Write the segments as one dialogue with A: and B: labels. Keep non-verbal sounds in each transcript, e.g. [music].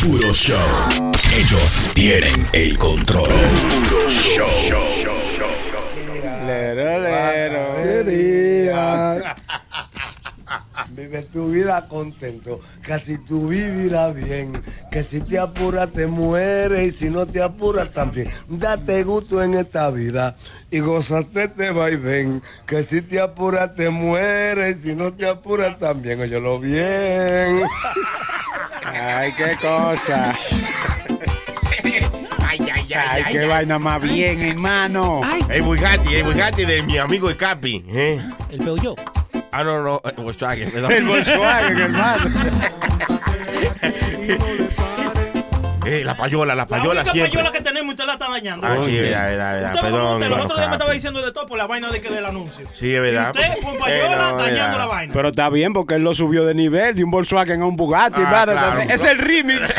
A: Puro show. Ellos tienen el control. Puro show.
B: Lero, lero.
C: Quería. Vive tu vida contento, que si tú vivirás bien, que si te apuras te mueres y si no te apuras también. Date gusto en esta vida y gozaste este vaivén, que si te apuras te mueres y si no te apuras también. Óyelo bien.
B: Ay, qué cosa.
D: Ay, ay,
B: Ay,
D: ay, ay,
B: qué
D: ay.
B: vaina más bien, hermano.
D: El Bugatti, el Bugatti de mi amigo el Capi. ¿eh?
E: El Peugeot.
D: Ah, no, no, eh, Volkswagen, perdón.
B: El Volkswagen, hermano.
D: [laughs] Eh, la payola, la
E: La
D: payola
E: única
D: siempre.
E: payola que tenemos, usted la está dañando.
D: Ah, sí,
E: Oye.
D: es verdad, es verdad, es verdad.
E: Usted me
D: Perdón,
E: pregunta, los
D: hermano
E: otros días me
D: Capi.
E: estaba diciendo de todo por la vaina de que del anuncio.
D: Sí, es verdad. [laughs]
E: Usted con
D: Eh,
E: payola
D: no, es
E: dañando
D: verdad.
E: la vaina.
B: Pero está bien porque él lo subió de nivel, de un Volkswagen a un Bugatti.
D: Ah,
B: para,
D: claro.
B: Es el
D: [laughs]
B: remix.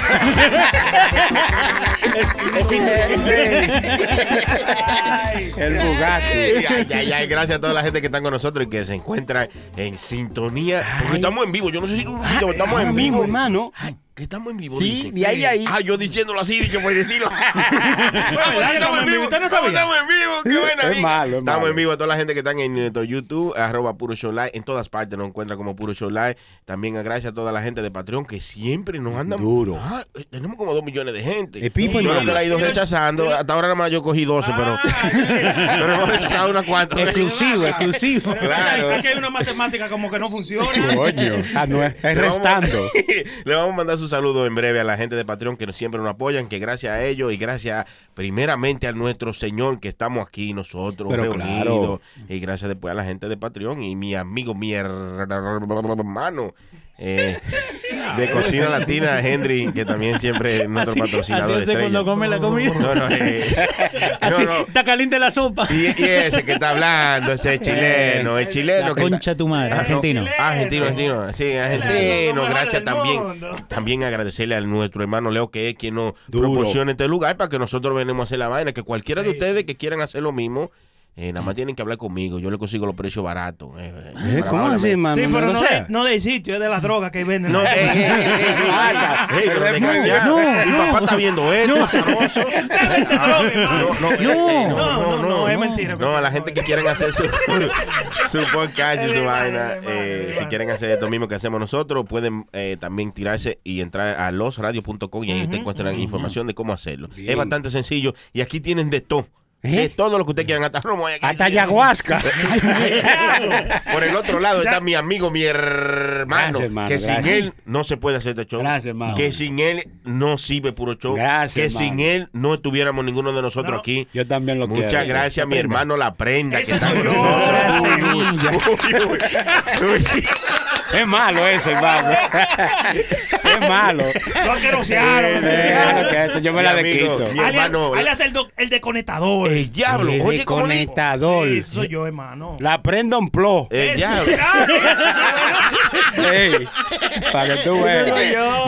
B: el Bugatti.
D: Ay, ay, ay, ay, gracias a toda la gente que está con nosotros y que se encuentra en sintonía. Porque estamos en vivo. Yo no sé si tú supiste, pero estamos
E: ahora
D: en
E: mismo,
D: vivo.
E: hermano.
D: Ay, que estamos en vivo. dice.
E: Sí, de ahí a ahí.
D: Ah, yo diciéndolo así, dije, pues decirlo.
E: verdad,
D: estamos en vivo.
E: usted no sabía.
D: Estamos en vivo. Qué buena
B: Es
D: vida.
B: malo, es
D: Estamos
B: malo.
D: en vivo a toda la gente que están en nuestro YouTube, arroba Puro Show Live. En todas partes nos encuentran como Puro Show Live. También gracias a toda la gente de Patreon que siempre nos andan.
B: Duro.
D: Ah, eh, tenemos como dos millones de gente.
B: De pipa,
D: yo creo
B: hermano.
D: que la he ido rechazando. Hasta ahora nada más yo cogí 12, pero,
E: Ah.
D: pero hemos rechazado unas cuantas.
E: Exclusivo, exclusivo.
D: Claro.
E: Es que hay una matemática como que no funciona.
B: Coño. Ah, no, es es
D: Le vamos-
B: restando.
D: [laughs] Le vamos a mandar su saludo en breve a la gente de Patreon que siempre nos apoyan, que gracias a ellos y gracias primeramente a nuestro Señor que estamos aquí nosotros
B: Pero
D: reunidos. Y gracias después a la gente de Patreon y mi amigo, mi her- hermano.
E: [laughs]
D: eh, de cocina latina, Henry, que también siempre es nuestro
E: Así-
D: patrocinador.
E: así hace
D: estrella.
E: cuando come la comida.
D: No, no, eh, no,
E: [laughs] Así
D: no.
E: está caliente
D: [laughs]
E: la sopa.
D: Y, y ese que está hablando, ese es chileno, el chileno
E: Eh, La
D: que está-
E: concha de tu madre,
D: Ah, no.
E: argentino.
D: Argentino, argentino. Sí, argentino.
E: mejores
D: Gracias
E: del
D: también.
E: mundo.
D: También agradecerle a nuestro hermano Leo, que es quien nos
B: Duro.
D: proporciona este lugar para que nosotros venimos a hacer la vaina. Que cualquiera de ustedes que quieran hacer lo mismo, eh, nada más tienen que hablar conmigo. Yo le consigo los precios baratos. eh, eh,
B: Ah. Eh,
D: para
B: ¿Cómo
D: hablarme.
B: así, hermano?
E: Sí, pero
B: lo
E: no,
B: sé.
E: de, no del sitio, es de la droga que venden. [laughs]
D: No, eh, eh, eh, eh, eh,
B: Ah,
D: eh, pero
B: el
D: desgraciado.
E: no,
D: Mi
E: no.
D: papá está viendo esto,
E: [laughs]
D: azaroso.
E: hermano.
D: No, no, eh, eh,
E: No, no, no, es mentira,
D: No, a la
E: mentira.
D: gente que quieren hacer su, [laughs] su podcast y su vaina, eh, si quieren hacer esto mismo que hacemos nosotros, pueden eh, también tirarse y entrar a losradio.com y ahí te encuentran información de cómo hacerlo. Es bastante sencillo y aquí tienen de todo.
B: ¿Eh?
D: Es todo lo que ustedes quieran. Hasta romo hay aquí.
B: Hasta
D: [laughs]
B: ayahuasca. [laughs]
D: Por el otro lado está mi amigo, mi hermano,
B: Gracias, hermano,
D: que sin
B: gracias.
D: él no se puede hacer este show.
B: Gracias, hermano.
D: Que sin él no sirve puro show.
B: Gracias,
D: Que
B: hermano.
D: sin él no estuviéramos ninguno de nosotros
E: No.
D: aquí.
B: Yo también lo quiero.
D: Muchas gracias, mi hermano La Prenda.
E: Ese soy yo.
D: nosotros.
E: Gracias,
D: Uy, uy, uy, uy.
B: Es malo ese, hermano. es malo.
E: Lo
D: Eh,
E: asquerosearon. lo
B: Es
D: eh,
E: asquerosearon.
B: malo que esto, yo me
D: Mi
B: la
D: amigo,
B: desquito.
D: mi
E: Hazle-
D: hermano,
E: hazle
D: la-
E: hacer el, do- el desconectador.
D: El diablo.
B: El
D: Oye, ¿cómo dijo?
B: desconectador.
E: Sí, soy yo, hermano.
B: La prenda un plo.
D: El
E: Es- [laughs]
D: diablo.
B: Ey, para que tú veas.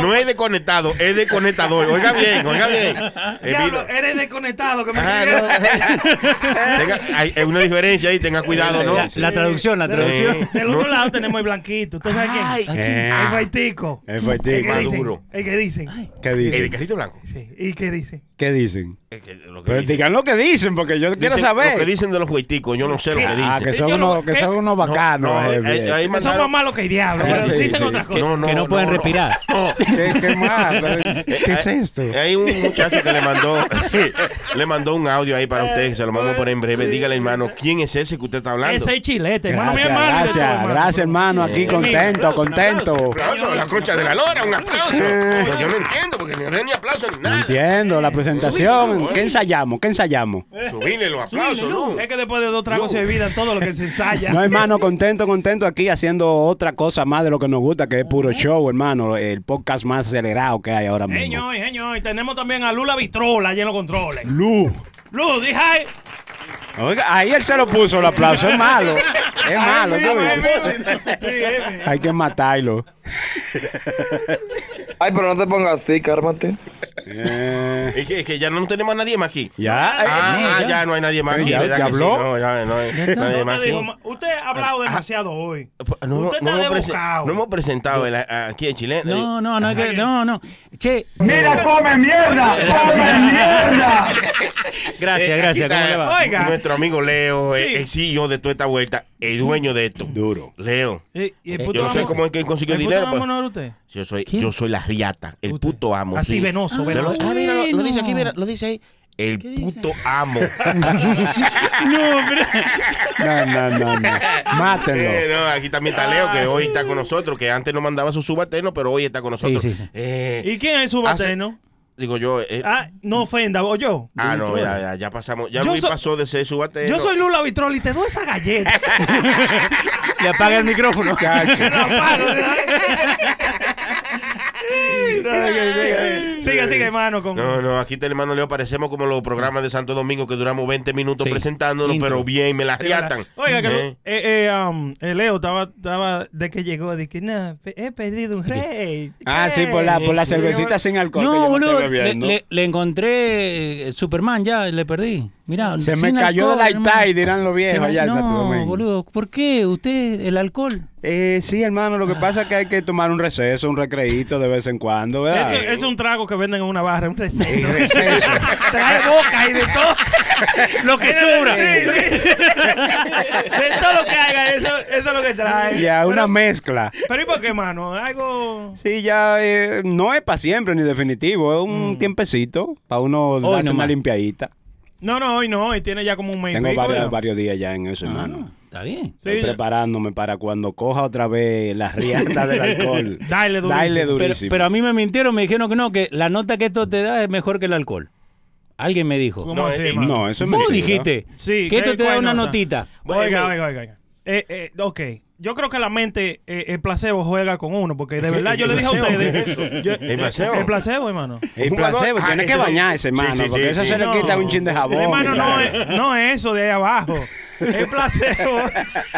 D: No es desconectado, es desconectador. Oiga bien,
B: [laughs]
D: oiga [laughs] bien. Eh,
E: Diablo,
D: vino-
E: eres desconectado. Que me
D: Ah,
E: escribieron.
D: no. [laughs] Tenga- hay, hay una diferencia ahí, tenga cuidado, ¿no?
E: traducción, la
D: traducción.
E: Del otro lado tenemos el blanquito. ¿Usted sabe quién?
D: Ay,
B: Eh,
E: el baitico.
B: el fuerte.
E: El que
D: Maduro.
E: dicen. El que dicen.
B: ¿Qué
D: el
B: dicen?
D: carrito blanco.
E: Sí. ¿Y qué dicen?
B: ¿Qué dicen?
D: Eh, que- lo que
B: Pero
D: dicen.
B: digan lo que dicen, porque yo quiero
D: Dicen Lo que
B: saber.
D: dicen de los juiticos, yo no sé lo que dicen.
B: Ah, que son
E: Yo no-
B: unos, que son unos
D: No,
B: bacanos.
D: no,
B: eh,
D: ahí-
B: bien.
D: ahí
E: Son
D: mandaron-
E: más malos que el diablo.
D: Sí,
E: pero
D: sí,
E: dicen
D: sí.
E: otras cosas. Que no pueden
D: respirar.
B: [laughs] ¿Qué, qué mal? ¿Qué es esto?
D: Hay un muchacho que le
E: [laughs]
D: mandó le mandó un audio ahí para usted, que se lo vamos a poner en breve. Dígale, hermano, ¿quién es ese que usted está hablando?
E: Ese es chilete, hermano. mi
B: Gracias,
E: hermano y de todo,
B: gracias, gracias hermano, aquí
D: Sí.
B: contento,
E: Un aplauso,
B: contento.
E: un
D: Un aplauso, la concha de la lora, un aplauso.
B: Eh.
D: Pues yo no entiendo, porque no hay ni aplauso ni
B: No
D: nada.
B: Entiendo, la presentación. ¿Qué ensayamos? ¿Qué ensayamos?
D: Subile los aplausos, ¿no?
E: Es que después de dos tragos se bebida todo lo que se ensaya.
B: No, hermano, contento, contento aquí haciendo otra cosa más de lo que nos gusta, que es puro show, hermano. El podcast más acelerado que hay ahora mismo.
E: Señor, señor, tenemos también a Lula Vitrola lleno de controles.
B: Luz.
E: Luz, dije ay.
B: Oiga, ahí él se lo puso el aplauso. Es malo. Es malo.
E: Ay, mira,
B: ¿tú ves?
E: ay, mira. Sí, es mío.
B: Hay que matarlo.
F: Ay, pero no te pongas así, cármate.
B: Eh,
D: Es que, es que ya no tenemos a nadie más aquí.
B: ya.
D: Ah,
B: eh,
D: ah, ya no hay nadie más
B: Eh,
D: aquí.
B: ya,
D: ¿verdad
B: ¿ya
D: que sí?
B: habló?
D: No, ya no hay nadie más
E: te digo,
D: aquí.
E: ma- usted ha hablado demasiado hoy.
D: No,
E: Usted
D: no
E: está
D: hemos presen-
E: desbocado.
D: no hemos presentado el- a- aquí en Chile.
F: No, no, no, que- no, no. Che,
G: Mira, come mierda, come mierda.
F: gracias,
D: Eh, aquí
F: gracias. ¿Cómo
D: está
F: le va?
E: Oiga.
D: Nuestro amigo Leo,
E: Sí.
D: el el CEO de toda esta vuelta, el dueño de esto.
B: Duro.
D: Leo.
E: Y- y el
F: Eh,
E: puto
D: Yo no sé
E: amo-
D: cómo es que consiguió el
E: puto
D: dinero.
E: amo
D: pues.
E: no era usted.
D: Yo soy,
F: ¿Quién?
D: yo soy la riata, el
E: Usted.
D: puto amo.
E: Así,
D: sí.
E: venoso, venoso.
D: Ah, mira, lo, lo dice aquí,
F: Bueno.
D: mira, lo dice ahí. El
F: dice?
D: puto
F: [laughs]
D: amo.
F: No, pero.
B: No, no, no, no.
D: Eh,
B: Mátenlo.
D: no, aquí también está Leo, que hoy está con nosotros, que antes no mandaba su subalterno, pero hoy está con nosotros.
F: Sí, sí, sí.
D: Eh,
E: ¿Y quién es su
D: Hace-
E: baterno?
D: digo yo, eh, ah,
E: Ah, no ofenda, o yo.
D: no, mira, ya, ya pasamos. Ya
E: Yo
D: Luis
E: soy-
D: pasó de ser subalterno.
E: Yo soy Lula Vitrol y te doy esa galleta.
D: [laughs]
F: Le apaga el micrófono.
E: Te la pago. Sigue, sigue, hermano. Con...
D: No, no, aquí te hermano Leo parecemos como los programas de Santo Domingo que duramos 20 minutos
F: Sí,
D: presentándonos,
F: intro.
D: pero bien, me las
E: Sí, ¿verdad?
D: riatan.
E: Oiga, que
D: Eh,
E: eh, eh, um, eh, Leo estaba, estaba de que llegó, de que nah, pe- he perdido un rey.
B: Ah, sí, por la, por la cervecita sin alcohol. que yo
F: No,
B: me
F: boludo.
B: estoy
F: Le,
B: bebiendo.
F: le- le encontré eh, Superman ya, le perdí. Mirá,
B: Se me
F: sin
B: cayó
F: alcohol,
B: de la
F: hermano.
B: Itaí, dirán los
F: Se
B: viejos
F: me-
B: allá en Santo
F: No,
B: Domingo.
F: boludo. ¿Por qué? Usted, el alcohol.
B: Eh, sí, hermano, lo que
E: Ah.
B: pasa es que hay que tomar un receso, un recreíto de vez en cuando, ¿verdad?
E: Eso, eso es un trago que venden en una barra, un
B: Sí,
E: receso.
B: receso.
E: [laughs] Trae boca y de todo. lo que sobra. [laughs] De todo lo que haga, eso, eso es lo que trae.
B: Ya, una
E: Pero-
B: mezcla.
E: Pero ¿y por qué, mano? Algo.
B: Sí, ya eh, no es para siempre ni definitivo, es un
E: Mm.
B: tiempecito para uno darse una
F: nomás.
B: limpiadita.
E: No, no, hoy no, hoy tiene ya como un mes. y
B: Tengo
E: pico,
B: varios,
E: ya. Ah.
B: varios días ya en eso, hermano.
F: Está bien.
E: Sí,
B: Estoy
E: ya.
B: preparándome para cuando coja otra vez la riata
E: [laughs]
B: del alcohol.
E: Dale durísimo.
B: Dale
E: Pero-
F: Pero,
B: durísimo.
F: pero a mí me mintieron, me dijeron que no, que la nota que esto te da es mejor que el alcohol. Alguien me dijo.
E: ¿Cómo
D: No,
E: así,
D: eh,
E: mano?
B: no, eso es
F: Vos
B: mentira.
F: dijiste
E: Sí,
F: que esto
E: ¿qué-
F: te da
E: cuál
F: una
E: nota?
F: notita.
D: Bueno,
E: Oiga,
D: mi-
E: oiga, oiga, oiga. Eh, eh, ok. Yo creo que la mente, eh, el placebo juega con uno, porque de verdad yo le dije a
D: ¿El placebo?
E: ustedes. yo- eh,
D: ¿El placebo?
E: El placebo, hermano.
B: Es
D: Un
B: placebo,
D: jugador-
B: tiene
D: Ah,
B: que
D: ese-
B: bañarse,
D: sí,
B: hermano,
D: sí, sí,
B: porque eso
D: sí.
B: se le quita un chin de jabón.
E: Hermano, no
B: claro.
E: es, no es eso de ahí abajo. El
D: [laughs]
E: placebo.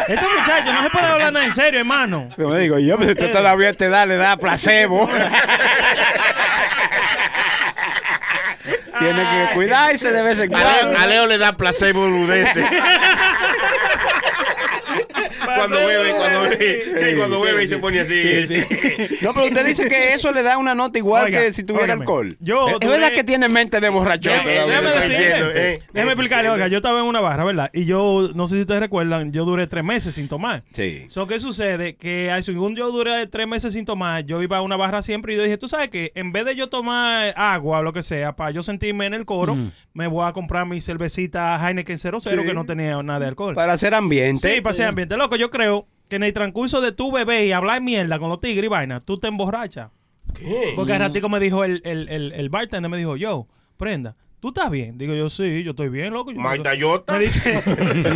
E: Este muchacho no se puede hablar nada en serio, hermano.
B: Yo digo, yo, pero usted todavía te da, le da placebo. Tiene que cuidarse de vez en
D: A Leo,
B: cuando.
D: a Leo le da placebo
E: [laughs]
D: ludece. cuando bebe, cuando bebe. Sí, cuando bebe y se pone así.
B: No, pero usted dice que eso le da una nota igual
E: Oiga,
B: que si tuviera
E: óigame,
B: alcohol.
E: yo
B: es
E: duré-
B: verdad que tiene mente de borrachón.
D: Déjame-
B: todavía.
D: déjame
E: Déjame
D: Estoy
E: decirle,
D: diciendo, eh.
E: déjame explicarle, oiga, yo estaba en una barra, ¿verdad? Y yo, no sé si ustedes recuerdan, yo duré tres meses sin tomar.
B: Sí.
E: So, ¿qué sucede? Que a según yo duré tres meses sin tomar, yo iba a una barra siempre y yo dije, tú sabes que en vez de yo tomar agua o lo que sea, para yo sentirme en el coro,
F: Mm.
E: me voy a comprar mi cervecita Heineken 00 que no tenía nada de alcohol.
B: Para hacer ambiente.
E: sí, para ese ambiente. Loco, yo creo que en el transcurso de tu bebé y hablar mierda con los tigres y vaina, tú te emborrachas.
D: ¿Qué?
E: Porque al ratico me dijo el, el, el, el bartender, me dijo, yo, prenda, ¿tú estás bien? Digo yo, sí, yo estoy bien, loco. Yo-
D: Magda Yota.
E: me dice,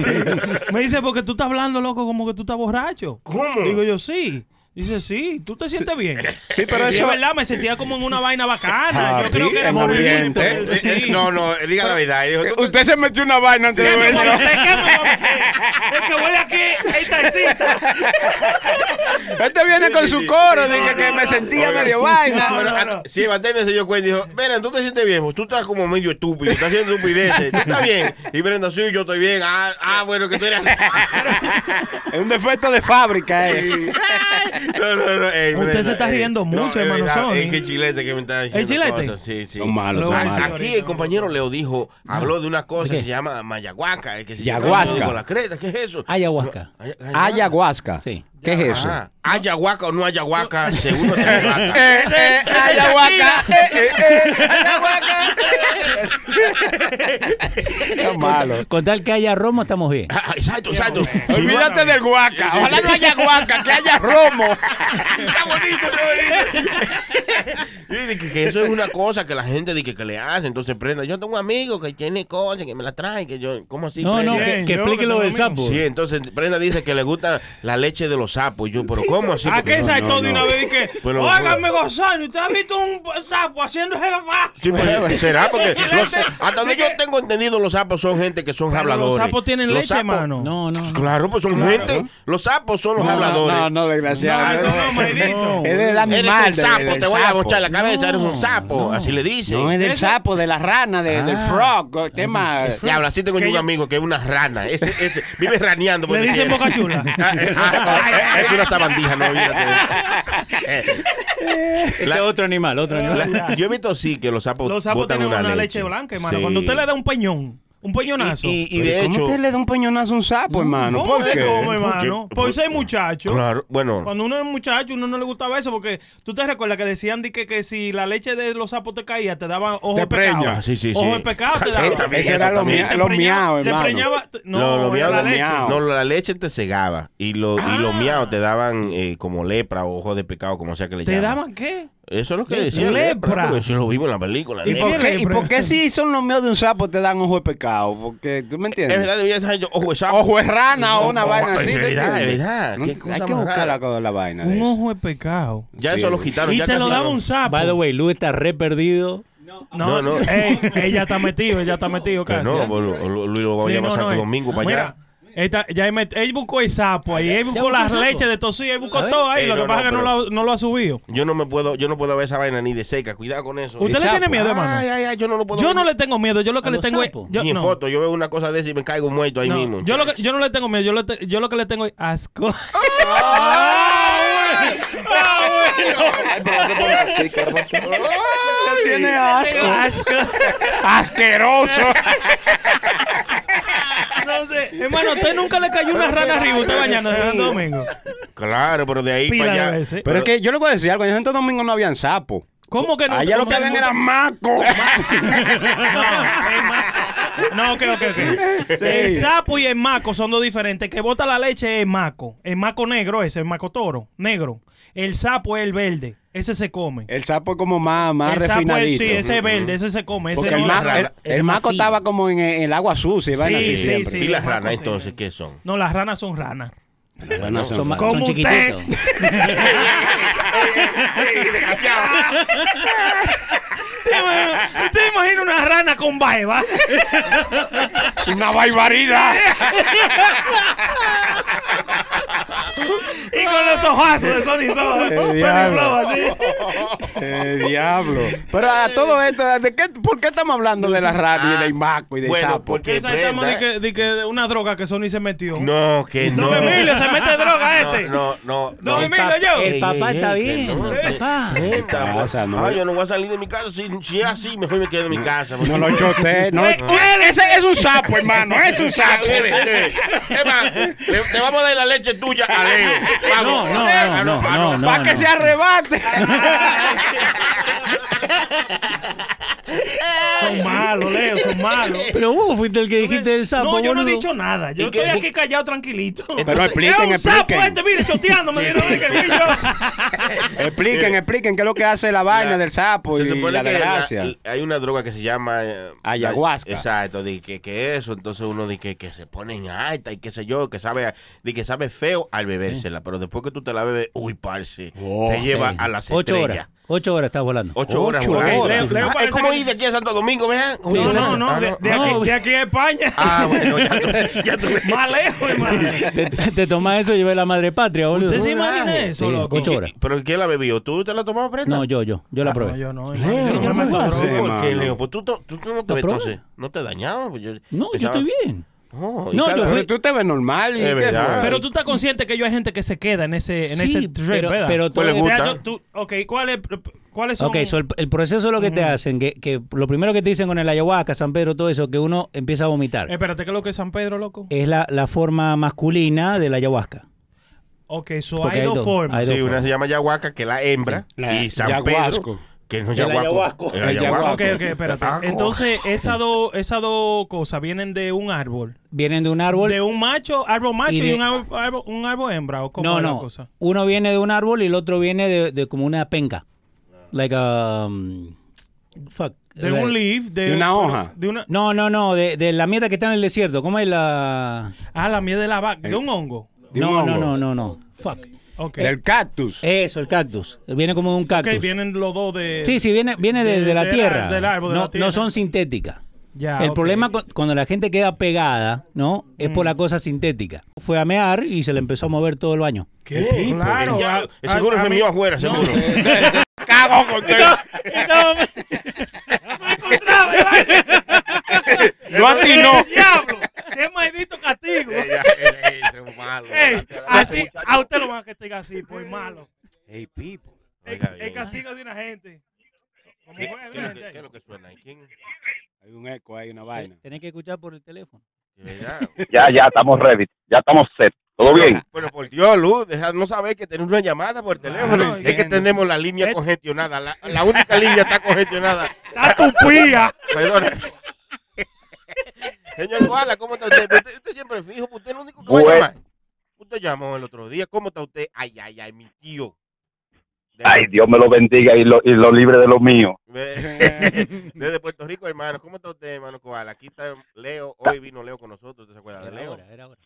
E: [laughs] me dice, porque tú estás hablando, loco, como que tú estás borracho.
D: ¿Cómo?
E: Digo yo, sí. Dice, sí, tú te sientes bien.
B: Sí, pero
E: Y es
B: eso.
E: verdad, me sentía como en una vaina bacana.
B: Ah,
E: yo creo
B: sí,
E: que era
B: en
E: movimiento.
B: ambiente.
D: Eh, eh,
E: Sí.
D: No, no, eh, diga la verdad. Él dijo, tú-
B: Usted se metió una vaina antes
E: ¿Qué
B: de
E: me
B: venir.
E: vomité? ¿Qué me vomité? El que huele aquí, el taxista.
B: [laughs] Este viene con su coro, dije que me sentía
D: Oiga.
B: medio vaina.
D: Bueno,
E: no,
D: a-
E: no.
D: Sí, el bartender se dio cuenta y dijo, Brenda, tú te sientes bien, pues tú estás como medio estúpido, estás haciendo estupideces, tú estás bien. Y Brenda, sí, yo estoy bien. Ah, ah bueno, que tú eres...
E: [laughs]
B: Es un defecto de fábrica, eh.
D: No, no, no, ey,
E: Usted
D: Brenda,
E: se está
D: ey.
E: riendo mucho,
D: es
E: hermano
D: verdad,
E: Sony.
D: Es que chilete que me está diciendo
E: chilete?
D: cosas, Sí, sí.
B: Son malos, Ah.
E: son
D: Ah,
E: malos.
D: Aquí el compañero Leo dijo, habló de una cosa que se llama mayaguaca. eh, que se llama-
B: Yaguasca.
D: yo digo, la creta, ¿qué es eso?
F: Ayahuasca.
D: Ay- ay-
B: Ayahuasca.
F: Sí.
B: ¿Qué es eso?
D: Ajá. Ayahuasca o no ayahuasca,
B: [laughs]
D: seguro se ayahuasca.
B: Eh, eh, ayahuasca. Eh, eh, eh, ayahuasca. Son malos.
F: Con tal que haya romo, estamos bien.
D: Ah, Exacto, exacto.
B: Olvídate del guaca. Ojalá no haya guaca, que
D: [laughs]
B: haya romo.
D: Está bonito, está bonito. Y de que, que eso es una cosa que la gente dice que, que le hace. Entonces, prenda, yo tengo un amigo que tiene cosas, que me la trae, que yo, ¿cómo así?
F: No,
D: prenda?
F: no,
E: bien,
F: que, que
E: yo
F: explique
E: que
F: lo
E: tengo
F: del
E: lo
F: sapo.
E: mismo.
D: Sí, entonces Brenda dice que le gusta la leche de los sapos. Yo, pero ¿cómo así?
E: ¿A
D: Porque
E: qué
D: no,
E: saltó
D: no,
E: de una
D: no.
E: vez y que,
D: [laughs] Pero-
E: óigame gozando, ¿usted ha visto un sapo haciendo el bajo?
D: pues. Sí, pues, será porque los- hasta donde yo tengo entendido jodidos los sapos son gente que son
E: Pero
D: habladores.
E: Los sapos tienen
D: Los
E: leche,
D: sapos-
E: hermano.
F: No, no. no.
D: Claro, pues son gente. Los sapos son los habladores.
B: No, no, desgraciado.
E: eso no,
F: No.
E: maldito.
B: Es del animal.
D: eres un sapo, te voy a bochar la cabeza,
F: No,
D: eres un sapo.
F: no.
D: Así le dicen.
B: No, es del sapo, de la rana, de- del frog. Tema.
D: Y habla así tengo
E: Que
D: yo Ah. un
E: yo-
D: amigo que es una rana. Ese, ese, vive raneando. por
E: Le
D: donde
E: dicen
D: quiera.
E: boca chula.
D: [laughs] Ah, eh, ah, es una sabandija, no olvídate.
E: [laughs]
D: Eh,
F: Ese
D: la-
F: es otro animal, otro animal.
D: la- yo he visto sí que los sapos,
E: Los sapos
D: botan
E: tienen
D: una,
E: una, leche. blanca, hermano.
D: Sí.
E: Cuando usted le da un peñón, un peñonazo.
D: Y, y- y de
B: ¿Cómo
D: hecho.
B: usted le da un peñonazo a un sapo, hermano?
E: ¿Cómo
B: ¿Por
E: que
B: qué?
E: cómo, hermano?
D: Porque-
E: Por ser muchacho.
D: Claro, bueno.
E: Cuando uno es muchacho, uno no le gustaba eso porque tú te recuerdas que decían di que, que si la leche de los sapos te caía, te daban ojo
B: Te
E: de pecado.
B: preña.
D: Ah, Sí, sí, sí.
E: Ojo de pecado te daban.
D: Eso también,
B: Ese era
D: eso
B: lo
D: también.
B: mía-
E: Te
B: lo
E: preñaba-
B: miau,
E: te
B: hermano.
E: preñaba- te- No,
D: lo, lo
E: era
D: miau
E: la
D: de-
E: leche.
B: miau.
D: no, la leche te cegaba. Y, lo, y los
E: Ah.
D: miaos te daban eh, como lepra o ojos de pecado, como sea que le
E: ¿Te
D: llamen.
E: daban qué?
D: Eso es lo que
E: Le-
D: decía.
E: lepra.
D: lepra, porque Eso lo vimos en la película.
E: ¿Y
D: lepra.
E: por
B: ¿Por qué? ¿Y
E: Lepra.
B: por qué si son los míos de un sapo te dan ojo de pecado? Porque, ¿tú me
D: Es
B: entiendes?
D: verdad, debía ser yo, ojo de sapo.
B: Ojo de rana o una
D: Ojo,
B: vaina
D: es
B: así. ¿te
D: verdad, es
B: entiendes?
D: verdad.
B: No,
D: Qué cosa
B: hay que
D: más
B: buscar
D: rara.
B: la, co- la vaina. de
E: Un
B: eso.
E: ojo de pecado.
D: Ya
B: Sí.
D: eso lo quitaron.
E: Y
D: ya
E: te lo
D: casi
E: daba
D: no.
E: un sapo.
F: By the way, Lu está re perdido.
E: No,
D: No, no.
E: Ey, ella está metido, ella está metido
D: Que
E: casi. ¿eh?
D: no, Lu- Lu- Luis lo va a
E: Sí,
D: llevar a
E: no,
D: Santo
E: no, eh.
D: Domingo para
E: Mira,
D: allá.
E: esta- ya él, met- él buscó el sapo ahí, él buscó
F: buscó el
E: las
F: sapo.
E: leches de tosí, él buscó
F: A ver.
E: todo ahí,
D: Ey,
E: lo que
D: Eh, no,
E: pasa
D: no,
E: es que no
D: pero-
E: lo, ha- no lo ha subido.
D: Yo no me puedo, yo no puedo ver esa vaina ni de seca. Cuidado con eso.
E: ¿Usted le tiene
B: sapo.
E: miedo, hermano?
D: Ay, ay, ay, yo no lo puedo
E: Yo
D: ver
E: no
D: ni-
E: le tengo miedo, yo lo que
F: ¿A
E: le
F: los
E: tengo es...
F: sapos?
E: Yo,
D: ni en
E: no,
D: foto. Yo veo una cosa de esa y me caigo muerto ahí
E: no.
D: mismo.
E: Yo, lo que, yo no le tengo miedo, yo, le te- yo lo que le tengo es
F: [laughs]
E: asco. Ah,
B: Tiene asco. Asqueroso.
E: no sé. Hermano, usted nunca le cayó una rana arriba, usted bañando de Santo Domingo.
D: Claro, pero de ahí
E: Pila de
D: para allá.
E: veces.
B: Pero es que yo le voy a decir algo. En Santo Domingo no habían sapos.
E: ¿Cómo que no?
B: Allá Ah, lo que habían
E: [laughs]
B: era maco.
E: No, el ma- No, ok, ok, ok. El sapo y el maco son dos diferentes. El que bota la leche es el maco. El maco negro ese, el maco toro, negro. El sapo es el verde. Ese se come.
B: El sapo es como más, más
E: el sapo es,
B: refinadito.
E: sí, ese es verde, ese se come. Ese
B: Porque
E: no
B: el,
E: es
B: maco,
E: rana.
B: el, el maco estaba como en, el- en el agua sucia. y vaina
E: Sí,
B: así
E: sí,
B: siempre.
E: sí.
D: y las
E: Marco,
D: ranas,
E: sí.
D: entonces, ¿qué son?
E: No, las ranas son ranas.
B: Bueno, son-
F: Ah, Son, ma-
E: Como
F: son
E: usted.
F: chiquititos.
E: ¿Te imagina- ¿Usted imagina una rana con baiba?
B: ¡Una barbaridad!
E: Y con los ojazos de Sony Soda.
B: Ah. Eh,
E: Sony
B: diablo.
E: Flow, así.
B: Eh, diablo. Pero a todo esto, ¿de qué, ¿por qué estamos hablando de la rana y del maco y del
D: Ah, bueno,
B: sapo?
D: porque
E: Esa estamos de
D: Brenda-
E: que, de que de una droga que Sony se metió.
D: No, que no.
E: Don Emilio, se mete droga
D: No,
E: este.
D: No, no, no.
E: Don Emilio, yo.
F: El
D: Ey,
F: papá
D: ey,
F: está
D: ey, que
F: bien,
D: no,
F: el
D: eh,
F: papá.
D: Brenda,
B: pasa,
D: pues.
B: no?
D: Ay, yo no voy a salir de mi casa. Si, si es así, mejor me quedo en mi casa.
B: No lo chote, no.
E: Eh,
B: Ese es un sapo, hermano, es un sapo. [laughs]
D: Emma, le- te vamos a dar la leche tuya a Leo. Vamos.
F: No, no,
D: Ah,
F: no,
D: ah,
F: no, no.
B: Para que se arrebate.
E: Son malos, Leo, [laughs] son malos.
F: Pero vos fuiste el que dijiste el sapo,
E: Eh, No, yo no he
F: boludo.
E: dicho nada. Yo
D: ¿Y qué-
E: estoy aquí
D: [laughs]
E: callado tranquilito.
B: Pero expliquen,
E: es un sapo
B: expliquen.
E: este, mire, choteándome. mire, mire, que
D: [laughs]
E: fui yo.
B: Expliquen, expliquen qué es lo que hace la vaina del sapo
D: Se
B: y
D: supone
B: la
D: que
B: desgracia.
D: la- hay una droga que se llama eh,
B: Ayahuasca.
D: exacto, de que, que eso, entonces uno dice que, que se ponen alta y qué sé yo, que sabe, de que sabe feo al bebérsela, pero después que tú te la bebes, uy, parce, te lleva a las
F: Ocho
D: estrellas.
F: horas. Ocho horas estás volando.
D: Ocho horas.
B: Ocho
D: volando.
B: horas.
E: Leo- Leo
D: Ah,
E: parece
D: es como
E: que-
D: ir de aquí a Santo Domingo, vean.
E: No, no, no,
D: Ah,
E: de, de
D: ah,
E: aquí,
F: no.
E: de aquí a España.
D: Ah, bueno, ya tú- ya tú-
E: [laughs] Más lejos, hermano.
F: Te, te tomas eso y llevas la madre patria, boludo.
E: ¿Usted se imagina eso,
F: Sí,
E: loco? Ah,
F: ocho horas.
D: ¿Pero quién la bebió? ¿Tú te la tomabas, Brenda? Eh,
F: No, yo, yo. Yo la probé.
E: No, yo no.
D: Leo,
E: hermano, yo no me
D: ¿cómo
E: meto
B: vas a
E: droga.
B: hacer?
D: ¿Por
B: mano.
D: qué, Leo? Pues tú, to- tú, tú no te
F: ¿La
D: ves,
F: probé?
D: entonces. ¿No te dañaba? Pues yo
F: No, yo
D: pensaba-
F: estoy bien.
D: Oh, No,
F: No, yo fui-
B: Pero tú te ves normal y
D: Es
B: qué
D: verdad.
B: fue.
E: Pero tú estás consciente que yo hay gente que se queda en ese, en ese
F: sí,
E: trip,
F: pero,
E: ¿verdad?
F: pero todo
D: Pues le
F: es-
E: O sea,
D: gusta.
E: yo- tú- ok, ¿cuáles cuáles son?
F: Ok, so el, el proceso es lo que te hacen, que, que lo primero que te dicen con el ayahuasca, San Pedro, todo eso, que uno empieza a vomitar.
E: Espérate, ¿qué es lo que es San Pedro, loco?
F: Es la, la forma masculina de la ayahuasca.
E: Ok, so
F: porque
E: hay
F: hay
E: dos
F: dos,
E: formas.
F: hay dos.
D: Sí, una se llama Yahuaca, que es la hembra,
B: La
D: y San
B: yaguasco.
D: Pedro, que no es
F: El
D: Yahuaco.
F: ayahuasco.
D: era
B: El
D: yaguaco.
E: Ok, ok, espérate.
D: Ah,
E: Entonces, esas dos esas dos cosas vienen de un árbol.
F: Vienen de un árbol.
E: De un macho, árbol macho y,
F: Y de-
E: un, árbol, árbol- un árbol hembra. ¿o cómo
F: no,
E: es la
F: no.
E: cosa?
F: Uno viene de un árbol y el otro viene de, de como una penca.
B: Ah.
F: Like a... fuck.
E: De
F: Like-
E: un leaf. De,
B: ¿De una hoja?
E: De una,
F: No, no, no, de, de la mierda que está en el desierto. ¿Cómo es la...?
E: ah, la miel de la vaca. De un hongo.
B: De un
F: No, no,
B: hongo.
F: no, no, no. Fuck.
E: Ok.
B: Del cactus.
F: Eso, el cactus. Viene como de un
E: Ok,
F: cactus.
E: vienen los dos de...
F: Sí, sí, viene, viene de,
E: de-
F: de la
E: del ar-
F: tierra.
E: del árbol, de
F: no,
E: la tierra.
F: no son sintéticas.
E: Ya,
F: el
E: ok.
F: problema cu- cuando la gente queda pegada, ¿no? Es por
E: Mm.
F: la cosa sintética. Fue a mear y se le empezó a mover todo el baño.
E: Claro.
D: Ya,
E: a- a-
D: seguro
E: a
D: se
E: mí-
D: mió afuera, seguro.
E: [laughs] Cago con
D: Yo a ti no.
E: [laughs] ¡Diablo! ¡Qué maldito
D: [laughs]
E: castigo!
D: Ella- ella- ella es malo.
E: [laughs] Ey, a, ti- a usted lo van a castigar así, por malo.
B: Hey, people.
E: El,
D: Oiga bien.
E: el castigo de una gente. Como
D: ¿Qué,
E: fue,
D: qué es lo
E: ¿verdad,
D: que-
E: gente?
D: qué es lo que suena? ahí? ¿Quién?
B: Hay un eco, hay una vaina.
F: Tenés que escuchar por el teléfono.
D: De
E: [laughs]
D: verdad.
H: Ya, ya estamos ready. Ya estamos set. ¿Todo bien?
D: Bueno, por Dios, Luz, deja no saber que tenemos una llamada por teléfono.
E: Claro,
D: es que
E: bien.
D: tenemos la línea
E: Es-
D: congestionada. La, la única línea está congestionada.
E: ¡Está
D: [laughs]
E: tupía!
D: Perdona. Señor Guala, ¿cómo está usted? Usted, usted siempre es fijo, pues usted es el único que va a
H: Bueno.
D: llamar. Usted llamó el otro día. ¿Cómo está usted? Ay, ay, ay, mi tío. De-
H: Ay, Dios me lo bendiga y lo, y lo libre de lo mío.
D: de- [laughs] Desde Puerto Rico, hermano. ¿Cómo está usted, hermano Koala? Aquí está Leo. Hoy vino Leo con nosotros. ¿Usted se acuerda de
F: Era
D: Leo?
F: hora, era hora.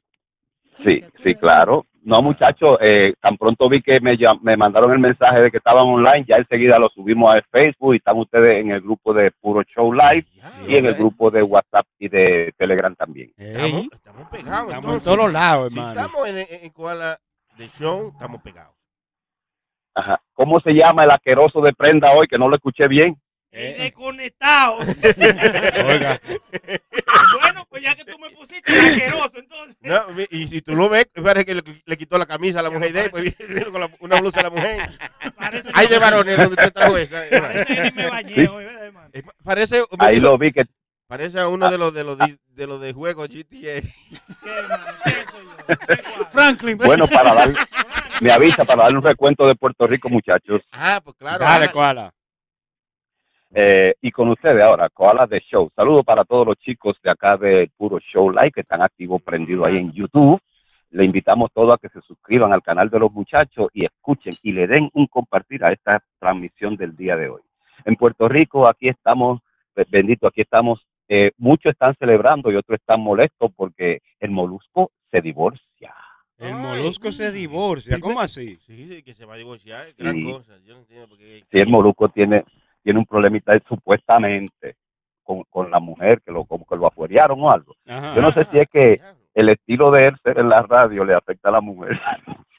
H: Sí, sí, claro. No, muchachos, eh, tan pronto vi que me, llam- me mandaron el mensaje de que estaban online, ya enseguida lo subimos al Facebook y están ustedes en el grupo de Puro Show Live
D: Ya,
H: y en el grupo de WhatsApp y de Telegram también.
D: Estamos, estamos pegados.
B: Estamos en
D: entonces.
B: todos los lados,
D: Si
B: hermano.
D: estamos en, en, en Koala de show, estamos pegados.
H: Ajá. ¿Cómo se llama el asqueroso de prenda hoy que no lo escuché bien?
E: El
B: Eh,
E: desconectado.
B: Oiga,
E: bueno, pues ya que tú me pusiste el asqueroso,
D: [laughs]
E: entonces.
D: No, y si tú lo ves, parece que le, le quitó la camisa a la mujer de él, pues vino con la- una blusa a la mujer.
E: Parece
D: Hay
E: que-
D: de varones donde usted trajo esa.
E: Parece que ni me bañé hoy, ¿verdad, hermano?
D: Eh, Parece,
H: Ahí lo vi que
D: parece a uno de los de los di- de los de juegos GTA.
E: ¿Qué, hermano? ¿Qué soy yo? ¿Qué guapo?
F: Franklin.
H: Bueno, para dar, me avisa para darle un recuento de Puerto Rico, muchachos.
D: Ah, pues claro.
B: dale,
D: ah,
B: Koala.
H: Eh, y con ustedes ahora, Koala de Show. Saludos para todos los chicos de acá del Puro Show Live que están activos, prendidos ahí en YouTube. Le invitamos todos a que se suscriban al canal de los muchachos y escuchen y le den un compartir a esta transmisión del día de hoy. En Puerto Rico, aquí estamos, bendito, aquí estamos. eh, muchos están celebrando y otros están molestos porque el molusco se divorcia.
B: El
D: Ay.
B: molusco se divorcia. ¿Cómo así?
D: sí, sí, que se va a divorciar, gran
H: Sí.
D: cosa. Yo no entiendo por qué.
H: si el moruco tiene, tiene un problemita él, supuestamente con, con la mujer que lo como que lo afuerearon o algo. Yo no sé si es
D: [laughs]
H: que
D: Ah,
H: el estilo de él ser en la radio le afecta a la mujer.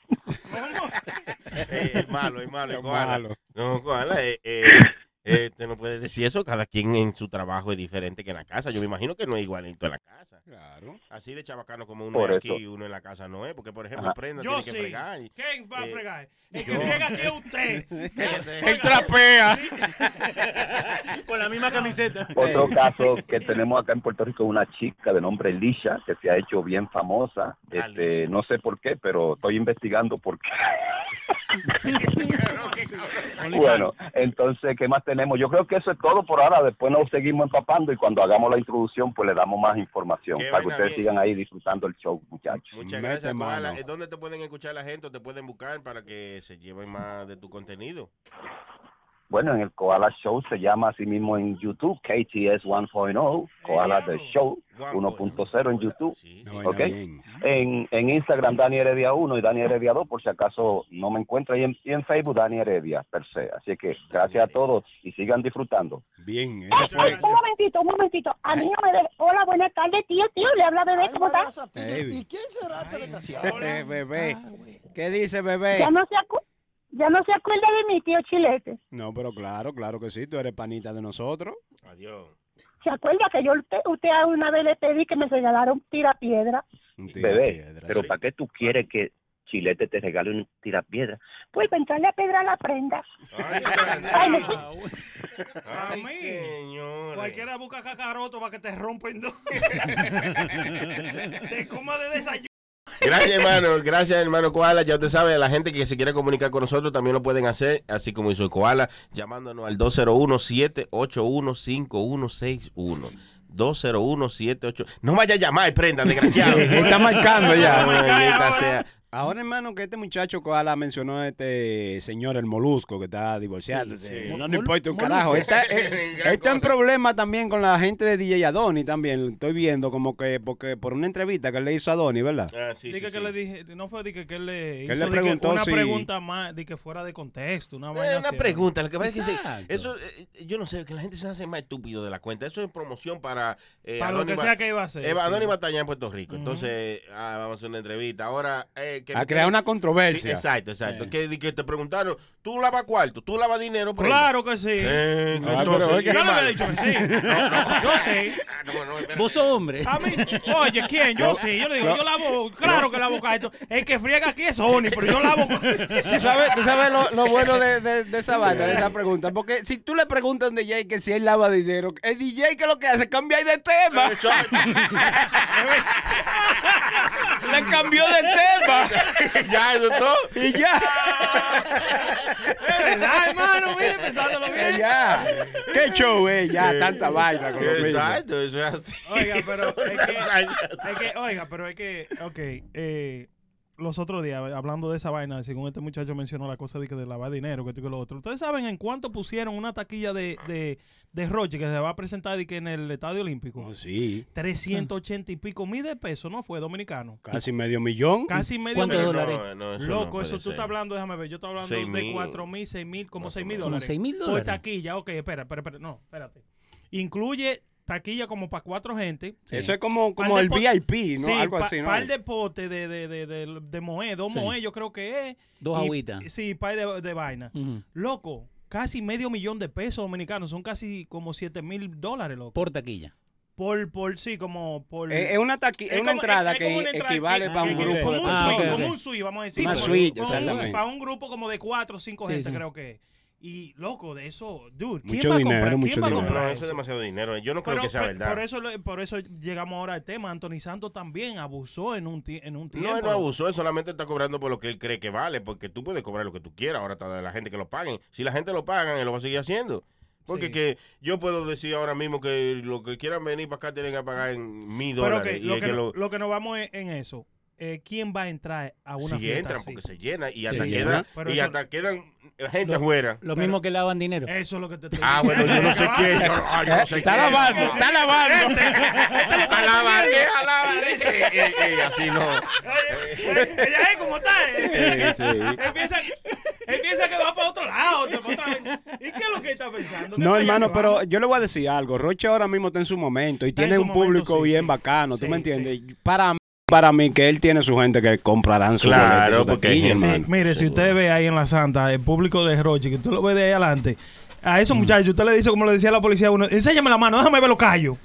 D: [laughs] eh, Es malo, es malo, es
B: Qué
D: koala.
B: malo.
D: No, koala, eh, eh, eh, usted no puede decir eso. Cada quien en su trabajo es diferente que en la casa. Yo me imagino que no es igualito en la casa.
B: Claro.
D: Así de chabacano como uno
H: Por
D: es
H: eso.
D: aquí y uno en la casa no es. Porque, por ejemplo,
H: Ajá.
D: prenda
E: Yo
D: tiene que
E: sí.
D: fregar.
E: [laughs]
D: y-
E: ¿Quién va a
D: Eh,
E: fregar? El
D: yo.
E: que [laughs] llega aquí es
D: [laughs]
E: usted.
D: Cállate.
E: trapea.
F: Con la misma camiseta.
H: Otro caso que tenemos acá en Puerto Rico es una chica de nombre Lisha que se ha hecho bien famosa.
D: Ah,
H: Este,
D: Lisha.
H: no sé por qué, pero estoy investigando por qué. Bueno, entonces, ¿qué más tenemos? Yo creo que eso es todo por ahora. Después nos seguimos empapando y cuando hagamos la introducción, pues le damos más información
D: Qué
H: para que
D: buena
H: ustedes
D: bien.
H: sigan ahí disfrutando el show, muchachos.
D: Muchas
B: Mete
D: gracias, Koala.
B: mano.
D: Eh, ¿Dónde te pueden escuchar la gente o te pueden buscar para que se lleven más de tu contenido?
H: Bueno, en el Koala Show se llama así mismo en YouTube, KTS 1.0, oh, Koala The Show
D: Guapo,
H: 1.0 en YouTube.
D: Sí, sí.
B: Una vaina
H: Ok.
B: bien.
H: En, en Instagram, Dani Heredia 1 y Dani Heredia 2, por si acaso no me encuentra. Y en, y en Facebook, Dani Heredia, per se. Así que gracias a todos y sigan disfrutando.
B: Bien, eh. esa fue.
I: Un momentito, un momentito. A mí no me debe. Hola, buenas tardes, tío, tío. Le habla bebé, ¿cómo estás?
B: Ey.
J: ¿Y quién será este desgraciado?
B: Eh, [laughs]
E: Ah,
B: bebé. ¿Qué dice bebé?
I: Ya no se acu- ya no se acuerda de mi tío Chilete.
B: No, pero claro, claro que sí. Tú eres panita de nosotros.
D: Adiós.
I: ¿Se acuerda que yo usted, usted una vez le pedí que me regalara un tirapiedra?
B: Un tira
H: Bebé,
B: piedra, sí.
H: pero
B: Ah.
H: ¿para qué tú quieres que Chilete te regale un tirapiedra?
I: Pues para entrarle a pedra a la prenda.
D: Ay,
I: Ay, me-
D: señor.
E: Ah, A mí.
D: Ay, señores.
E: Cualquiera busca cacaroto para que te rompa en dos. te coma de desayuno.
D: Gracias, hermano. Gracias, hermano Koala. Ya usted sabe, la gente que se quiere comunicar con nosotros también lo pueden hacer, así como hizo el Koala, llamándonos al 201-781-5161. 201-78. No vaya a llamar, prenda, desgraciado.
B: Está marcando
D: Ah,
B: ya.
E: Vamos a
D: [laughs]
E: marcar
D: maldita
E: ahora.
D: sea.
B: Ahora, hermano, que este muchacho Koala mencionó a este señor, el molusco, que está divorciándose. No le importa un carajo.
D: [laughs]
B: Está, eh,
D: Gran
B: está en
D: cosa.
B: problema también con la gente de DJ Adoni también. Estoy viendo como que porque por una entrevista que le hizo a Adoni, ¿verdad?
D: Ah, sí,
E: Dije
D: sí,
E: que
D: sí.
E: le dije, no fue dije que él le
B: Que
E: hizo
B: él le
E: di que
B: preguntó
E: una
B: si-
E: pregunta más, de que fuera de contexto, una vaina
D: Eh, una
E: así,
D: pregunta, lo que pasa es que sí,
F: Exacto.
D: eso, eh, yo no sé, que la gente se hace más estúpido de la cuenta. Eso es promoción para, eh,
E: Para lo que
D: Adónima-
E: sea que iba a hacer,
D: Eva-
E: sí.
D: Adónima está allá en Puerto Rico. Entonces, ah, vamos a hacer una entrevista. Ahora, eh, que
B: A
D: me
B: crear
D: quieren-
B: una
D: Sí,
B: controversia.
D: exacto, exacto. Que, que te preguntaron, ¿tú lavas cuarto? ¿Tú lavas dinero? por
E: Claro que sí.
D: ejemplo?
B: Ah,
D: Eh, entonces,
B: pero es que-
E: yo
D: ¿qué
E: no le
D: mal?
E: había dicho que sí. [laughs] Yo sí.
D: Ah, no, no, espera. [laughs]
F: Vos sos hombre.
E: A mí, oye, ¿quién? Yo sí. Yo le digo, yo lavo, claro que lavo esto. El que friega aquí es Sony, pero yo lavo.
B: ¿Tú sabes, tú sabes lo, lo bueno de, de- de esa vaina, de esa pregunta? Porque si tú le preguntas a un DJ que si él lava dinero, el DJ que lo que hace cambia ahí de
D: [laughs]
B: tema.
D: Eh, chao.
B: Le cambió de tema.
D: ya, eso es todo.
B: Y ya.
E: Es verdad, hermano, mire, pensándolo
B: Eh,
E: bien.
B: ya. Qué show, eh. Ya, tanta vaina con lo mismo.
D: Exacto, eso es así.
E: Oiga, pero es que-
D: [laughs] Exacto.
E: Es que, oiga, pero es que, ok, eh, los otros días, hablando de esa vaina, según este muchacho mencionó la cosa de que de lavar dinero, que esto y que lo otro. ¿Ustedes saben en cuánto pusieron una taquilla de, de, de Roche que se va a presentar de que en el Estadio Olímpico?
D: Pues
B: Oh, sí.
E: 380 y pico mil de pesos, ¿no fue? Dominicano.
B: Casi medio millón.
E: Casi medio
F: ¿Cuántos
E: millón.
F: dólares?
D: no,
E: Loco,
D: no puede
E: eso tú estás
D: ser.
E: hablando, déjame ver, yo estoy hablando
D: Seis
E: de
D: mil.
E: 4 mil, 6 mil, como
D: Más o
E: 6 mil
D: menos.
F: Como
E: dólares.
F: 6 mil
E: Por
F: dólares.
E: taquilla, ok, espera, espera, espera, no, espérate. Incluye taquilla como para cuatro gente.
F: Sí.
B: Eso es como, como
E: Par
B: el
E: de po-
B: VIP, ¿no?
E: Sí,
B: Algo
E: pa-
B: así, ¿no?
E: par de pote de, de, de, de, de moe, dos
F: Sí.
E: moe, yo creo que es.
F: Dos
E: Y-
F: agüitas.
E: Sí, par de, de vaina.
F: Ujú.
E: Loco, casi medio millón de pesos dominicanos, son casi como 7 mil dólares, loco. Por,
F: Por taquilla.
E: por, sí, como por...
B: Eh, es una, taqui- es una
E: como-
B: entrada
E: es
B: que
E: como una entrada
B: equivale
E: que-
B: para
E: que-
B: un
E: que-
B: grupo de
E: como un
B: personas.
F: Ah,
E: suite,
F: ok,
E: como
F: ok.
E: un suite, vamos a decir.
B: Una
E: como-
B: suite,
E: como un-
B: exactamente.
E: Para un grupo como de cuatro o cinco
F: Sí,
E: gente,
F: sí.
E: creo que. es. Y, loco, de eso, dude, ¿quién
B: Mucho
E: va a
B: dinero,
E: comprar? ¿Quién
B: mucho
E: va a
D: No,
B: dinero.
E: comprar
D: no, eso es demasiado dinero. eh. Yo no creo
E: Pero
D: que sea
E: pe-
D: verdad.
E: Por eso, lo- por eso llegamos ahora al tema. Anthony Santos también abusó en un, tie- en un tiempo.
D: No, él no abusó, él solamente está cobrando por lo que él cree que vale, porque tú puedes cobrar lo que tú quieras, ahora está de la gente que lo paguen. Si la gente lo pagan, él lo va a seguir haciendo. Porque
E: Sí.
D: que yo puedo decir ahora mismo que lo que quieran venir para acá tienen que pagar en mi
E: Pero
D: dólares.
E: que,
D: y
E: lo,
D: es
E: que,
D: que
E: no-
D: lo-
E: lo que nos vamos es en eso. Eh, ¿Quién va a entrar a una
D: si
E: fiesta
D: entran,
E: así?
D: porque se llena y hasta
B: llena.
D: quedan,
E: Pero
D: y
E: eso-
D: hasta quedan gente
F: Lo-
D: afuera.
F: Lo
E: Pero-
F: mismo que lavan dinero.
E: Eso es lo que te estoy
D: Ah, bueno, yo
E: [laughs]
D: no sé
E: Caballo.
B: [laughs]
D: quién. Yo, no- ah, yo no sé
B: Está
D: quién.
B: lavando, está lavando.
D: Está lavando, está lavando. eh, Ey, ey, ey, así no.
E: Oye, Ella es como está. eh.
D: [laughs]
B: Eh, sí.
E: Él piensa, él piensa que va para otro lado. otra- otra vez. ¿Y qué es lo que está pensando? ¿Qué
B: No,
E: está
B: hermano,
E: llevando?
B: pero yo le voy a decir algo. Roche ahora mismo está en su momento y
E: Está en
B: tiene
E: su
B: un
E: momento,
B: público
E: sí,
B: bien
E: sí.
B: bacano, ¿tú
E: Sí,
B: me entiendes? Para, para mí, que él tiene su gente que comprarán su
D: Claro,
B: boleto y su
D: porque hay
B: taquilla,
D: gente-
B: hermano.
E: Sí, mire, si usted ve ahí en la Santa, el público de Roche, que tú lo ves de ahí adelante, a esos muchachos, usted le dice, como le decía la policía a uno, enséñame la mano, déjame ver los callos.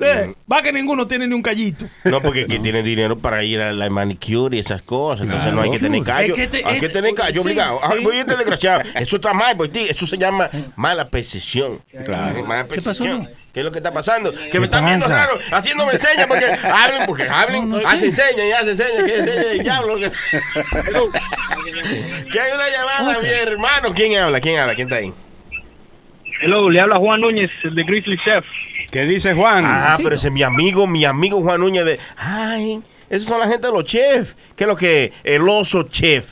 E: Eh, Va que ninguno tiene ni un callito.
D: No, porque
E: [laughs]
D: que tiene dinero para ir a la manicure y esas cosas. Entonces no hay que tener callo.
E: Es que te-
D: hay que
E: es-
D: tener callo
E: sí,
D: obligado. Ay,
E: sí.
D: voy a irte
E: [laughs]
D: desgraciado. Eso está mal, por ti. Eso se llama mala percepción. Claro. Mala percepción. ¿Qué es lo que está pasando? Que me están viendo raro, haciéndome señas
E: [laughs]
D: porque hablen, porque hablen, hacen señas y hacen señas, que señas y diablo.
E: [laughs]
D: Que... [laughs] que hay una llamada, mi hermano. ¿Quién habla? ¿Quién habla? ¿Quién está ahí?
G: Hello, le habla Juan Núñez, el de Grizzly Chef.
B: ¿Qué dice Juan?
D: Ah, pero ese es mi amigo, mi amigo Juan Núñez de. Ay, esos son la gente de los chefs. ¿Qué es lo que es? El oso chef.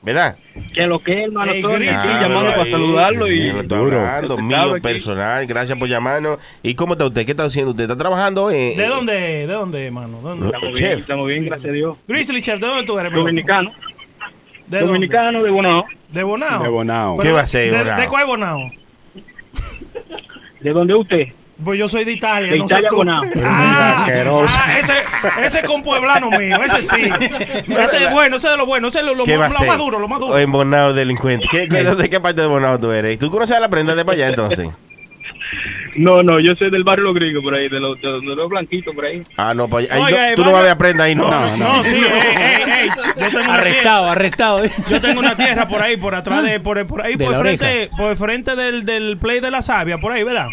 D: ¿Verdad?
G: Que lo que es, hermano,
E: Ey,
G: estoy aquí
E: Eh, Grizzly.
D: Ah,
G: llamando
D: pero
G: para
D: ahí,
G: saludarlo y...
D: ya lo está hablando,
G: Respetable
D: mío
G: aquí.
D: personal. Gracias por llamarnos. ¿Y cómo está usted? ¿Qué está haciendo usted? ¿Está trabajando? en-
E: ¿De dónde, de dónde, hermano? ¿Dónde?
G: Estamos bien,
D: Chef.
G: estamos bien, gracias a Dios.
E: Grizzly Chef, ¿de dónde tú eres, hermano?
G: Dominicano,
E: ¿De dónde?
G: dominicano de Bonao,
E: ¿De Bonao?
B: De Bonao.
E: Pero,
D: ¿Qué va a ser,
E: ¿de-
D: Bonao?
E: ¿De cuál Bonao?
G: de donde usted.
E: Pues yo soy de Italia,
G: De
E: no
G: Italia,
E: sé tú.
G: Bonao.
E: Ah,
B: asqueroso.
E: ah, ese, ese es con pueblano mío,
D: [laughs]
E: ese sí. Ese es bueno, ese es de lo bueno, ese es lo, lo-
D: ¿Qué
E: lo
D: va a ser?
E: más duro, lo más duro.
D: En Bonao, delincuente. ¿Qué, qué- de qué parte de Bonao tú eres? ¿Tú conoces a la prenda de para allá entonces?
G: No, no, yo soy del barrio Los Griegos, por ahí, de los, de los- de los blanquitos, por ahí.
D: Ah, no, para allá. Ahí
E: Oiga,
D: no-
E: eh,
D: tú no vas a
E: vaya-
D: ver a prenda ahí, no.
B: No, no.
E: No, sí,
G: eh,
E: ey, ey, ey, yo tengo una tierra,
F: Arrestado, arrestado.
E: yo tengo una tierra por ahí, por atrás de, por, por ahí,
F: De
E: por
F: la
E: frente, por frente del, del play de la sabia, por ahí, ¿verdad?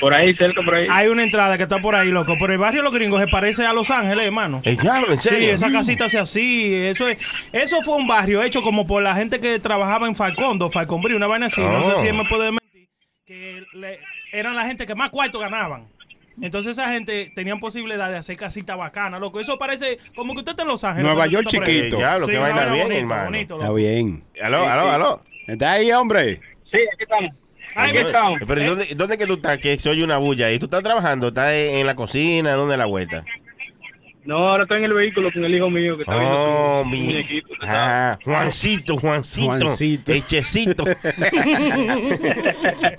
G: Por ahí, cerca, por ahí.
E: Hay una entrada que está por ahí, loco, pero el barrio Los Gringos se parece a Los Ángeles, hermano.
D: El diablo, Eh, en
E: Sí,
D: serio.
E: esa casita hace así, eso es, eso fue un barrio hecho como por la gente que trabajaba en Falcondo, Falconbrí, una vaina así, no
D: Oh.
E: sé si él me puede mentir, que le- eran la gente que más cuarto ganaban. Entonces esa gente tenían posibilidad de hacer casita bacana, loco. Eso parece como que usted está en Los Ángeles.
J: Nueva
E: cuando
J: York
E: tú estás por ahí.
J: chiquito.
D: Eh, diablo, qué
E: una
D: vaina
E: vaina
D: bien,
E: bonita,
D: hermano.
E: bonito, loco.
B: Está bien.
D: Aló, aló, aló.
B: Está ahí, hombre.
G: Sí, aquí estamos.
E: Ay,
G: Aquí
E: qué
G: estamos.
D: Pero ¿y ¿dónde, dónde que tú estás? Que se oye una bulla ahí. ¿Tú estás trabajando? ¿Estás en, en la cocina? ¿Dónde la vuelta?
G: No, ahora estoy en el vehículo con el hijo mío que está
D: Oh,
G: viendo su- su
D: mi.
G: muñequito. tú sabes.
D: Ah, Juancito, Juancito.
G: [laughs]
J: Juancito.
D: Hechecito.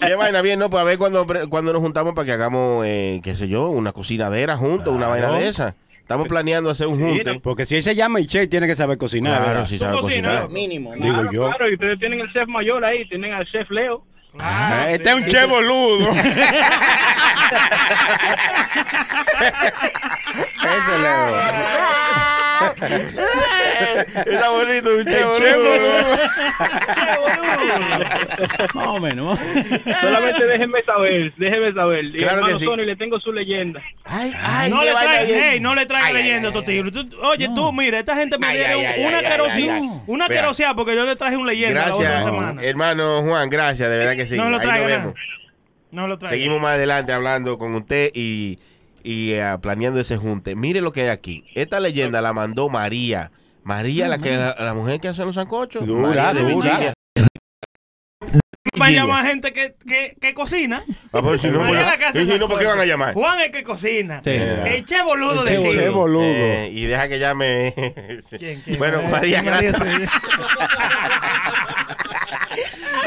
D: Qué vaina bien, ¿no? Pues a ver cuando, cuando nos juntamos para que hagamos, eh, qué sé yo, una cocinadera juntos, una vaina de esa. Estamos planeando hacer un junte.
B: Porque si él se llama Iche, tiene que saber cocinar.
D: Claro,
B: ¿verdad?
D: si
E: Tú
D: sabe
E: cocinas,
D: cocinar.
E: loco.
K: Mínimo. ¿no?
B: Digo
G: Claro,
B: yo.
G: Ah, claro, y ustedes tienen el chef mayor ahí, tienen al chef Leo.
E: Claro,
J: Ah,
E: sí,
J: este es un
E: sí.
J: che
E: [laughs]
J: boludo.
D: Eso le Está bonito, un che boludo.
F: Más o menos.
G: Solamente déjenme saber, déjenme saber. Y
D: Claro que
G: hermano
D: sí.
G: Tony, le tengo su leyenda.
D: Ay, ay,
E: No
D: qué
E: le
D: vaina
E: traes,
D: bien.
E: ey, no le traes
D: Ay, ay,
E: leyenda a
D: ay,
E: estos
D: ay.
E: tigres. Tú- Oye, tú, mira, esta gente me
D: Ay,
E: dieron
D: ay, ay,
E: una
D: ay, ay,
E: querosina,
D: ay, ay.
E: una
D: Vea.
E: querosina, porque yo le traje un leyenda la
D: Gracias,
E: otra semana.
D: hermano Juan, gracias, de verdad que sí.
E: No lo
D: Ahí nos
E: traiga,
D: vemos.
E: No lo traigo.
D: Seguimos más adelante hablando con usted y, y, eh, planeando ese junte. Mire lo que hay aquí. Esta leyenda la mandó María. María, la, que, la, la mujer que hace los sancochos.
J: Dura,
D: María de
J: dura.
D: Virginia.
E: Para
D: Virginia.
E: llamar gente que, que, que cocina.
D: Ah, pero si [laughs] no,
E: María
D: bueno,
E: la que hace
D: y si no,
E: sancocho.
D: ¿por qué van a llamar?
E: Juan el que cocina.
F: Sí.
E: El che boludo
F: El che
E: de aquí.
B: Che boludo.
D: Eh, y deja que llame.
E: [laughs] ¿Quién, quién?
D: bueno,
E: Eh,
D: María, gracias.
E: [laughs]
D: [laughs]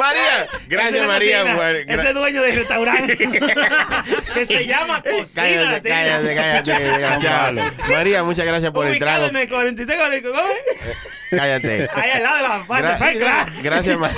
D: María,
E: Ese
D: gracias,
E: la
D: María.
E: cocina,
D: Juan. Gra- Eh,
E: Ese dueño
D: [laughs]
E: del restaurante. que se llama Cocina
D: Cállate,
E: Latina.
D: cállate,
E: [laughs]
D: cállate, desgraciado. María, muchas gracias por el
E: Ubicado
D: trago.
E: en el 43, 44,
D: Cállate.
E: ¿eh? Ahí al lado de la
D: Gra-
E: fase Claro.
D: gracias,
E: [laughs]
D: María.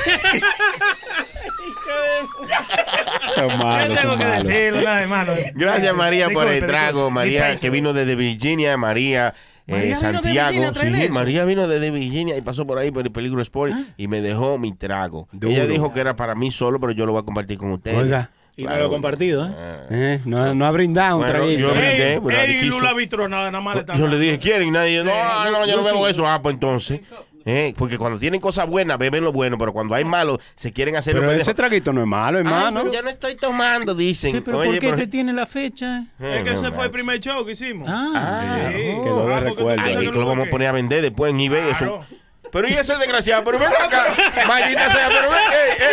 J: Son
E: Yo
J: malos,
E: tengo
J: son
E: que
J: malos.
E: decirlo, nada, hermano.
D: Gracias María por el
E: Disculpe,
D: trago,
E: disculpe.
D: María
E: Dispense.
D: que vino desde Virginia, María, eh, Santiago, sí, María vino desde Virginia y pasó por ahí por el peligro Sport
E: Ah.
D: y me dejó mi trago.
B: Duro.
D: Ella dijo que era para mí solo, pero yo lo voy a compartir con ustedes.
B: Oiga,
F: Y no lo he compartido, ¿eh?
D: Ah.
B: eh, no, no ha brindado un
D: Bueno,
B: traguito.
D: yo-
E: Ey,
D: brindé, pero
E: ey,
D: riquísimo.
E: Lula Vitrona, nada más le está
D: Yo le
E: dando.
D: dije, ¿quieren? Y Nadie, no, ah, no, yo no bebo eso. Ah, pues entonces. Eh, porque cuando tienen cosas buenas, beben lo bueno, pero cuando hay malo, se quieren hacer
B: Pero
D: lo
B: ese traguito no es malo, hermano.
D: Yo no estoy tomando, dicen.
F: Sí, pero
D: Oye,
F: ¿por qué
D: pero-
F: que tiene la fecha?
D: Eh,
E: Es que
D: no
E: ese fue el
D: manches.
E: primer show que hicimos.
F: Ah,
D: Ah,
E: Sí.
D: no.
B: quedó de
E: Ah, porque
B: recuerdo.
D: Ay,
E: tú sabes
D: que
E: que
D: tú lo vamos a
E: busqué.
D: poner a vender después en eBay. Eso.
E: Claro.
D: Pero y ese desgraciado, pero ven acá.
E: [laughs]
D: Maldita sea, pero ven. ey, ey,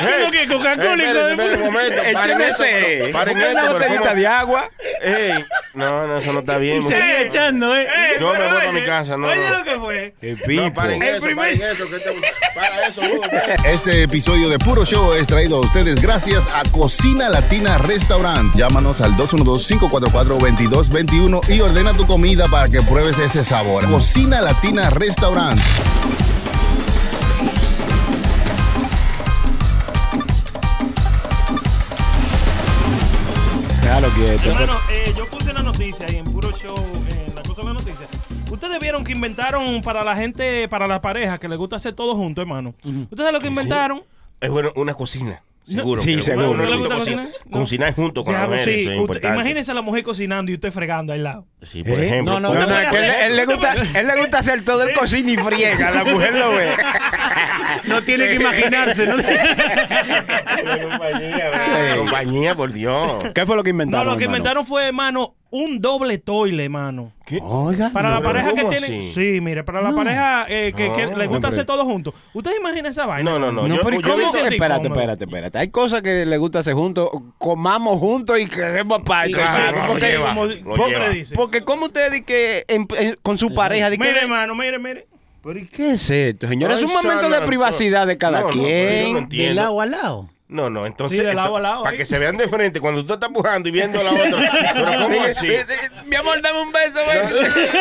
D: ey.
F: ¿cómo que Coca-Cola,
D: Ey,
F: hijo
D: espérense,
F: de
D: espérense, un
E: [laughs]
D: momento. Paren esto, pero- paren
B: Busca
D: esto,
B: una
D: pero
B: botellita
D: ¿cómo-
B: de agua.
D: Ey, no, no, eso no está bien.
F: y seguía
D: mujer.
F: echando, ¿eh?
E: Ey,
D: Yo me
E: pero
D: voy pa'
E: oye,
D: mi casa, no,
E: Oye
D: no.
E: lo que fue.
D: No, paren
B: pues,
E: El
D: eso,
E: primer-
D: paren eso, que te- para eso, Hugo, espérate.
A: Este episodio de Puro Show es traído a ustedes gracias a Cocina Latina Restaurant. Llámanos al 212-544-2221 y ordena tu comida para que pruebes ese sabor. Cocina Latina Restaurant.
B: Déjalo quieto.
E: Hermano, eh, yo puse una noticia ahí en puro show, eh, la cosa de la noticia. Ustedes vieron que inventaron para la gente, para las parejas que les gusta hacer todo junto, hermano. ¿Ustedes saben lo que inventaron?
D: Es bueno, una cocina. Seguro.
B: Sí,
D: que-
B: seguro.
D: Bueno,
B: ¿No le
E: gusta
D: cocina-
E: cocinar? No.
D: Cocinar junto con
E: Sí,
D: las
E: algo
D: mujeres. eso
E: así.
D: es
E: Usted-
D: importante.
E: imagínese a la mujer cocinando y usted fregando al lado.
D: Sí, por
B: ¿Eh?
D: ejemplo.
F: No, no,
D: con-
B: No, no,
F: no.
B: es que él, él le gusta, él le gusta hacer todo el cocina y friega. La mujer lo ve.
F: No tiene que
D: [laughs]
F: imaginarse, ¿no?
D: compañía, bro. compañía, por Dios.
B: ¿Qué fue lo que
E: No,
B: inventaron?
E: lo que
B: hermano?
E: inventaron fue, hermano, un doble toile, hermano.
B: Oiga.
E: Para la
D: pero
E: pareja que
D: ¿cómo
E: tiene.
D: así?
E: Sí, mire, para la pareja eh, que, que
D: No,
E: le
B: hombre.
E: gusta hacer todo junto. ¿Ustedes imaginan esa vaina?
D: No, no, no.
B: No,
D: yo-
B: pero ¿y
D: yo
B: cómo?
D: vi-
E: hice-
B: Espérate, espérate, espérate. Hay cosas que le gusta hacer juntos. Comamos juntos y queremos aparte.
D: claro,
B: hermano,
D: lo
B: porque,
D: lleva,
E: Ah, como
D: lo
E: siempre
D: lleva.
E: dice.
B: porque como usted di que en- en- con su pareja di que-
E: Mire, hermano, mire, mire.
B: ¿Pero y qué es esto, señor? Es un
D: Ay,
B: momento
D: sana,
B: de privacidad de cada
D: no, no, pero yo no
B: quien.
F: De
D: entiendo.
F: lado a lado.
D: No, no, entonces.
E: Sí, de lado a lado,
D: Para
E: ¿eh?
D: que se vean de frente, cuando tú estás pujando y viendo a la otra. Pero, ¿cómo así?
B: Mi amor, dame un beso,
D: [laughs]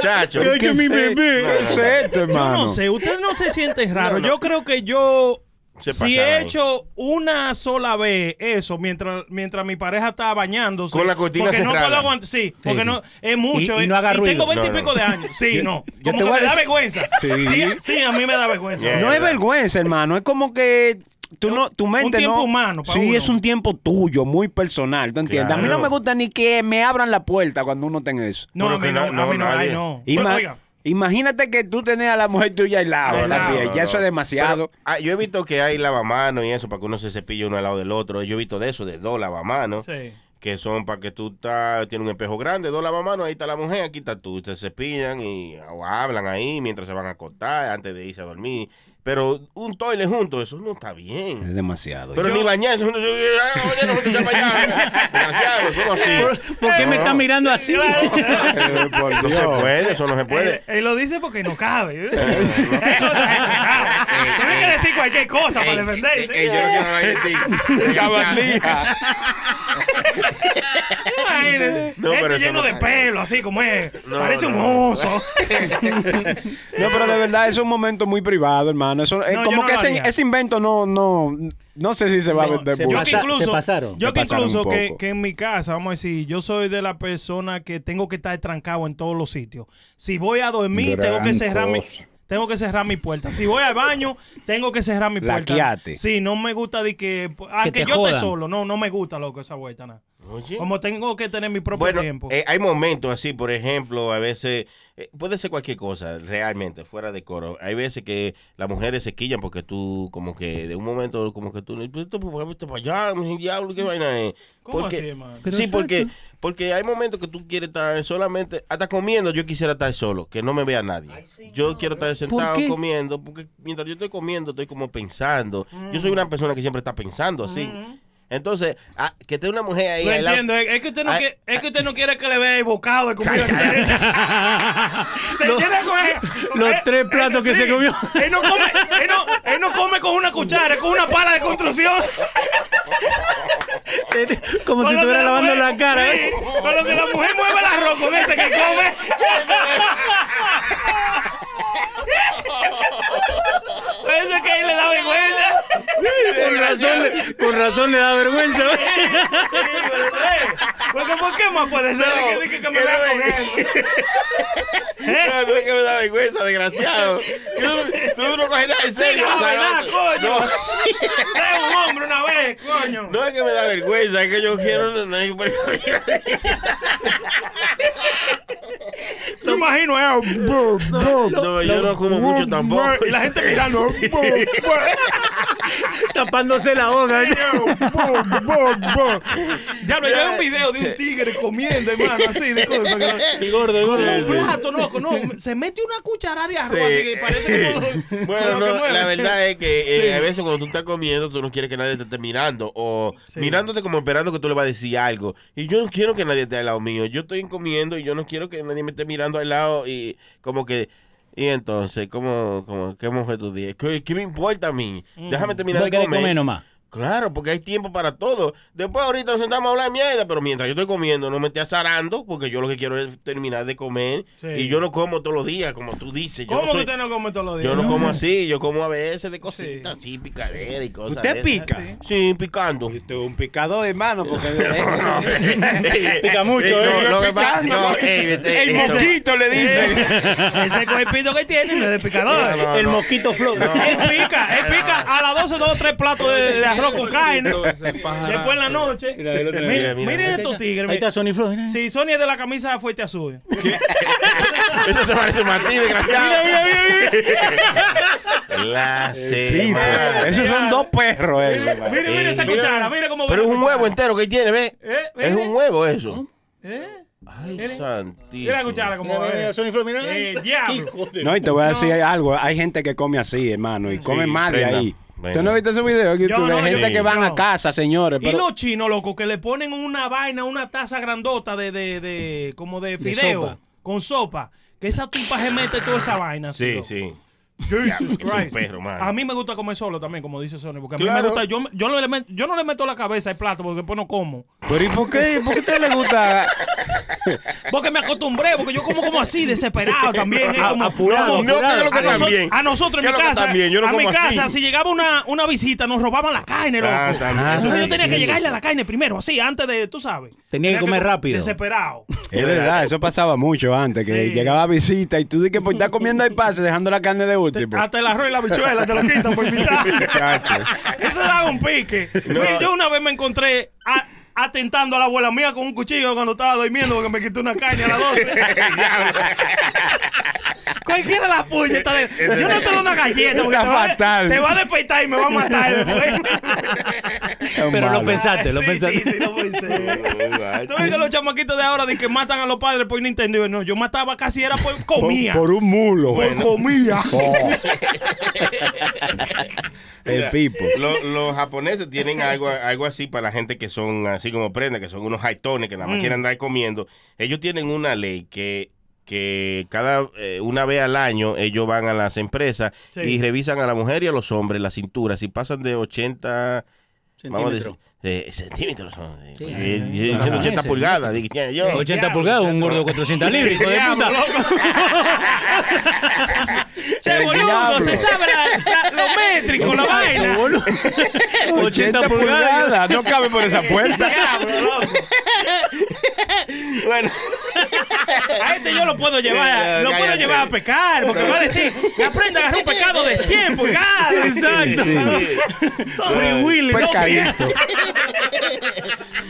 D: Chacho.
B: ¿Qué es mi bebé? ¿Qué es esto,
E: Yo
B: hermano?
E: no sé, usted no se siente
D: [laughs]
E: raro.
D: No, no.
E: Yo creo que yo
D: Se
E: si
D: pasaron
E: he
D: ahí.
E: hecho una sola vez eso mientras mientras mi pareja está bañándose.
D: Con la cortina
E: Porque no
D: cerrada.
E: puedo aguantar. Sí, porque
F: sí.
E: no es mucho. eh,
F: Y- y no haga ruido.
E: tengo
D: No, no.
E: veintipico de años. Sí, no.
B: yo
E: Como
B: te
E: que
B: voy a
E: me da
B: decir-
E: vergüenza.
B: Sí.
E: Sí. sí, a mí me da vergüenza.
D: Yeah.
B: No
D: Es
B: es
D: verdad.
B: vergüenza, hermano. Es como que tú no, tu mente
E: tiempo
B: no.
E: humano pa'
B: sí,
E: uno.
B: es un tiempo tuyo, muy personal, ¿tú entiendes? A mí no
D: Claro.
B: me gusta ni que me abran la puerta cuando uno tenga eso.
E: No, a
D: Bueno,
E: mí
D: que
E: no,
D: na-
E: a mí
D: no,
E: no, ay,
D: nadie.
E: no.
B: Ima-
E: Oiga,
B: Imagínate que tú tenés a la mujer tuya al lado,
D: No,
B: en la
D: no,
B: piel.
D: no,
B: ya eso
D: no.
B: es demasiado.
D: Pero, ah, yo he visto que hay lavamanos y eso para que uno se cepille uno al lado del otro. Yo he visto de eso, de dos lavamanos.
E: sí.
D: que son para que tú estás, tienes un espejo grande, dos lavamanos, ahí está la mujer, aquí está tú. Se cepillan y o hablan ahí mientras se van a acostar, antes de irse a dormir. Pero un toile junto, eso no está bien.
J: Eh,
B: Es demasiado.
D: Pero ni bañarse juntos. yo- yo- yo- yo-
J: [laughs]
D: yo- yo- yo- para allá. Desgraciado, eso no así.
F: ¿Por qué me está mirando así?
D: No se puede, eso no se puede.
E: Eh,
D: Eh,
E: Él, él lo dice porque
D: [laughs]
E: no cabe. [laughs] Tiene que decir cualquier
J: Eh,
D: eh,
E: cosa para defenderse.
J: yo no quiero hablar
D: [laughs]
J: de ti. Sabandija.
E: Imagínate.
D: [laughs] No, pero
E: este
D: eso
E: lleno
D: no
E: de
D: está
E: pelo, así como es.
D: No,
E: Parece
D: no,
E: un
D: no. [laughs]
E: oso.
B: No, pero de verdad es un momento muy privado, hermano. Eso, es
E: No, yo
B: como
E: no
B: que
E: lo
B: ese,
E: haría.
B: ese invento no, no, no sé si se va a vender
F: se
B: mucho.
E: Yo que
F: pasa-
E: incluso,
F: se pasaron.
E: Yo
B: Se
E: que
B: pasaron
E: incluso
B: un
E: que,
B: poco.
E: que en mi casa, vamos a decir, yo soy de la persona que tengo que estar trancado en todos los sitios. Si voy a dormir,
J: Gran
E: tengo que cerrar mi
J: cosa.
E: tengo que cerrar mi puerta. Si voy al baño, tengo que cerrar mi puerta.
B: Laqueate.
E: Sí, no me gusta de que aunque
F: te
E: yo esté
F: jodan.
E: solo, no no me gusta loco esa vuelta nada.
D: Oye.
E: Como tengo que tener mi propio
D: Bueno,
E: tiempo.
D: eh, hay momentos así, por ejemplo, a veces, eh, puede ser cualquier cosa, realmente, fuera de coro. Hay veces que las mujeres se quillan porque tú, como que de un momento, como que tú, "Pero tú, ¿por qué vete para allá, mi diablo, qué vaina es.
E: Mm. ¿Cómo
D: Porque-
E: así, hermano?
F: Pero
D: sí,
F: exacto.
D: porque, porque hay momentos que tú quieres estar solamente, hasta comiendo, yo quisiera estar solo, que no me vea nadie. yo quiero estar sentado
F: qué?
D: comiendo, porque mientras yo estoy comiendo, estoy como pensando. Yo soy una persona que siempre está pensando así. Entonces, ah, que esté una mujer ahí.
E: Lo
D: al lado-
E: entiendo, es, es que usted no
F: Ah,
D: Ay,
E: quiere, es que usted no quiere que le vea el
F: [laughs]
E: bocado de comida. que usted- se quiere coger-
F: los
E: eh,
F: tres platos que se comió.
E: Él no come, él no, él no come con una cuchara, es con una pala de construcción.
F: Como
E: Con
F: si
E: lo que
F: estuviera lavando
E: mujer-
F: la cara.
E: sí,
F: ¿eh?
E: Con lo que la mujer mueve el arroz con ese que come. Ese que ahí le da vergüenza.
F: Con razón, le- con razón le da vergüenza. ¿eh?
E: Eh, Porque ¿por qué más puede ser?
D: No,
E: que, que, que
D: que
E: me vea
D: no
E: con
D: me-
E: él.
D: No, no es que me da vergüenza, desgraciado. Tú, tú no coges nada en serio.
E: Dígalo,
D: o sea,
E: ¿verdad,
D: no.
E: coño?
D: No.
E: Sé un hombre una vez, coño.
D: No es que me da vergüenza, es que yo quiero. no, no, pero-
E: Lo imagino, eh.
D: No, yo no como mucho tampoco.
E: Y la gente
D: [laughs]
E: mirando.
F: Tapándose la boca. ¿eh?
E: Ya lo llevé un video de un tigre comiendo, hermano, así, disculpa. que- Con un plato, loco, no. Se mete una cucharada de arroz,
D: Sí.
E: así que parece
D: [laughs]
E: que
D: Bueno, no, la verdad es que eh,
E: Sí.
D: a veces cuando tú estás comiendo, tú no quieres que nadie te esté mirando o mirándote como esperando que tú le vas a decir algo. Y yo no quiero que nadie esté al lado mío. Yo estoy comiendo y yo no quiero que nadie me esté mirando al lado y como que... Y entonces, ¿cómo, cómo, ¿qué mujer tú dices? ¿Qué, qué me importa a mí? Déjame terminar
F: No
D: de
F: quiere
D: comer.
F: comer nomás.
D: Claro, porque hay tiempo para todo. Después ahorita nos sentamos a hablar mierda, pero mientras yo estoy comiendo no me esté azarando, porque yo lo que quiero es terminar de comer.
E: Sí.
D: Y yo no como todos los días, como tú dices. Yo
E: ¿Cómo
D: no
E: que
D: soy-
E: usted no come todos los días?
D: yo no como así, yo como a veces de cositas así, picadera y cosas. de
B: ¿Usted
D: esas.
B: pica?
D: Sí, picando.
B: Usted es un picador, hermano,
D: [laughs]
B: porque...
D: Pica
F: mucho, ¿eh?
D: No, lo que pasa-
B: Picando.
D: no, ey, este-
B: El
D: esto-
B: mosquito le dice.
E: Ese cuerpito que tiene no es de
D: No,
E: picador.
D: no,
F: El
D: no.
F: mosquito flow.
E: Él pica, él pica a las 12 dos o tres platos de, de arroz con carne. Después en la noche.
F: Mira, el otro-
E: Miren,
D: mira,
E: miren
D: mira.
E: estos tigres.
F: Ahí está
E: miren.
F: Sony Flow. mira.
E: Si Sony es de la camisa
D: [laughs]
E: fuerte azul.
D: [laughs] Eso se parece más a ti,
E: Mira,
D: desgraciado.
E: mira, mira, mira.
D: La semana.
B: Esos son dos perros, eh.
E: Mira, mira esa
D: Mira.
E: cuchara, mira cómo
D: Pero es
E: va la
D: un
E: cuchara.
D: huevo entero que tiene, ¿ves?
E: Eh,
D: Es
E: mire.
D: un huevo eso.
E: Eh,
D: Ay,
E: Mira.
D: santísimo.
E: Mira la cuchara como
F: Mira,
E: va.
F: mira, mira, Sony Flow, mira.
E: Eh, diablo.
F: Hijo de-
B: No, y te voy a decir algo. Hay gente que come así, hermano, y come mal de
D: prenda,
B: ahí.
D: prenda.
B: ¿Tú no viste esos videos? de
E: Yo
B: YouTube?
E: no,
B: Hay gente
D: yo-
B: que van
E: no.
B: a casa, señores.
E: Y
B: pero-
E: los chinos, loco, que le ponen una vaina, una taza grandota de, de, de como de
F: De
E: fideo
F: sopa.
E: con sopa. Que esa tipa se mete toda esa vaina. así,
D: Sí,
E: loco.
D: [laughs] sí. que
E: Jesus
D: es un
E: Christ.
D: perro, mano.
E: A mí me gusta comer solo también, como dice Sony, porque a mí me
D: Claro.
E: gusta, yo, me- yo, no le met- yo no le meto la cabeza al plato porque después no como.
B: Pero ¿y por qué? ¿Por qué a usted le gusta?
E: Porque me acostumbré, porque yo como como así, desesperado también. ¿eh?
F: A-
E: como,
F: apurado,
E: como-
F: No,
D: ¿qué es lo que
E: a, noso-
D: también?
E: a nosotros
D: ¿Qué
E: en
D: es
E: mi
D: lo que
E: casa,
D: también? Yo no
E: a mi
D: como así.
E: casa, si llegaba una, una visita, nos robaban la carne, loco.
D: Ah, también. Eso
E: Entonces yo
D: sí,
E: tenía
D: sí,
E: que llegarle a
D: eso.
E: la carne primero, así, antes de, tú sabes.
F: Tenía que comer
E: co-
F: rápido.
E: Desesperado.
B: Es verdad, eso pasaba mucho antes, que
E: Sí.
B: llegaba a visita y tú dices que por estar comiendo el pase dejando la carne de último.
E: Hasta el arroz y la bichuela te lo quitan por mitad.
B: [laughs] Chacho.
E: Eso da un pique. Mira, yo una vez me encontré a- atentando a la abuela mía con un cuchillo cuando estaba durmiendo porque me quitó una caña a
B: [laughs]
E: las 12. Cualquiera la puya. está de- Yo no te doy una galleta porque
B: Está
E: te va, a-
B: fatal.
E: te va a despertar y me va a matar
B: [laughs]
E: después.
F: Pero lo pensaste, lo
E: Sí,
F: pensaste.
E: Sí, sí, lo pensé. Tú ves que
D: Exacto.
E: los chamaquitos de ahora dicen que matan a los padres por Nintendo. No, yo mataba casi era por comida.
B: Por, por un mulo.
E: Por
B: Bueno.
E: comida.
B: Oh. El
D: Mira,
B: pipo.
D: lo- los japoneses tienen algo, algo así para la gente que son así como prenda, que son unos haitones que nada más
E: Mm.
D: quieren andar comiendo. Ellos tienen una ley que, que cada eh, una vez al año ellos van a las empresas
E: Sí.
D: y revisan a la mujer y a los hombres la cintura. Si pasan de 80 vamos a decir,
F: Centímetro.
D: de centímetros, son, eh,
F: Sí.
D: eh,
F: Ajá.
D: diciendo
F: Ajá.
D: 80
F: Ese.
D: pulgadas. dije, "Tiene yo".
F: 80 pulgadas, un gordo de 400 libras, hijo de puta.
E: Che, boludo,
B: diablo.
E: se sabe la- la- lo métrico, la vaina.
F: 80 pulgadas.
B: No cabe por esa
E: [laughs]
B: puerta.
E: Diablo, loco.
D: Bueno,
E: A este yo lo puedo llevar,
D: Eh,
E: lo puedo
D: cállate.
E: llevar a pecar, porque va a decir, aprenda a agarrar un pecado de 100 pulgadas.
D: [laughs]
E: Exacto. Son free will,
D: pues
E: no
B: Pescadito.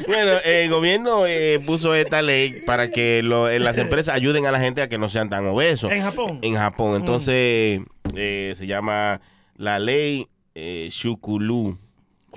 D: bueno, el gobierno eh, puso esta ley para que lo- eh,
E: [laughs]
D: las empresas ayuden a la gente a que no sean tan obesos.
E: En Japón.
D: En Japón. Entonces, eh, se llama la ley eh, Shukulu.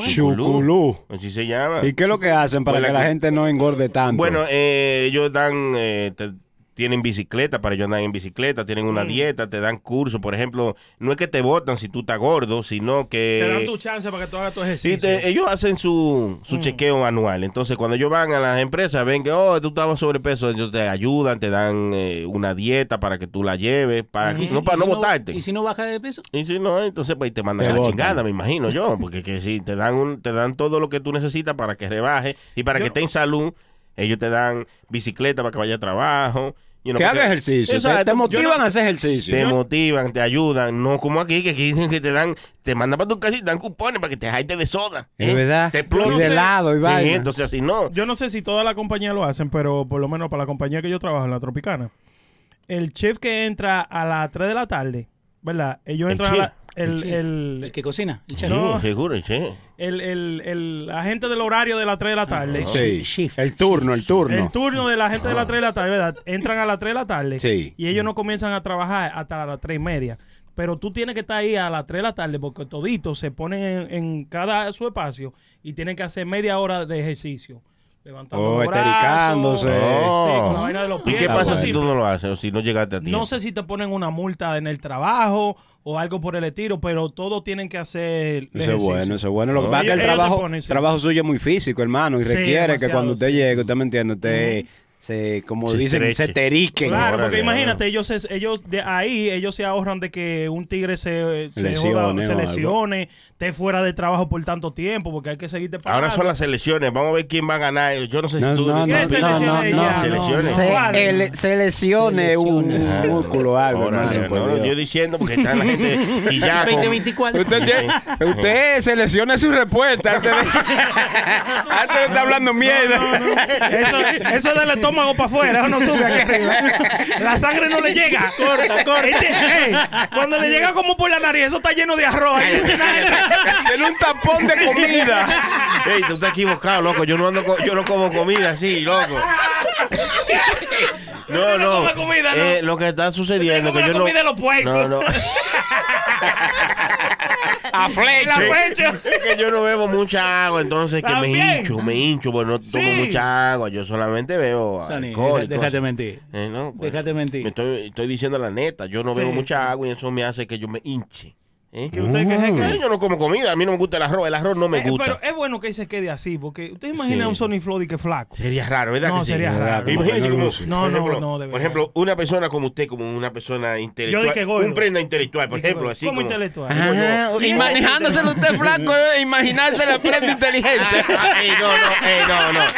B: Chuculú.
D: Así se llama.
B: ¿Y qué es lo que hacen para
D: Pues la
B: que la
D: que-
B: gente no engorde tanto?
D: Bueno, eh, ellos dan, eh, te- tienen bicicleta para ellos andar en bicicleta, tienen
E: Mm.
D: una dieta, te dan cursos. Por ejemplo, no es que te votan si tú estás gordo, sino que...
E: Te dan tu chance para que tú hagas tu
D: Sí, Eh,
E: ejercicio.
D: te- eh, ellos hacen su, su
B: Mm.
D: chequeo anual. Entonces, cuando ellos van a las empresas, ven que, oh, tú estabas sobrepeso, ellos te ayudan, te dan eh, una dieta para que tú la lleves, para que-
F: ¿Y si-
D: no
F: y
D: para
F: si
D: no botarte.
F: ¿Y si no baja de peso?
D: Y si no, entonces pues te mandan
B: Te
D: a la
B: botan.
D: chingada, me imagino yo, porque que si te dan un, te dan todo lo que tú necesitas para que rebajes y para que estés en salud, ellos te dan bicicleta para que vaya a trabajo. you know,
B: que
D: porque-
B: haga ejercicio. Te-
D: Exacto.
B: Te motivan
D: Yo no-
B: a hacer ejercicio.
D: te motivan, te ayudan, no como aquí que aquí dicen que te dan, te mandan para tu casa y te dan cupones para que te jaites de soda.
B: Es
D: ¿eh?
B: verdad.
D: Te
B: y de
D: explotas.
B: lado y
D: Sí,
B: vaina.
D: entonces así no.
E: Yo no sé si toda la compañía lo hacen, pero por lo menos para la compañía que yo trabajo, en la Tropicana, el chef que entra a las 3 de la tarde, ¿verdad? Ellos
D: El
E: entran a la-
D: chef.
E: el,
F: chef.
E: el-
F: El que cocina, el
D: Sí,
F: chef.
E: No.
D: seguro, sí.
E: el- el- el agente del horario de las 3 de
D: Ah,
E: la tarde.
B: Sí.
F: Shift.
B: El turno, el turno.
E: El turno de la gente de las 3 de la tarde, ¿verdad? Entran a las 3 de la tarde
B: Sí.
E: y ellos no comienzan a trabajar hasta las 3 y media. Pero tú tienes que estar ahí a las 3 de la tarde porque toditos se ponen en, en cada su espacio y tienen que hacer media hora de ejercicio. Levantando
B: Oh,
E: los brazos,
B: estericándose. Oh.
E: Sí, con la vaina de los
D: Oh. ¿Y
E: pies.
D: qué
E: todo
D: pasa
E: así.
D: si tú no lo haces o si no llegaste a ti?
E: No sé si te ponen una multa en el trabajo o algo por el estilo, pero todos tienen que hacer
B: Eso
E: ejercicio. Oh.
B: es bueno, eso es bueno. Lo que
D: No.
B: pasa es que el
E: Ellos- ellos
B: trabajo,
E: te ponen, sí.
B: trabajo suyo es muy físico, hermano, y
E: Sí,
B: requiere que
E: demasiado,
B: cuando usted
E: sí.
B: llegue, usted me entiende, usted se, como
D: Se
B: dicen, se
D: estreche.
B: terique.
E: Claro,
D: Órale,
E: porque imagínate, ellos, es- ellos de ahí, ellos se ahorran de que un tigre se, se,
B: Lesione
E: joda-
B: o
E: se
B: algo.
E: lesione, esté fuera de trabajo por tanto tiempo, porque hay que seguirte pagando.
D: Ahora son
E: [laughs]
D: las elecciones, vamos a ver quién va a ganar. Yo no sé
B: No,
D: si tú...
B: no,
E: ¿Qué
B: no, no,
E: selecciones
B: no,
E: ella?
B: no.
E: No,
D: Selecciones.
E: no,
B: Se,
E: vale.
B: ele- se lesione
F: Se
B: un
F: lesione.
B: músculo o algo,
D: Órale,
B: hermano. por
D: no,
B: Dios.
D: yo diciendo porque está la gente
B: [laughs]
E: [laughs]
D: quillada con-
F: 2024.
B: Usted, tiene- usted seleccione su respuesta antes de, antes de estar hablando mierda.
E: Eso, eso es del estómago para afuera, eso no sube aquí arriba. La sangre no le llega. Corta, corta. cuando le llega como por la nariz, eso está lleno de arroz.
B: Tiene un tapón de comida.
D: Ey, tú estás equivocado, loco. Yo no ando, co- yo no como comida así, loco.
E: [laughs]
D: No,
E: Usted no
D: no.
E: come comida, ¿no?
D: Eh, lo que está sucediendo
E: Usted
D: que yo
E: come la
D: no.
E: comida de los puercos.
D: No,
E: [laughs]
D: no.
B: A
E: la
B: flecha.
E: fecha.
D: Es que yo no bebo mucha agua, entonces que me
E: También.
D: hincho, me hincho, porque no tomo mucha agua. Yo solamente bebo
F: Sonny,
D: alcohol. y
F: deja- déjate
D: cosas.
F: mentir.
D: Eh, no, pues,
F: Déjate mentir.
D: me estoy, estoy diciendo la neta. Yo no bebo
E: Sí.
D: mucha agua y eso me hace que yo me hinche. ¿eh?
E: Que usted que se
D: Eh,
E: cree.
D: Yo no como comida, a mí no me gusta el arroz. El arroz no me
E: Eh,
D: gusta.
E: Mm. Pero es bueno que se quede así, porque usted imagina
D: Sí.
E: un Sony Floyd que es flaco.
D: Sería raro, ¿verdad?
E: No,
D: que sí?
E: sería raro.
D: Imagínese
B: No,
D: como,
B: no,
E: no,
D: por ejemplo,
E: no, de
D: por
E: verdad.
D: ejemplo, una persona como usted, como una persona intelectual,
E: Yo dije gordo.
D: un prenda intelectual, por
E: Dije
D: ejemplo,
E: gordo.
D: así
E: ¿Cómo
D: como
E: intelectual?
D: Digo yo,
B: Y
F: [laughs]
B: manejándoselo usted flaco, eh, imaginarse la prenda inteligente.
D: ah, ah, ey, no, no, ey, no, no.
E: [laughs]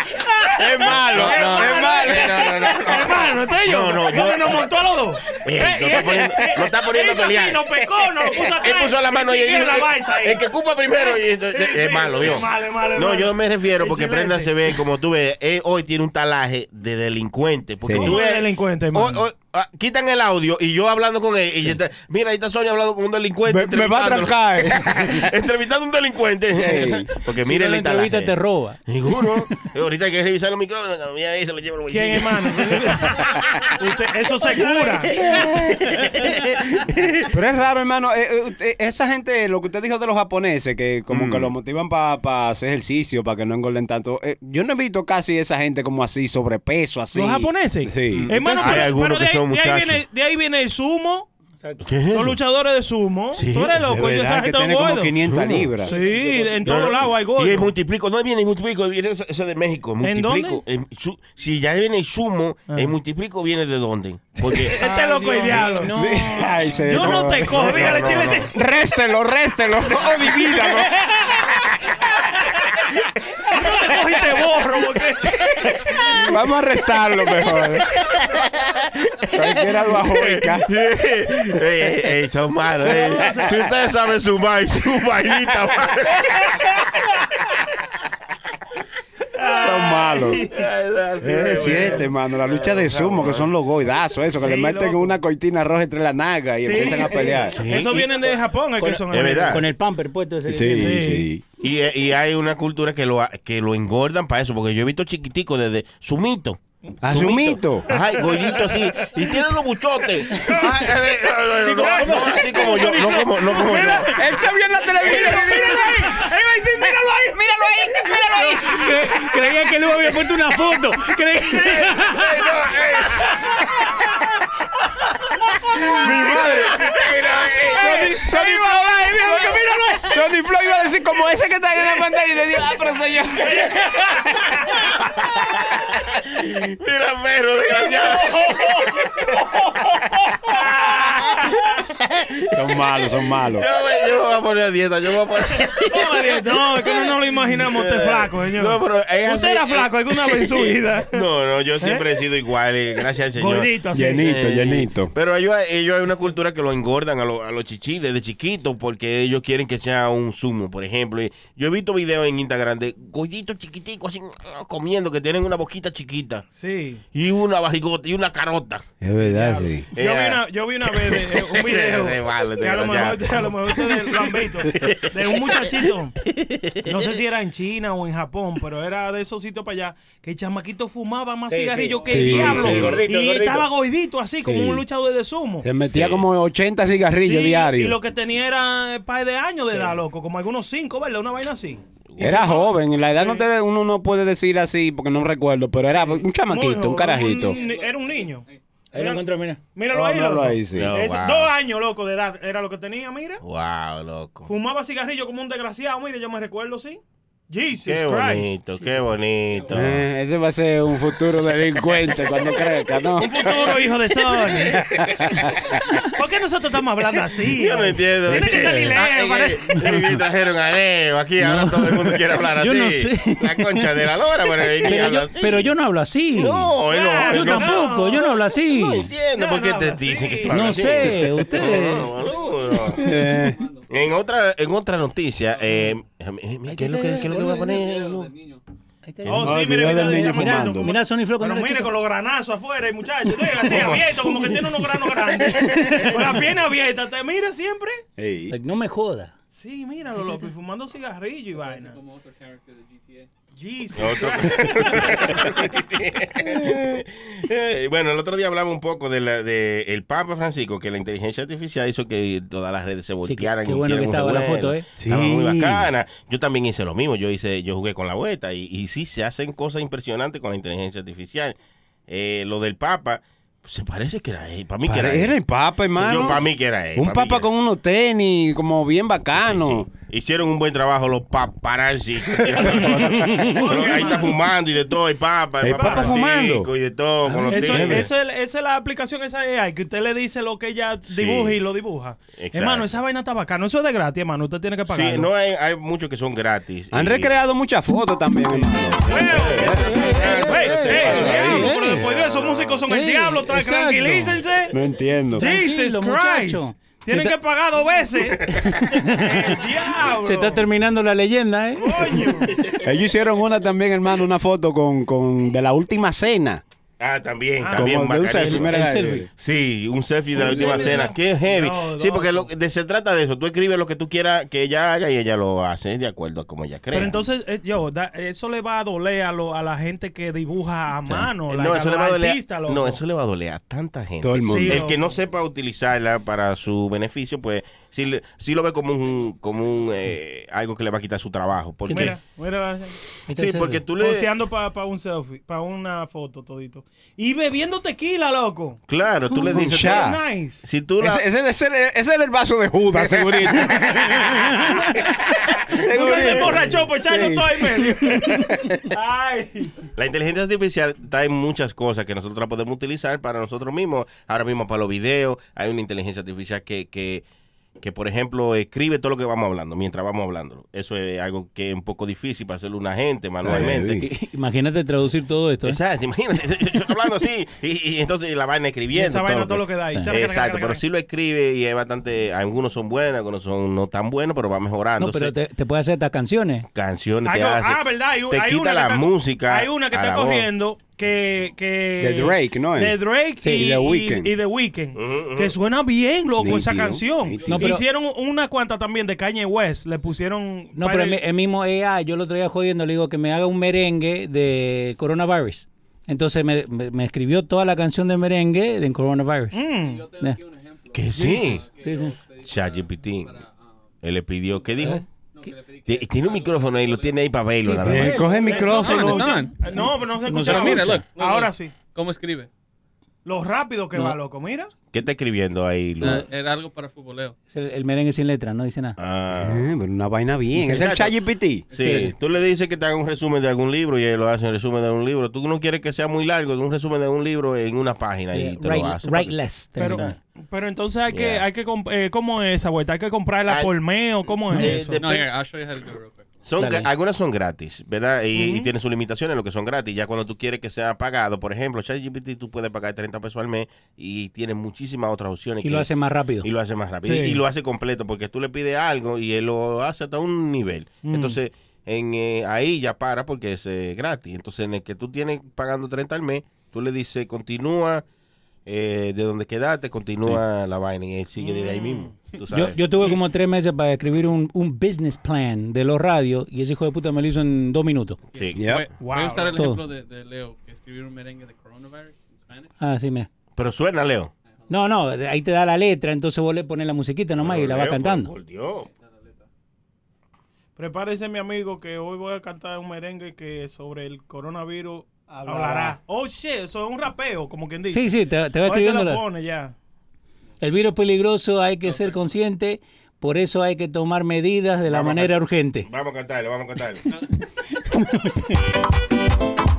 B: Es malo,
D: No, no,
B: es
D: no,
B: malo.
D: ey, no, no, no, no.
E: Hermano, usted y yo.
D: No, no, yo-
E: ¿Dónde nos montó a los dos?
D: Ey, lo
E: Eh, y
D: está
E: ese-
D: poniendo-
E: eh,
D: lo está poniendo a
E: hizo así,
D: pelear.
E: nos pecó, nos puso
D: Él
E: atrás.
D: puso la mano y
E: siguió
D: ella
E: la balsa ahí.
D: el que ocupa primero y,
E: Sí,
D: eh, eh, es
E: sí,
D: malo,
E: es
D: vio.
E: malo, es malo, es
D: No,
E: malo.
D: yo me refiero
E: El
D: porque
E: chilete.
D: Prenda se ve como tú ves, él hoy tiene un talaje de delincuente, porque
B: Sí.
D: tú
E: ¿Cómo de
D: ves
E: delincuente,
D: Hoy-
E: hermano?
D: hoy- ah, quitan el audio y yo hablando con él. Y está- mira, ahí está Sonia hablando con un delincuente.
K: Me- me va a
D: entrevistándolo.
E: eh.
D: [laughs] Entrevistando a un delincuente.
K: Ey.
D: Porque
F: Si
D: mira,
F: no la
D: él está
F: entrevista,
D: gente.
F: te roba.
D: Seguro. Ahorita hay que revisar los micrófonos. cuando mira ahí, se lo lleva el
E: ¿Quién, hermano? Usted- eso se cura.
B: Pero es raro, hermano. eh, eh, usted- esa gente, lo que usted dijo de los japoneses, que como que lo motivan para hacer ejercicio, para que no engorden tanto. eh, yo no he visto casi esa gente como así, sobrepeso, así.
E: ¿Los japoneses?
B: Sí.
E: Hermano,
D: Hay algunos
E: de,
D: que
E: ahí-
D: son
E: de ahí
D: muchachos.
E: viene, de ahí viene el sumo.
D: [laughs] ¿Qué es
E: Los
D: eso?
E: luchadores de sumo.
D: Sí,
E: Tú eres
D: de
E: loco. y
B: verdad
E: esa
B: que
E: gente
B: tiene
E: es
B: como
E: gordo.
B: 500
D: Sumo.
B: libras. [laughs]
E: Sí, en todos lados hay
D: Y él
E: gordo.
D: multiplico, no viene y multiplico, viene ese ese de México, multiplico. En Ah. su- si ya viene el sumo, el multiplico viene de dónde? [laughs] Porque Ah,
E: Este loco es diablo.
B: Ay, se-
E: Yo no
B: [laughs]
E: te cojo. Dígale,
D: No, no,
E: chile.
D: no.
B: Réstelo,
E: [laughs]
B: réstelo, Oh, o divídalo.
E: No te cojo y te borro. Porque...
B: Vamos a restarlo
E: [laughs]
B: mejor. Cualquiera lo
D: [laughs]
B: ajoica.
D: Ey, ey, son malos. ey. Si ustedes saben sumar, [laughs] sumaidita.
B: Son malos.
D: [laughs] Es Eh,
B: Es siete, Eh, mano. La lucha de sumo, que son los goidazos, eso, que
E: Sí,
B: le meten
E: loco.
B: una cortina roja entre la naga y
E: Sí,
B: empiezan a
E: sí.
B: pelear.
E: Eso vienen de Japón. Es que son
D: de
E: [laughs]
D: verdad.
F: Con el pamper puesto. ese.
E: Sí.
D: Y, eh, y hay una cultura que lo, ha- que lo engordan para eso, porque yo he visto chiquitico desde sumito.
B: Ah, sumito.
D: Ay, gollito así. Y tienen los buchotes. Ay, a ver, no, no, no, no, no, así como yo, no como, no como yo.
B: Él se vio en la televisión.
F: Cre- Creía que luego había puesto una foto. Creía-
B: Mi madre. Sony, Sony, Sony Floyd iba a decir como ese que está en la
E: [laughs]
B: pantalla y le digo, ah, pero soy yo.
D: Mira, perro, desgraciado.
B: Son malos, son malos.
D: Yo, me- yo me voy a poner a dieta, yo me voy a poner.
E: No,
D: [laughs]
E: María, No, es que no nos lo imaginamos usted flaco, señor.
D: Eh, No, pero es
E: usted
D: así,
E: era
D: eh,
E: flaco alguna vez en su vida.
D: [laughs]
E: ¿Eh?
D: No, no, yo siempre he sido igual, eh, gracias al Señor.
E: Gordito así.
B: Llenito,
D: Eh,
B: llenito.
D: Pero ellos, ellos hay una cultura que lo engordan a, lo- a los chichis desde chiquitos porque ellos quieren que sea un sumo, por ejemplo. Y yo he visto videos en Instagram de gollitos chiquiticos así ah, comiendo que tienen una boquita chiquita
E: Sí.
D: y una barrigota y una carota.
B: Es verdad, sí.
E: Yo vi, una, yo vi una vez de- eh, un video
D: Eh, [laughs] De malo,
E: que a lo,
D: desgraciado.
E: mejor, a lo mejor ustedes lo han visto de un muchachito no sé si era en China o en Japón pero era de esos sitios para allá que el chamaquito fumaba más
F: Sí,
E: cigarrillo
F: sí.
E: que
B: Sí,
E: el diablo
B: sí.
E: y
F: Gordito, gordito.
E: estaba gordito así como
B: Sí.
E: un luchador de sumo
B: Se metía como 80 cigarrillos
E: Sí,
B: diarios.
E: y lo que tenía era un par de años de edad loco como algunos cinco ¿verdad? una vaina así
B: Era joven, la edad no te- uno no puede decir así porque no recuerdo, pero era un
E: Muy
B: chamaquito,
E: joven,
B: un carajito.
E: un- era un niño
F: Ahí lo encuentro, mira.
E: míralo
B: Oh,
E: ahí,
B: míralo
E: loco.
B: ahí, sí.
D: No,
E: Es-
D: Oh, wow.
E: dos años loco de edad era lo que tenía mira
D: Wow, loco.
E: Fumaba cigarrillo como un desgraciado, mire, yo me recuerdo, sí. Jesus
D: Qué
E: Christ.
D: bonito, qué bonito.
B: Eh, ese va a ser un futuro delincuente cuando crezca, ¿no?
E: Un futuro hijo de Sony. ¿Por qué nosotros estamos hablando así?
D: Yo no entiendo.
E: Tiene que salir Leo,
D: Ah, eh,
E: parece.
D: eh, eh, trajeron a Leo aquí, ahora todo el mundo quiere hablar así.
F: Yo no sé.
D: La concha de la lora, pero él
F: Pero
D: habla
F: yo,
D: así.
F: pero yo no hablo así.
D: No, él no,
E: Claro,
F: Yo
D: él no-
F: tampoco, yo no hablo así.
D: No entiendo
E: No,
D: por qué
E: no,
D: te
E: así.
D: dicen que tú
F: No
D: hablas así.
F: sé, ustedes.
D: No, boludo.
E: [laughs]
B: Eh,
D: En otra, en otra noticia, eh, mira, ¿qué es lo que, qué es lo que voy a poner? Lu?
E: Oh,
B: No,
E: sí,
B: el video
E: mire, mira,
B: del niño
E: mira, mira,
B: fumando.
E: como-
F: Mira Sony Flow
E: Pero
F: cuando era
E: mire
F: chico.
E: con los granazos afuera, el muchacho, llega así abierto, como que tiene unos granos
B: [laughs]
E: grandes. Con la pierna abierta, te mira siempre.
B: ey.
F: Like, no me joda.
E: Sí, míralo, loco, y fumando cigarrillo y vaina. Como otro de GTA. Jesus.
D: Otro- [laughs] Eh, bueno, el otro día hablamos un poco de la, de el Papa Francisco, que la inteligencia artificial hizo que todas las redes se voltearan.
F: qué
D: y
F: bueno que
D: hicieran un
F: estaba la
D: revuelo.
F: foto, ¿eh?
D: Estaba
B: Sí.
D: muy bacana. Yo también hice lo mismo. Yo hice, yo jugué con la vuelta y, y sí se hacen cosas impresionantes con la inteligencia artificial. Eh, lo del Papa, se parece que era él. Para mí que era
B: Pare-
D: él.
B: Era el papa, hermano.
D: Yo para mí que era él.
B: Un
D: pa' mí
B: papa
D: que
B: con unos tenis, como bien
D: era él.
B: bacano.
D: Sí, sí. Hicieron un buen trabajo los paparazzi.
B: [laughs]
D: Pero Ahí está fumando y de todo, el papa.
B: El Papa
D: Francisco
B: fumando.
D: Y de todo, con los
E: Eso,
D: tigres.
E: eso es, esa es la aplicación esa AI que usted le dice lo que ella
D: Sí.
E: dibuja y lo dibuja.
D: Exacto.
E: Hermano, esa vaina está bacana. Eso es de gratis, hermano. Usted tiene que pagar.
D: Sí, no hay, hay muchos que son gratis.
B: Han
D: Y-
B: recreado muchas fotos también, hermano.
E: Pero después de eso, esos músicos son el
F: Ey,
E: diablo. tra-
F: exacto.
E: Tranquilícense.
B: No entiendo.
E: Jesus
F: Tranquilo,
E: Christ.
F: muchacho.
E: Tienen
F: Se
E: que
F: está-
E: pagar dos
F: [laughs]
E: veces. El diablo.
F: Se está terminando la leyenda, ¿eh?
E: Coño.
B: Ellos hicieron una también, hermano, una foto con, con de la última cena.
D: Ah, también,
B: Ah.
D: también.
B: Como de un
D: bacanísimo.
B: selfie, mira, El eh, selfie.
D: Sí, un selfie de la
B: Un
D: última
B: selfie,
D: cena.
B: ¿no?
D: Qué heavy.
B: No,
D: sí, porque lo- de- se trata de eso. Tú escribes lo que tú quieras que ella haga y ella lo hace de acuerdo a como ella cree.
E: Pero entonces, eh, yo, da- eso le va a doler a, lo- a la gente que dibuja a mano,
D: Eh,
E: like,
D: no,
E: a
D: eso le
E: los
D: va a doler.
E: artistas, loco.
D: no, eso le va a doler a tanta gente.
B: Todo el mundo. Sí,
D: el
B: loco.
D: que no sepa utilizarla para su beneficio, pues sí, le- sí lo ve como un, como un eh, algo que le va a quitar su trabajo. Porque
E: Mira, mira.
D: Sí, porque tú le-
E: Posteando para un selfie, para una foto todito. Y bebiendo tequila, loco.
D: Claro, tú le
E: Con
D: dices,
E: chá.
D: tú-
E: Nice.
D: si tú la-
B: Ese, ese- ese- ese era el vaso de
D: [laughs]
B: Judas, segurito.
E: Entonces se emborrachó por echarlo
B: Sí.
E: todo
B: [laughs]
E: en medio. Ay.
D: La inteligencia artificial trae muchas cosas que nosotros la podemos utilizar para nosotros mismos. Ahora mismo para los videos hay una inteligencia artificial que, que, que, por ejemplo, escribe todo lo que vamos hablando mientras vamos hablando. Eso es algo que es un poco difícil para hacerlo una gente manualmente.
F: Imagínate traducir todo esto. ¿eh?
D: Exacto, imagínate, [laughs] yo hablando así, y, y entonces la vaina escribiendo.
E: Y esa vaina todo lo que da ahí. Taca, taca, taca,
D: Exacto,
E: taca.
D: pero sí lo escribe y es bastante, algunos son buenos, algunos son no tan buenos, pero va mejorando.
F: No, pero te, te puede hacer estas canciones.
D: Canciones
E: Hay
D: te
E: o-
D: hace,
E: ah, verdad, hay, un-
D: te
E: hay
D: quita
E: una que
D: la
E: está-
D: música.
E: Hay una que
D: a
E: está
D: la voz.
E: corriendo que, que.
B: De Drake, ¿no es?
E: De Drake
B: Sí,
E: y,
B: y The Weeknd.
E: y The Weeknd. Que suena bien, loco, esa
B: Nítido,
E: canción.
B: nítido.
F: No, pero-
E: Hicieron una cuanta también de Kanye West. Le pusieron.
F: No, pero el, mi- el mismo AI, yo lo traía jodiendo, le digo que me haga un merengue de coronavirus. Entonces me, me- me escribió toda la canción de merengue de coronavirus.
K: ¿Eh?
E: Mm.
F: Ya.
D: Que sí.
F: Sí, sí.
D: ChatGPT. Él
K: ah,
D: le pidió, ¿qué
K: ¿Eh?
D: dijo? Ti- Tiene un micrófono ahí, lo tiene ahí para verlo.
F: Sí,
D: nada
B: Eh,
D: más.
B: coge el micrófono.
E: escucha-
K: on.
E: No, pero no se
F: No
E: escucha.
F: se
E: la
F: mira,
E: voz.
K: look, look,
E: Ahora
K: look.
E: sí.
K: ¿Cómo escribe?
E: Lo rápido que
F: No.
E: va, loco, mira.
D: ¿Qué está escribiendo ahí, Lu?
K: Ah, Era algo para futboleo.
F: Es el, el merengue sin letra, no dice nada.
D: Ah,
B: Eh, pero una vaina bien. Es el
D: Exacto.
K: eh,
B: ChatGPT.
D: sí.
F: sí.
D: tú le dices que te haga un resumen de algún libro y él lo hace un resumen de un libro. Tú no quieres que sea muy largo, un resumen de un libro en una página y
F: Yeah,
D: te
F: Eh, right,
D: lo hace.
F: right less.
E: Pero, pero entonces hay que,
D: Yeah.
E: hay que comp- eh, ¿cómo es esa vuelta? Hay que comprarla
D: Ay.
E: por meo, ¿cómo
D: Eh,
E: es eso?
D: de-
K: No, here, I'll show you how to do it real quick.
D: Son
F: Dale.
D: gra- algunas son gratis, ¿verdad? Y, y tienen sus limitaciones, lo que son gratis. Ya cuando tú quieres que sea pagado, por ejemplo, ChatGPT tú puedes pagar 30 pesos al mes y tiene muchísimas otras opciones.
F: Y
D: que-
F: lo hace más rápido.
D: Y lo hace más rápido.
E: Sí.
D: Y lo hace completo, porque tú le pides algo y él lo hace hasta un nivel.
F: Mm.
D: Entonces, en, eh, ahí ya para porque es eh, gratis. Entonces, en el que tú tienes pagando 30 al mes, tú le dices, continúa eh, de donde quedaste, continúa la vaina. Y él sigue desde ahí mismo. Tú
F: Mm. Yo,
D: sabes.
F: yo tuve como tres meses para escribir un, un business plan de los radios y ese hijo de puta me lo hizo en dos minutos.
D: Sí.
B: Yep.
K: Voy, voy a
E: Wow.
K: usar el
F: Todo.
K: ejemplo de, de Leo, que escribió un merengue de coronavirus en Spanish.
F: Ah, sí, mira.
D: Pero suena, Leo.
F: No, no, de- ahí te da la letra, entonces vos le pones la musiquita nomás y la vas
D: Leo,
F: cantando.
D: por Dios.
E: Prepárese, mi amigo, que hoy voy a cantar un merengue que sobre el coronavirus hablará. Oh, shit, eso es un rapeo, como quien dice.
F: Sí, sí, te, te va
E: Ahí te
F: escribiendo.
E: la
F: la-
E: pone ya.
F: El virus es peligroso, hay que ser consciente, por eso hay que tomar medidas de la
D: Vamos a-
F: manera urgente.
D: Vamos a cantarle, vamos a cantarle.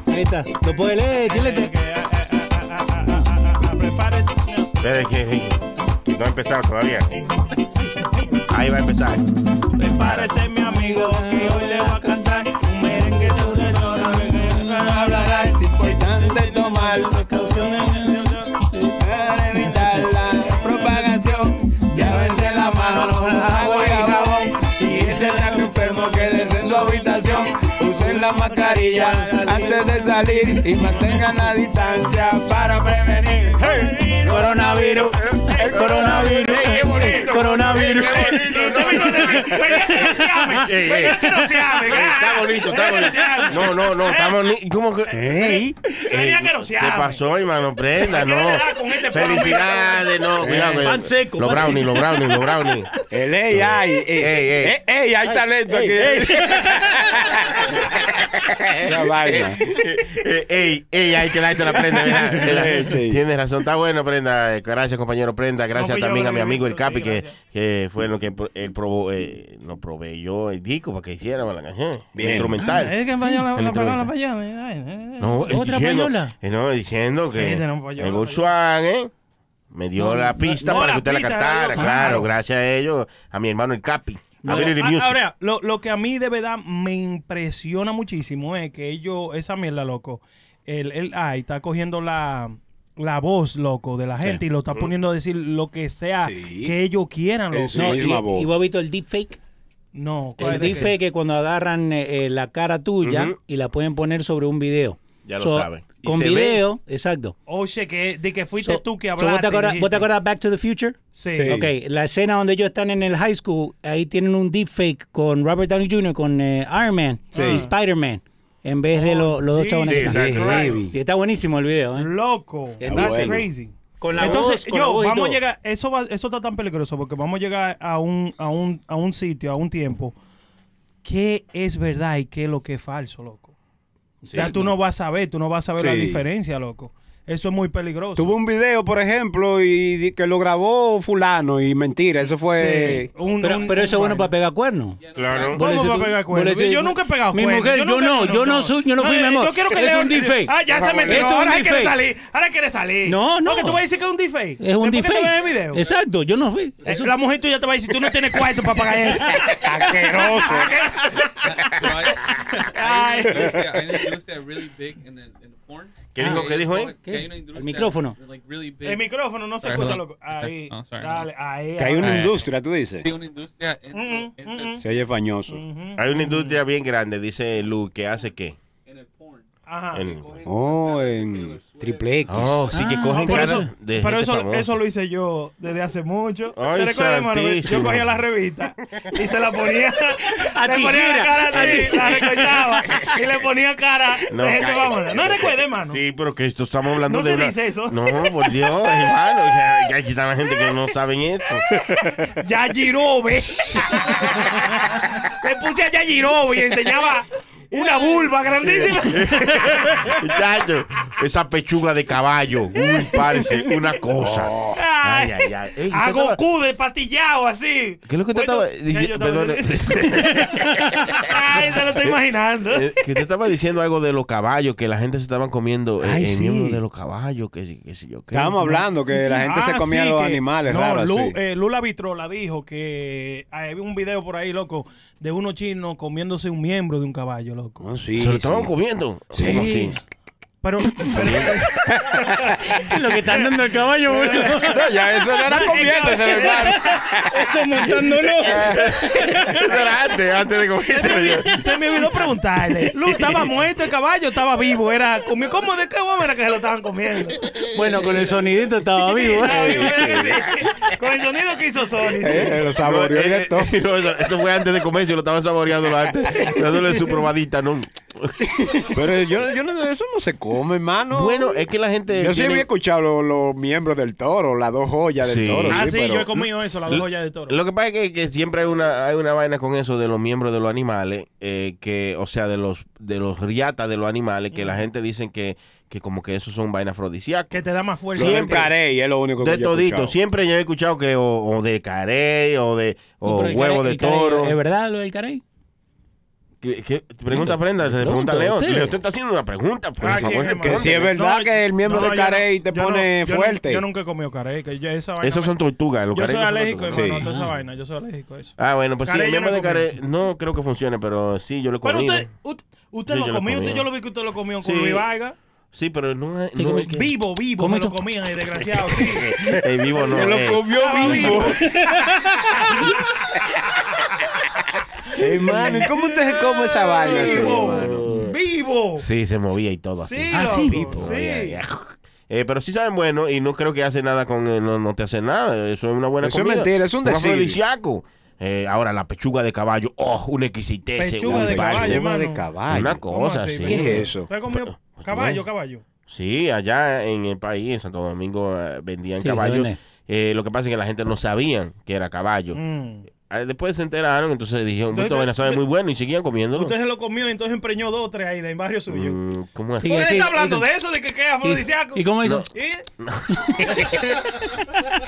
F: Ahí está, lo puedes leer, chilete.
E: Eh, que, ah, ah, ah, ah, ah, ah, ah, ah, Prepárese.
D: Ustedes que- no ha empezado todavía. Ahí va a empezar.
E: Prepárese, mi amigo, que hoy le voy a cantar un merengue sobre el coronavirus. Hablará, es importante tomar precauciones para evitar la propagación. Llávense la mano con agua y jabón. Y ese tan enfermo, quédese en su habitación. Usen la mascarilla antes de salir y mantengan la distancia para prevenir. el Coronavirus, el coronavirus, el coronavirus.
D: Ey, ey. Ey, Está bonito, está bonito. No, no, no, está bonito. ¿Cómo que?
B: Ey.
D: Ey, ¿Qué pasó, hermano? Prenda, no. este Felicidades, no. Cuidado, que-
F: pan seco,
D: Los
F: pan
D: brownies, los brownies, los brownies.
B: El AI. Ey,
D: Ey, ey.
B: Eh, ey, hay talento aquí. Una vaina.
D: Eh, Ey, ey, hay que darse la prenda, ¿verdad? ¿verdad?
B: [laughs] Sí.
D: Tienes razón, está bueno, prenda. Eh, Gracias, compañero prenda.
E: No,
D: Gracias
E: fui yo,
D: también a
E: no,
D: mi
E: no,
D: amigo el
E: sí,
D: Capi, que,
E: gracias.
D: que fue lo que pro- él probó, eh, nos proveyó el disco para que hiciéramos la canción.
B: Bien.
D: Instrumental.
E: Ah, que en payola,
D: el
E: una
D: instrumento.
E: payola, payola, ay, ay, ay.
D: No, eh,
F: ¿Otra
D: diciendo,
F: payola?
D: eh, no, diciendo que
E: Sí, tenemos payola,
D: el Volkswagen eh, me dio
F: No,
D: la
F: no,
D: pista
E: no,
D: para
E: la
D: que usted la
E: pista,
D: cantara.
E: era yo, claro.
D: claro, gracias a ellos, a mi hermano el Capi. A Billy the
E: Ah,
D: Music.
E: Ahora, lo, lo que a mí de verdad me impresiona muchísimo es que ellos, esa mierda, loco, el, el AI está cogiendo la, la voz, loco, de la gente y lo
F: Mm.
E: está poniendo a decir lo que sea
B: Sí.
E: que ellos quieran, loco.
B: Eso.
F: No,
B: Sí,
F: y,
B: misma voz.
F: y vos has visto el deepfake.
E: No, ¿cuál
F: El
E: es de qué?
F: deepfake que cuando agarran eh, eh, la cara tuya
D: Ujú.
F: y la pueden poner sobre un video.
D: Ya lo
F: So,
D: saben. Y
F: Con
D: se ve.
F: video, exacto.
E: Oh, shit, que, de que fuiste
F: So-
E: tú que
F: so,
E: hablaste.
F: ¿vos, te acuerdas,
E: dijiste.
F: vos te acuerdas Back to the Future?
E: Sí.
B: Sí.
F: Ok, la escena donde ellos están en el high school, ahí tienen un deepfake con Robert Downey Jr., con eh, Iron Man
B: Sí.
F: y Spider-Man, en vez de lo- los dos
E: Jesus
F: chabones. que
D: Sí,
F: están.
D: exacto.
B: Heavy.
F: Sí, está buenísimo el video, ¿eh?
E: Loco.
F: Está
E: That's
F: bueno.
E: crazy.
F: Con la
E: Mm. Entonces,
F: voz, con la
E: yo,
F: voz y
E: vamos
F: todo.
E: a llegar, eso va, eso está tan peligroso porque vamos a llegar a un, a un, a un sitio, a un tiempo, qué es verdad y qué es lo que es falso, loco. O sea,
D: Sí,
E: tú no. vas a ver, tú no vas a ver la
B: Sí.
E: diferencia, loco. Eso es muy peligroso.
B: Tuvo un video, por ejemplo, y di- que lo grabó fulano y mentira, eso fue...
E: Sí, un-
F: Pero,
E: un-
F: pero eso es
E: un-
F: bueno para pegar cuernos.
D: Claro.
E: ¿Cómo
F: Bueno,
E: va a
F: si tú-
E: pegar cuernos?
F: bueno, si-
E: yo nunca he pegado
F: mi
E: cuernos.
F: mujer, yo
E: nunca-
F: no, yo no soy- yo no fui, mi
E: eh,
F: amor.
E: Yo quiero que
F: Es
E: Leo-
F: un deepfake.
E: Ah, ya
F: Por
E: se
F: favor,
E: metió.
F: es un
E: Ahora quiere
F: deepfake.
E: salir. Ahora quiere salir.
F: No, no.
E: Porque tú vas a decir que es un deepfake.
F: Es
E: Después que
F: un
E: tú
F: deepfake.
E: veas el video. pues.
F: Exacto, yo no fui.
E: Eh,
F: Eso-
E: La mujer tuya te va a decir, tú no tienes cuarto para pagar eso.
F: [laughs]
K: Hay una industria, hay una industria really big in the, in the porn.
D: ¿Qué dijo-
K: Que
D: qué dijo
K: ellos
D: él?
K: cogen- que hay una
F: Ah, ¿Qué?
K: industria,
F: El micrófono.
K: like, really big.
E: El micrófono no se
K: Sorry,
E: escucha,
K: hold
E: loco.
K: on.
E: Ahí.
K: Oh, sorry,
E: Dale, ahí.
B: Que hay una
E: ahí.
B: industria, tú dices.
K: Hay una industria en,
E: Mm,
K: en-
E: mm,
K: en-
E: mm.
B: Se oye fañoso.
E: Ujú.
D: Hay una industria bien grande, dice Lu, que hace qué.
K: en el porn.
E: Ajá.
D: En-
K: Cogen-
B: Oh, en triple X.
D: Oh, sí que
F: Ah,
D: cogen
E: Por
D: cara
E: eso-
D: de
E: pero
D: gente
E: eso,
D: famosa.
E: eso lo hice yo desde hace mucho.
D: Ay,
E: ¿Te recuerdas, hermano? Yo
D: santísimo.
E: cogía la revista y se la ponía. [laughs] le
F: [laughs] A
E: ponía la
F: tijera,
E: cara
F: a
E: así, la recortaba y le ponía cara
D: No,
E: de gente
D: cállate.
E: famosa. No recuerdes, hermano.
D: Sí, pero que esto estamos hablando
E: No
D: de
E: se
D: una...
E: dice eso.
D: No, por Dios, hermano. Ya, ya hay tanta gente que no saben eso. [laughs]
E: Yajirobe. le puse a Yajirobe y enseñaba una vulva grandísima.
D: Chacho, esa pechuga de caballo. Uy, parce, una cosa. Ay, ay, ay. Ey, ¿qué estaba-
E: Oh. Hago Q de patillado así.
D: ¿Qué es lo que te
E: Bueno,
D: estaba
E: ya yo
D: diciendo?
E: estaba-
D: [laughs]
E: Ay, se lo estoy imaginando.
D: eh, que te estaba diciendo algo de los caballos, que la gente se estaban comiendo eh,
B: Ay,
D: eh,
B: sí.
D: miembros de los caballos, que, que sé yo qué.
B: Estábamos hablando que la gente se
E: Ah,
B: comía
E: sí,
B: los
E: que-
B: animales
E: no,
B: raros
E: Lu-
B: así.
E: eh, Lula Vitrola dijo que hay un video por ahí, loco, de unos chinos comiéndose un miembro de un caballo, loco.
B: Ah, sí,
D: se lo
B: sí.
D: estaban comiendo.
E: Sí.
D: ¿Cómo así?
E: Pero, pero-
D: [laughs]
E: [laughs]
F: lo que están dando el caballo, boludo.
B: No, ya eso no era comiéndose, hermano.
E: [laughs]
F: Eso montándolo.
D: Eso era antes, antes de comérselo yo.
E: se me olvidó preguntarle. Lu, [laughs] ¿estaba muerto el caballo o estaba vivo? Era comió- ¿Cómo de qué forma era que se lo estaban comiendo?
F: Bueno, con el sonidito estaba
E: Sí,
F: vivo. ¿eh?
E: estaba vivo, era que sí. Con el sonido que hizo Sony. sí.
B: Eh, lo saboreó
D: No, eh,
B: directo.
D: eh, [laughs] no, eso, eso fue antes de comerse, lo estaban
B: [laughs]
D: saboreándolo antes, dándole su probadita, ¿no?
B: Pero yo, yo no, eso no se come, hermano.
D: Bueno, es que la gente.
B: yo sí
D: tiene-
B: había escuchado lo- los, miembros del toro, las dos joyas del
D: Sí.
B: toro.
E: ah, sí,
B: pero-
E: yo he comido eso, la dos joyas de toro.
D: Lo que pasa es que, que siempre hay una, hay una vaina con eso de los miembros de los animales, eh, que, o sea, de los, de los riatas de los animales, que la gente dicen que, que como que eso son vainas afrodisíacas.
E: que te da más fuerza.
B: Siempre carey, es lo único que
D: De
B: yo he
D: todito,
B: escuchado.
D: siempre yo he escuchado que o, o de carey, o de
F: No,
D: o
F: pero el
D: Oh, huevo
F: caray-
D: de
F: el caray-
D: toro.
F: ¿Es verdad lo del caray?
D: ¿Qué- qué? Pregunta Prenda, te
F: pregunto
D: pregunta
F: a
D: Leo.
F: usted.
D: Leo, usted está haciendo una pregunta, por
E: Ah,
D: favor,
E: que-
B: Que
D: respóndeme.
B: si es verdad que el miembro
E: no,
B: de
E: yo
B: carey te
E: yo
B: pone
E: yo
B: fuerte.
E: yo nunca he comido carey. Que yo, esa vaina
D: Esos
E: me-
D: son tortugas. los
E: Yo
D: carey
E: soy
D: no son
E: alérgico,
D: tortugas.
B: Sí.
E: hermano, a toda esa
F: Ah.
E: vaina. Yo soy alérgico a eso.
D: Ah, bueno, pues
E: Carey
D: sí,
E: yo
D: el miembro
E: no
D: de
E: he comido.
D: carey no creo que funcione, pero sí, yo lo he
E: Pero
D: comido.
E: usted, usted, usted
D: Sí,
E: lo
D: yo lo
E: comió, usted,
D: comí.
E: yo lo vi que usted lo comió con
D: Sí.
E: Luis Vargas.
D: Sí, pero no, es-
F: Sí,
D: no
F: ¿cómo
D: es
F: es que-
E: Vivo, vivo,
F: ¿Cómo
E: me lo
F: hizo?
E: comían el desgraciado.
D: [laughs]
E: Sí.
D: El vivo
E: [laughs]
D: no.
B: Se
D: eh.
B: lo comió
E: Estaba
B: vivo. Hermano, ¿y ¿cómo usted se come esa vaina? así,
E: Vivo.
B: hermano?
E: ¡Vivo!
D: Sí, se movía y todo así.
E: Sí,
F: Ah,
E: loco,
F: sí.
D: Se
E: sí.
D: movía y- Eh, pero sí saben bueno y no creo que hace nada con eh, no, no te hace nada. Eso es una buena
B: Eso es
D: comida.
B: mentira, es un decir.
D: afrodisíaco. Eh, ahora la pechuga de caballo, oh, una exquisitez.
E: Pechuga
D: un
E: de
D: parce.
E: caballo,
B: Pechuga de
E: hermano.
B: caballo.
D: Una cosa
E: ¿Cómo así,
D: así.
E: man?
B: ¿Qué es eso?
E: ¿Usted comió
D: Pero-
E: caballo, caballo?
D: Sí, allá en el país, en Santo Domingo, eh, vendían
F: Sí, se
D: caballo.
F: vende.
D: Eh, lo que pasa es que la gente no sabía que era caballo.
E: Mm.
D: Ah, Después se enteraron, entonces dijeron,
E: Entonces,
D: esto vaina sabe
E: usted-
D: muy bueno y seguían comiéndolo.
E: Usted se lo comió y entonces empreñó dos o tres ahí de barrio suyo.
D: Mm, ¿Cómo así?
F: Sí,
E: ¿Usted
F: así-
E: está hablando
F: eso-
E: de eso, de que queda afrodisíaco?
F: ¿Y cómo hizo?
D: No.
E: ¿Eh?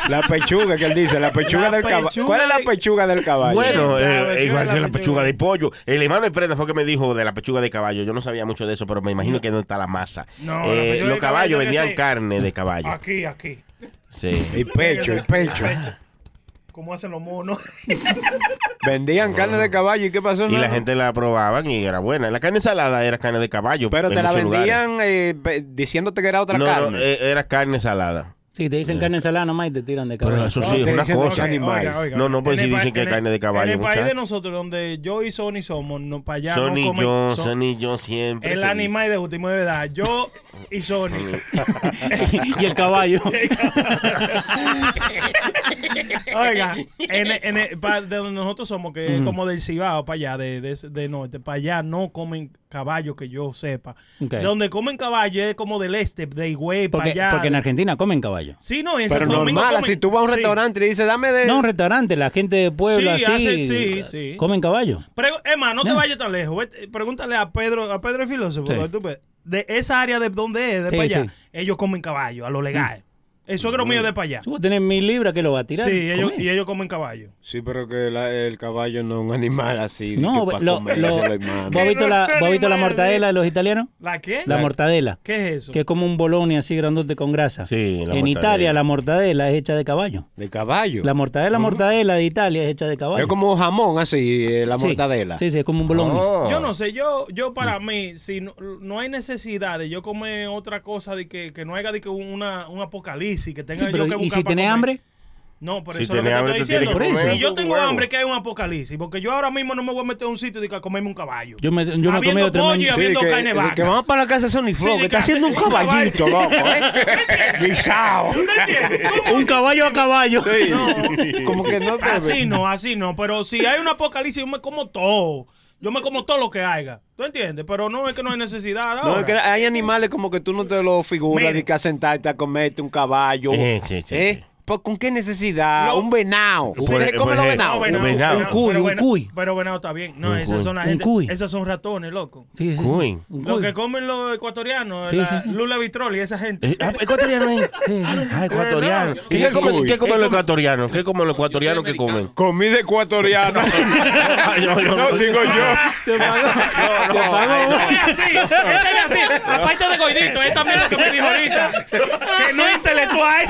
B: La pechuga que él dice, la pechuga
E: La
B: del caballo.
E: pechuga
B: ¿Cuál es la
E: de-
B: pechuga del caballo?
D: Bueno,
E: ¿Quién
D: eh,
E: sabe?
D: igual
E: Yo
D: que la pechuga de pollo. El hermano de Prenda fue que me dijo de la pechuga de caballo. Yo no sabía mucho de eso, pero me imagino que no está la masa. Eh,
E: No, la pechuga de
D: los
E: caballo
D: caballos
E: que Ah,
D: vendían
E: sí.
D: carne de caballo.
E: Aquí, aquí. [laughs]
D: Sí.
B: El pecho, el pecho.
E: ¿Cómo hacen los monos?
B: Vendían carne de caballo y qué pasó.
D: Y la
B: hermano?
D: gente la probaban y era buena. La carne salada era carne de caballo.
B: Pero
D: en
B: te la
D: muchos lugares.
B: vendían eh, pe- diciéndote que era otra
D: No, no,
B: carne.
D: eh, era carne salada.
F: Sí, te dicen carne salada nomás y te tiran de caballo.
D: Pero [laughs] eso sí, es una cosa. no, no, pues
E: En
D: si
E: el pa-
D: dicen que es
E: en el-
D: carne de caballo,
E: En el país
D: muchacho.
E: de nosotros, donde yo y Sony somos, no, para allá
D: Son
E: no
D: y
E: comen.
D: yo,
E: son-
D: son y yo siempre.
E: el
D: se
E: animal de última edad, yo y Sony. [laughs]
F: [laughs] y el caballo.
E: [laughs] Oiga, en, en el- pa- de donde nosotros somos, que es como del Cibao para allá, de, de, de norte, para allá no comen caballo que yo sepa.
F: Ok.
E: De donde comen caballo es como del este, de Higüey para
F: Porque,
E: allá.
F: porque en Argentina comen caballo.
E: Sí, no, en
B: Pero
E: Santo Domingo
B: normal,
E: comen-
B: si tú vas a un
E: Sí.
B: restaurante y le dices, dame de.
F: No, un restaurante, la gente de Puebla
E: Sí,
F: así.
E: hace- sí, sí.
F: Comen caballo.
E: Pregu- Emma, no te
F: Ya.
E: vayas tan lejos. Vete- Pregúntale a Pedro, a Pedro el filósofo.
F: Sí.
E: que tú puedes. De esa área de donde es, de
F: Sí,
E: para allá,
F: sí.
E: ellos comen caballo, a lo legal. El suegro mío es de para allá.
F: Tú tienes mil libras que lo va a tirar.
E: Sí, ellos,
F: Comer.
E: y ellos comen caballo.
B: Sí, pero que la- el caballo no es un animal así.
F: No,
B: No, que pa'
F: lo,
B: comérselo,
F: lo-
B: hermano.
F: ¿vos has visto la,
E: Que no
F: vos has visto la
E: animal,
F: mortadela de los italianos?
E: ¿La qué?
F: La mortadela.
E: ¿Qué es eso?
F: Que es como un boloni así grandote con grasa.
D: Sí, la
F: en
D: mortadela.
F: Italia la mortadela es hecha de caballo.
B: De caballo.
F: La mortadela, mortadela de Italia es hecha de caballo.
B: Es como jamón así, eh, la
F: Sí.
B: mortadela.
F: Sí, sí, es como un bolón.
D: Oh.
E: Yo no sé, yo, yo
F: Mm.
E: para mí, si no, no hay necesidad de yo comer otra cosa de que, que no haya de que una, un apocalipsis, que tenga
F: Sí, pero
E: yo que
F: ¿y
E: buscar
F: si
E: pa'
F: tiene
E: comer.
F: hambre?
E: No, por
D: Si
E: eso es lo que
D: tenés
E: te
D: hambre,
E: estoy
D: tú tienes
E: diciendo.
F: que comer.
E: Si yo
D: Por
E: tengo
D: huevo.
E: hambre, que hay un apocalipsis, porque yo ahora mismo no me voy a meter a un sitio de que a comerme un caballo.
F: Yo me, yo me he
E: Habiendo
F: comido tres
E: pollo y
F: men-
E: habiendo- viendo
B: que,
E: carne
B: de
E: vaca.
B: que vamos para la casa de Sony Flow,
E: de
B: que está
E: que hace-
B: haciendo un
E: un caballo.
B: caballito, loco,
E: [laughs]
B: ¿eh? Guisado.
E: ¿Tú te
F: [laughs]
E: entiendes?
F: Un caballo a caballo.
B: [laughs] Como que no te.
E: Así no, así no. Pero si hay un apocalipsis, yo me como todo. Yo me como todo lo que haya. ¿Tú entiendes? Pero no es que no hay necesidad.
B: No,
E: ahora.
B: es que hay animales como que tú no te lo figuras
E: Mire.
B: de que a sentarte a comerte un caballo.
D: Sí, sí, sí,
B: ¿Eh?
D: sí.
B: Pues, ¿Con qué necesidad?
E: No.
B: Un venado.
D: Por- e-
B: ¿Ustedes
D: por
B: comen los
D: ejemplo,
B: venados?
D: un venado.
E: pero
F: cuy, un
E: vena-
F: cuy.
E: Pero venado está bien. No,
D: Un
E: esas
D: cuy.
E: son la
F: Un
E: gente.
F: cuy.
E: Esos son ratones, loco.
F: Sí, sí, sí.
D: Cuy.
F: Un
E: Lo
F: cuy.
E: que comen los ecuatorianos,
F: Sí,
E: la
F: sí, sí.
E: Lula Vitrol y esa gente.
D: Eh, ah, ecuatoriano es.
F: Sí, sí.
D: Ah, ecuatoriano.
K: Eh, no,
D: ¿Y
K: yo
D: qué
K: no sé.
D: comen, qué comen
K: Ellos-
D: los ecuatorianos? ¿Qué comen los ecuatorianos que comen? [laughs]
K: americano.
B: Comida ecuatoriana.
D: Yo- yo-
B: no, digo yo.
D: No, no, ay, no.
E: Esta es así, esta es así. Aparte de Goidito, esta es lo que me dijo ahorita. Que no es intelectual.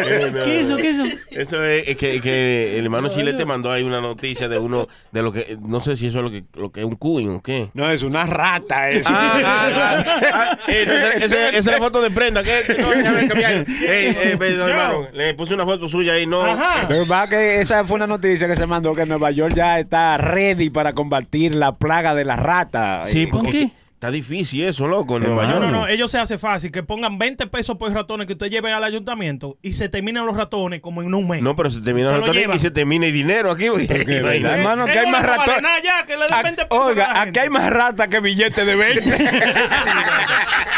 D: Eh,
F: ¿Qué es eso? ¿Qué es eso?
D: Eso es, es que, que el hermano Chile te mandó ahí una noticia de uno de lo que no sé si eso es lo que lo que es un cuy o qué.
B: No, es una rata eso.
D: Ah, ah, [laughs] ah, ah, eh, no, esa, esa- esa es la foto de prenda. Que, que no, déjame cambiar. Eh, eh, perdón, hermano, le puse una foto suya ahí, no.
E: Ajá.
B: Lo que pasa es que esa fue una noticia que se mandó que Nueva York ya está ready para combatir la plaga de la rata.
D: Sí,
B: Eh,
F: ¿Con
D: porque
F: qué?
D: está difícil eso, loco, en Nueva
E: No,
D: York.
E: no, no, ellos se hace fácil. Que pongan 20 pesos por ratones que usted lleve al ayuntamiento y se terminan los ratones como en un mes. Eh,
D: No, pero se termina
E: Se
D: el
E: lo
D: ratón
E: llevan.
D: y se termina el dinero aquí, güey.
B: ¿verdad?
D: No hay nada.
B: Hermano, que hay más ratones.
E: ya, que le den
B: a-
E: 20 pesos a
B: Oiga,
E: la
B: aquí
E: gente.
B: hay más rata que billetes de 20.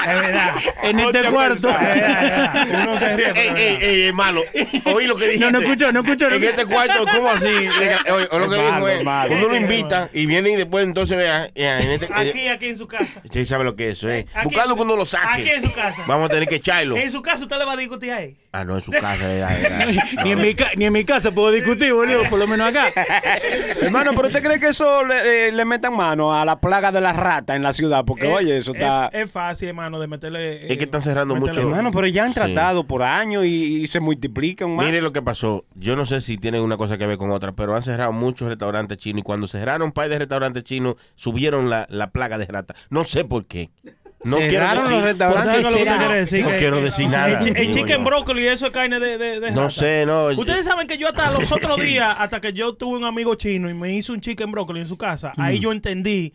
E: Es verdad.
F: En este cuarto.
E: Es verdad, es verdad. Uno se ríe,
D: Ey,
E: pero es
D: ey,
E: verdad.
D: ey, hermano, oí lo que dijiste.
F: No, no escucho, no escucho. no
D: En
F: escucho.
D: este cuarto, ¿cómo así? Oye, o lo que
B: Malo,
D: dijo es,
B: malo.
D: uno lo invita y viene y después entonces vea, ya, en este-
E: Aquí, aquí en su casa.
D: Usted sabe lo que es eso, ¿eh?
E: Aquí
D: Buscando
E: en su-
D: que uno lo saque.
E: aquí en su casa.
D: Vamos a tener que echarlo.
E: En su casa usted le va a discutir ahí.
D: Ah, no, en su
E: [laughs]
D: casa. ya, ya, ya.
F: Ni en, mi ca- ni en mi casa puedo discutir, boludo, por lo
E: [laughs]
F: menos acá.
B: Hermano, pero ¿usted cree que eso le, eh, le metan mano a la plaga de la rata en la ciudad? Porque,
E: Es-
B: oye, eso está...
E: Es, es fácil, hermano, de meterle. eh,
D: Es que están cerrando
E: meterle-
D: mucho.
B: hermano, pero ya han
D: Sí.
B: tratado por años y, y se multiplican más.
D: Mire lo que pasó. Yo no sé si tienen una cosa que ver con otra, pero han cerrado muchos restaurantes chinos y cuando cerraron un par de restaurantes chinos, subieron la, la plaga de ratas. No sé por qué. No quiero
B: Cerraron
D: decir,
B: los restaurantes.
E: ¿Sabe lo que usted
B: sí.
E: quiere decir?
D: No
E: Que-
D: quiero decir nada,
E: El, chi- el
D: digo
E: chicken
D: yo.
E: broccoli, eso es carne de. de, de
D: No
E: rata.
D: sé, no.
E: Ustedes saben que yo hasta
D: [laughs]
E: los otros días, hasta que yo tuve un amigo chino y me hizo un chicken broccoli en su casa,
D: Mm.
E: ahí yo entendí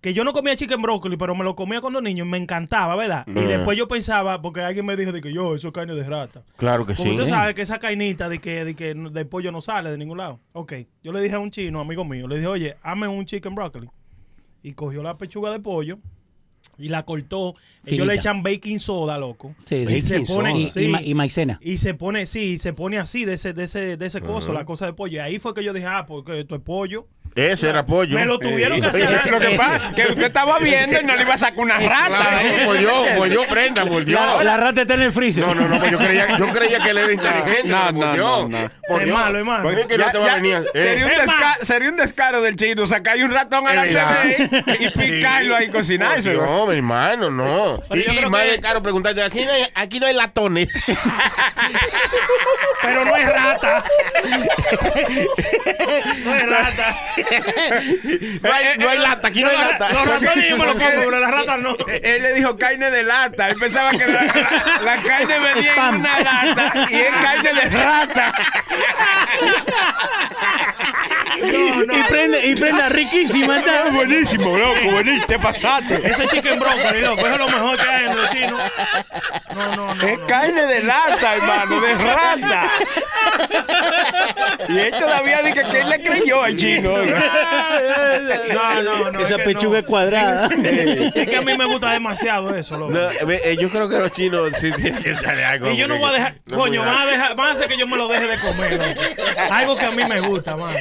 E: que yo no comía chicken broccoli, pero me lo comía cuando niño y me encantaba, ¿verdad? Y
D: Mm.
E: después yo pensaba, porque alguien me dijo de que yo, eso es carne de rata.
D: Claro que sí.
E: Porque usted sabe que esa carnita de que, de que de pollo no sale de ningún lado. Ok, yo le dije a un chino, amigo mío, le dije, oye, hazme un chicken broccoli. Y cogió la pechuga de pollo y la cortó. Ellos
F: Finita.
E: le echan baking soda, loco.
F: Sí,
E: Y
F: sí.
E: se pone
F: Y,
E: sí.
F: y ma- y maicena.
E: Y se pone, sí, se pone así de ese, de ese, de ese coso, la cosa de pollo. Y ahí fue que yo dije, ah, porque esto es pollo.
D: Ese era pollo.
E: Me lo tuvieron que hacer.
B: Lo que
F: Ese.
B: pasa que usted estaba viendo y no le iba a sacar una rata. ¿eh?
D: Claro, yo, yo, prenda, por Dios.
F: La, la rata está en el freezer.
D: No, no, no, pues yo creía, yo creía que él era inteligente.
B: No,
D: pero por
B: no,
D: Dios,
B: no, no.
D: por
E: Es
D: Dios.
E: malo, es malo.
D: ¿Cómo Pues que
B: Ya-
D: no te va a
B: ya-
D: venir? Eh,
B: sería, un
E: Es
B: desca-
E: más.
B: sería un descaro del chino sacar un ratón a la
D: Es verdad. [laughs]
B: TV ¿eh? y picarlo ahí y
D: por
B: cocinárselo.
D: Dios, mi hermano, no.
E: Pero yo
D: Y, y
E: creo
D: más
E: que-
D: de caro preguntarte, aquí no hay, aquí no hay latones. [laughs]
E: Pero no es rata. no es rata.
D: No hay, no hay lata, aquí no hay lata.
E: Los ratones yo
B: [laughs]
E: me lo como, pero las ratas no.
J: Eh, Él le dijo carne de lata. Él pensaba que la, la- la carne venía en una lata y es carne de rata.
F: Y prenda, y prenda riquísima, está.
J: Buenísimo, loco, buenísimo, te pasaste.
E: [laughs] Ese chicken brócoli, loco, eso es lo mejor que hay en los chinos.
J: Es carne de lata, hermano, de rata. Y él todavía dice que él le creyó al chino.
E: No, no, no.
F: Esa
E: es que
F: pechuga es
E: [laughs]
B: [laughs]
F: cuadrada.
E: no. Es que a mí me gusta demasiado eso, loco.
D: No, eh, eh, yo creo que los chinos sí tienen que salir algo.
E: Y yo no
D: porque
E: voy a dejar,
D: no
E: coño,
D: voy a-
E: van a, dejar, van a hacer que yo me lo deje de comer. loco. Algo que a mí me gusta, mano.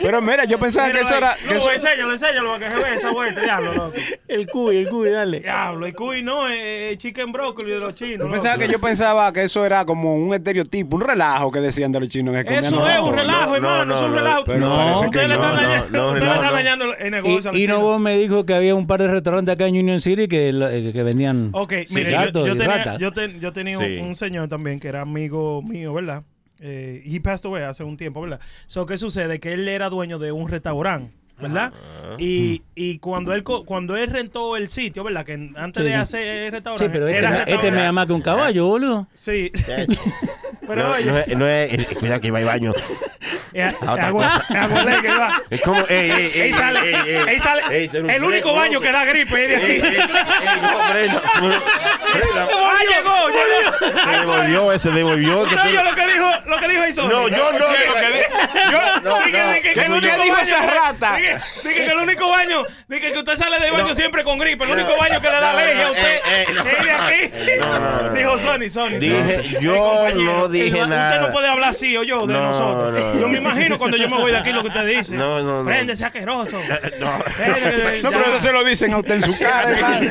B: Pero mira, yo pensaba
E: Mira,
B: que eso era.
E: like,
B: que
E: No,
B: eso-
E: enséñalo, enséñalo, para que se vea esa vuelta, diablo, loco.
F: El cuy, el cuy, dale.
E: Diablo, el cuy no, es chicken broccoli de los chinos.
B: yo pensaba
E: loco.
B: que yo pensaba que eso era como un estereotipo, un relajo que decían de los chinos que comían
E: Eso es
B: nosotros.
E: un relajo,
D: no,
E: hermano,
D: no,
E: es un
D: no,
E: relajo.
B: pero parece que
E: ustedes le
D: no,
E: están
D: no,
E: dañando-
D: no,
E: ustedes le
D: no,
E: están
D: no.
E: dañando el negocio. a los
F: Y, y no
E: chinos.
F: vos me dijo que había un par de restaurantes acá en Union City que, la- eh, que vendían
E: Ok,
F: sí,
E: mire,
F: gatos
E: yo, yo
F: y
E: tenía,
F: ratas.
E: yo, ten- yo tenía
D: Sí.
E: un, un señor también que era amigo mío, ¿verdad? Eh, he passed away hace un tiempo, ¿verdad? So, ¿qué sucede? Que él era dueño de un restaurante, ¿verdad?
D: Ah.
E: Y, y cuando él co- cuando él rentó el sitio, ¿verdad? Que antes
F: Sí,
E: de
F: sí.
E: hacer el restaurante.
F: Sí, pero este,
E: era
F: me- este me
E: restaurante.
F: llama que un caballo, boludo.
D: [laughs]
E: Sí. pero
D: No,
E: oye,
D: no es, no es- eh, cuidado que va al baño.
E: eh,
D: a otra
E: hago- [laughs]
D: cosa.
E: hago ley que va.
D: Es como, ey, ey, ey,
E: Ahí sale,
D: ey, ey,
E: ahí sale.
D: ey, tú eres un
E: el único
D: fresco,
E: baño
D: loco.
E: que da gripe es de
D: Ey,
E: aquí.
D: ey, ey, no, prenda, prenda.
E: [laughs] ¡Ah, llegó! llegó.
D: Se devolvió, se devolvió. que
E: No,
D: tú-
E: yo lo que dijo, lo que dijo Isomi.
D: No, yo no.
E: Yo,
D: No,
E: dije,
D: no,
E: dije que
D: yo
E: el
D: no,
E: único
D: yo
E: baño,
D: digo esa
E: rata. Dije, dije que el único baño, dije que usted sale de baño
D: No.
E: siempre con gripe, el único
D: No,
E: baño que le da
D: no,
E: alergia a
D: no,
E: usted
D: eh, eh, no.
E: es de aquí.
D: No, no, no.
E: Dijo Sony, Sony.
D: Dije, yo no dije
E: Usted
D: nada.
E: no puede hablar así o yo de
D: No,
E: nosotros.
D: no,
E: yo
D: no.
E: me imagino cuando yo me voy de aquí lo que usted dice.
D: No, no, no.
E: Préndese asqueroso.
D: [laughs] No.
E: Eh,
B: No, pero
E: ya.
B: no se lo dicen a usted
E: [laughs]
B: en su cara, hermano.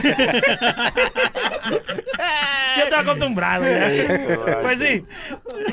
E: Yo estaba acostumbrado. ya. Pues sí.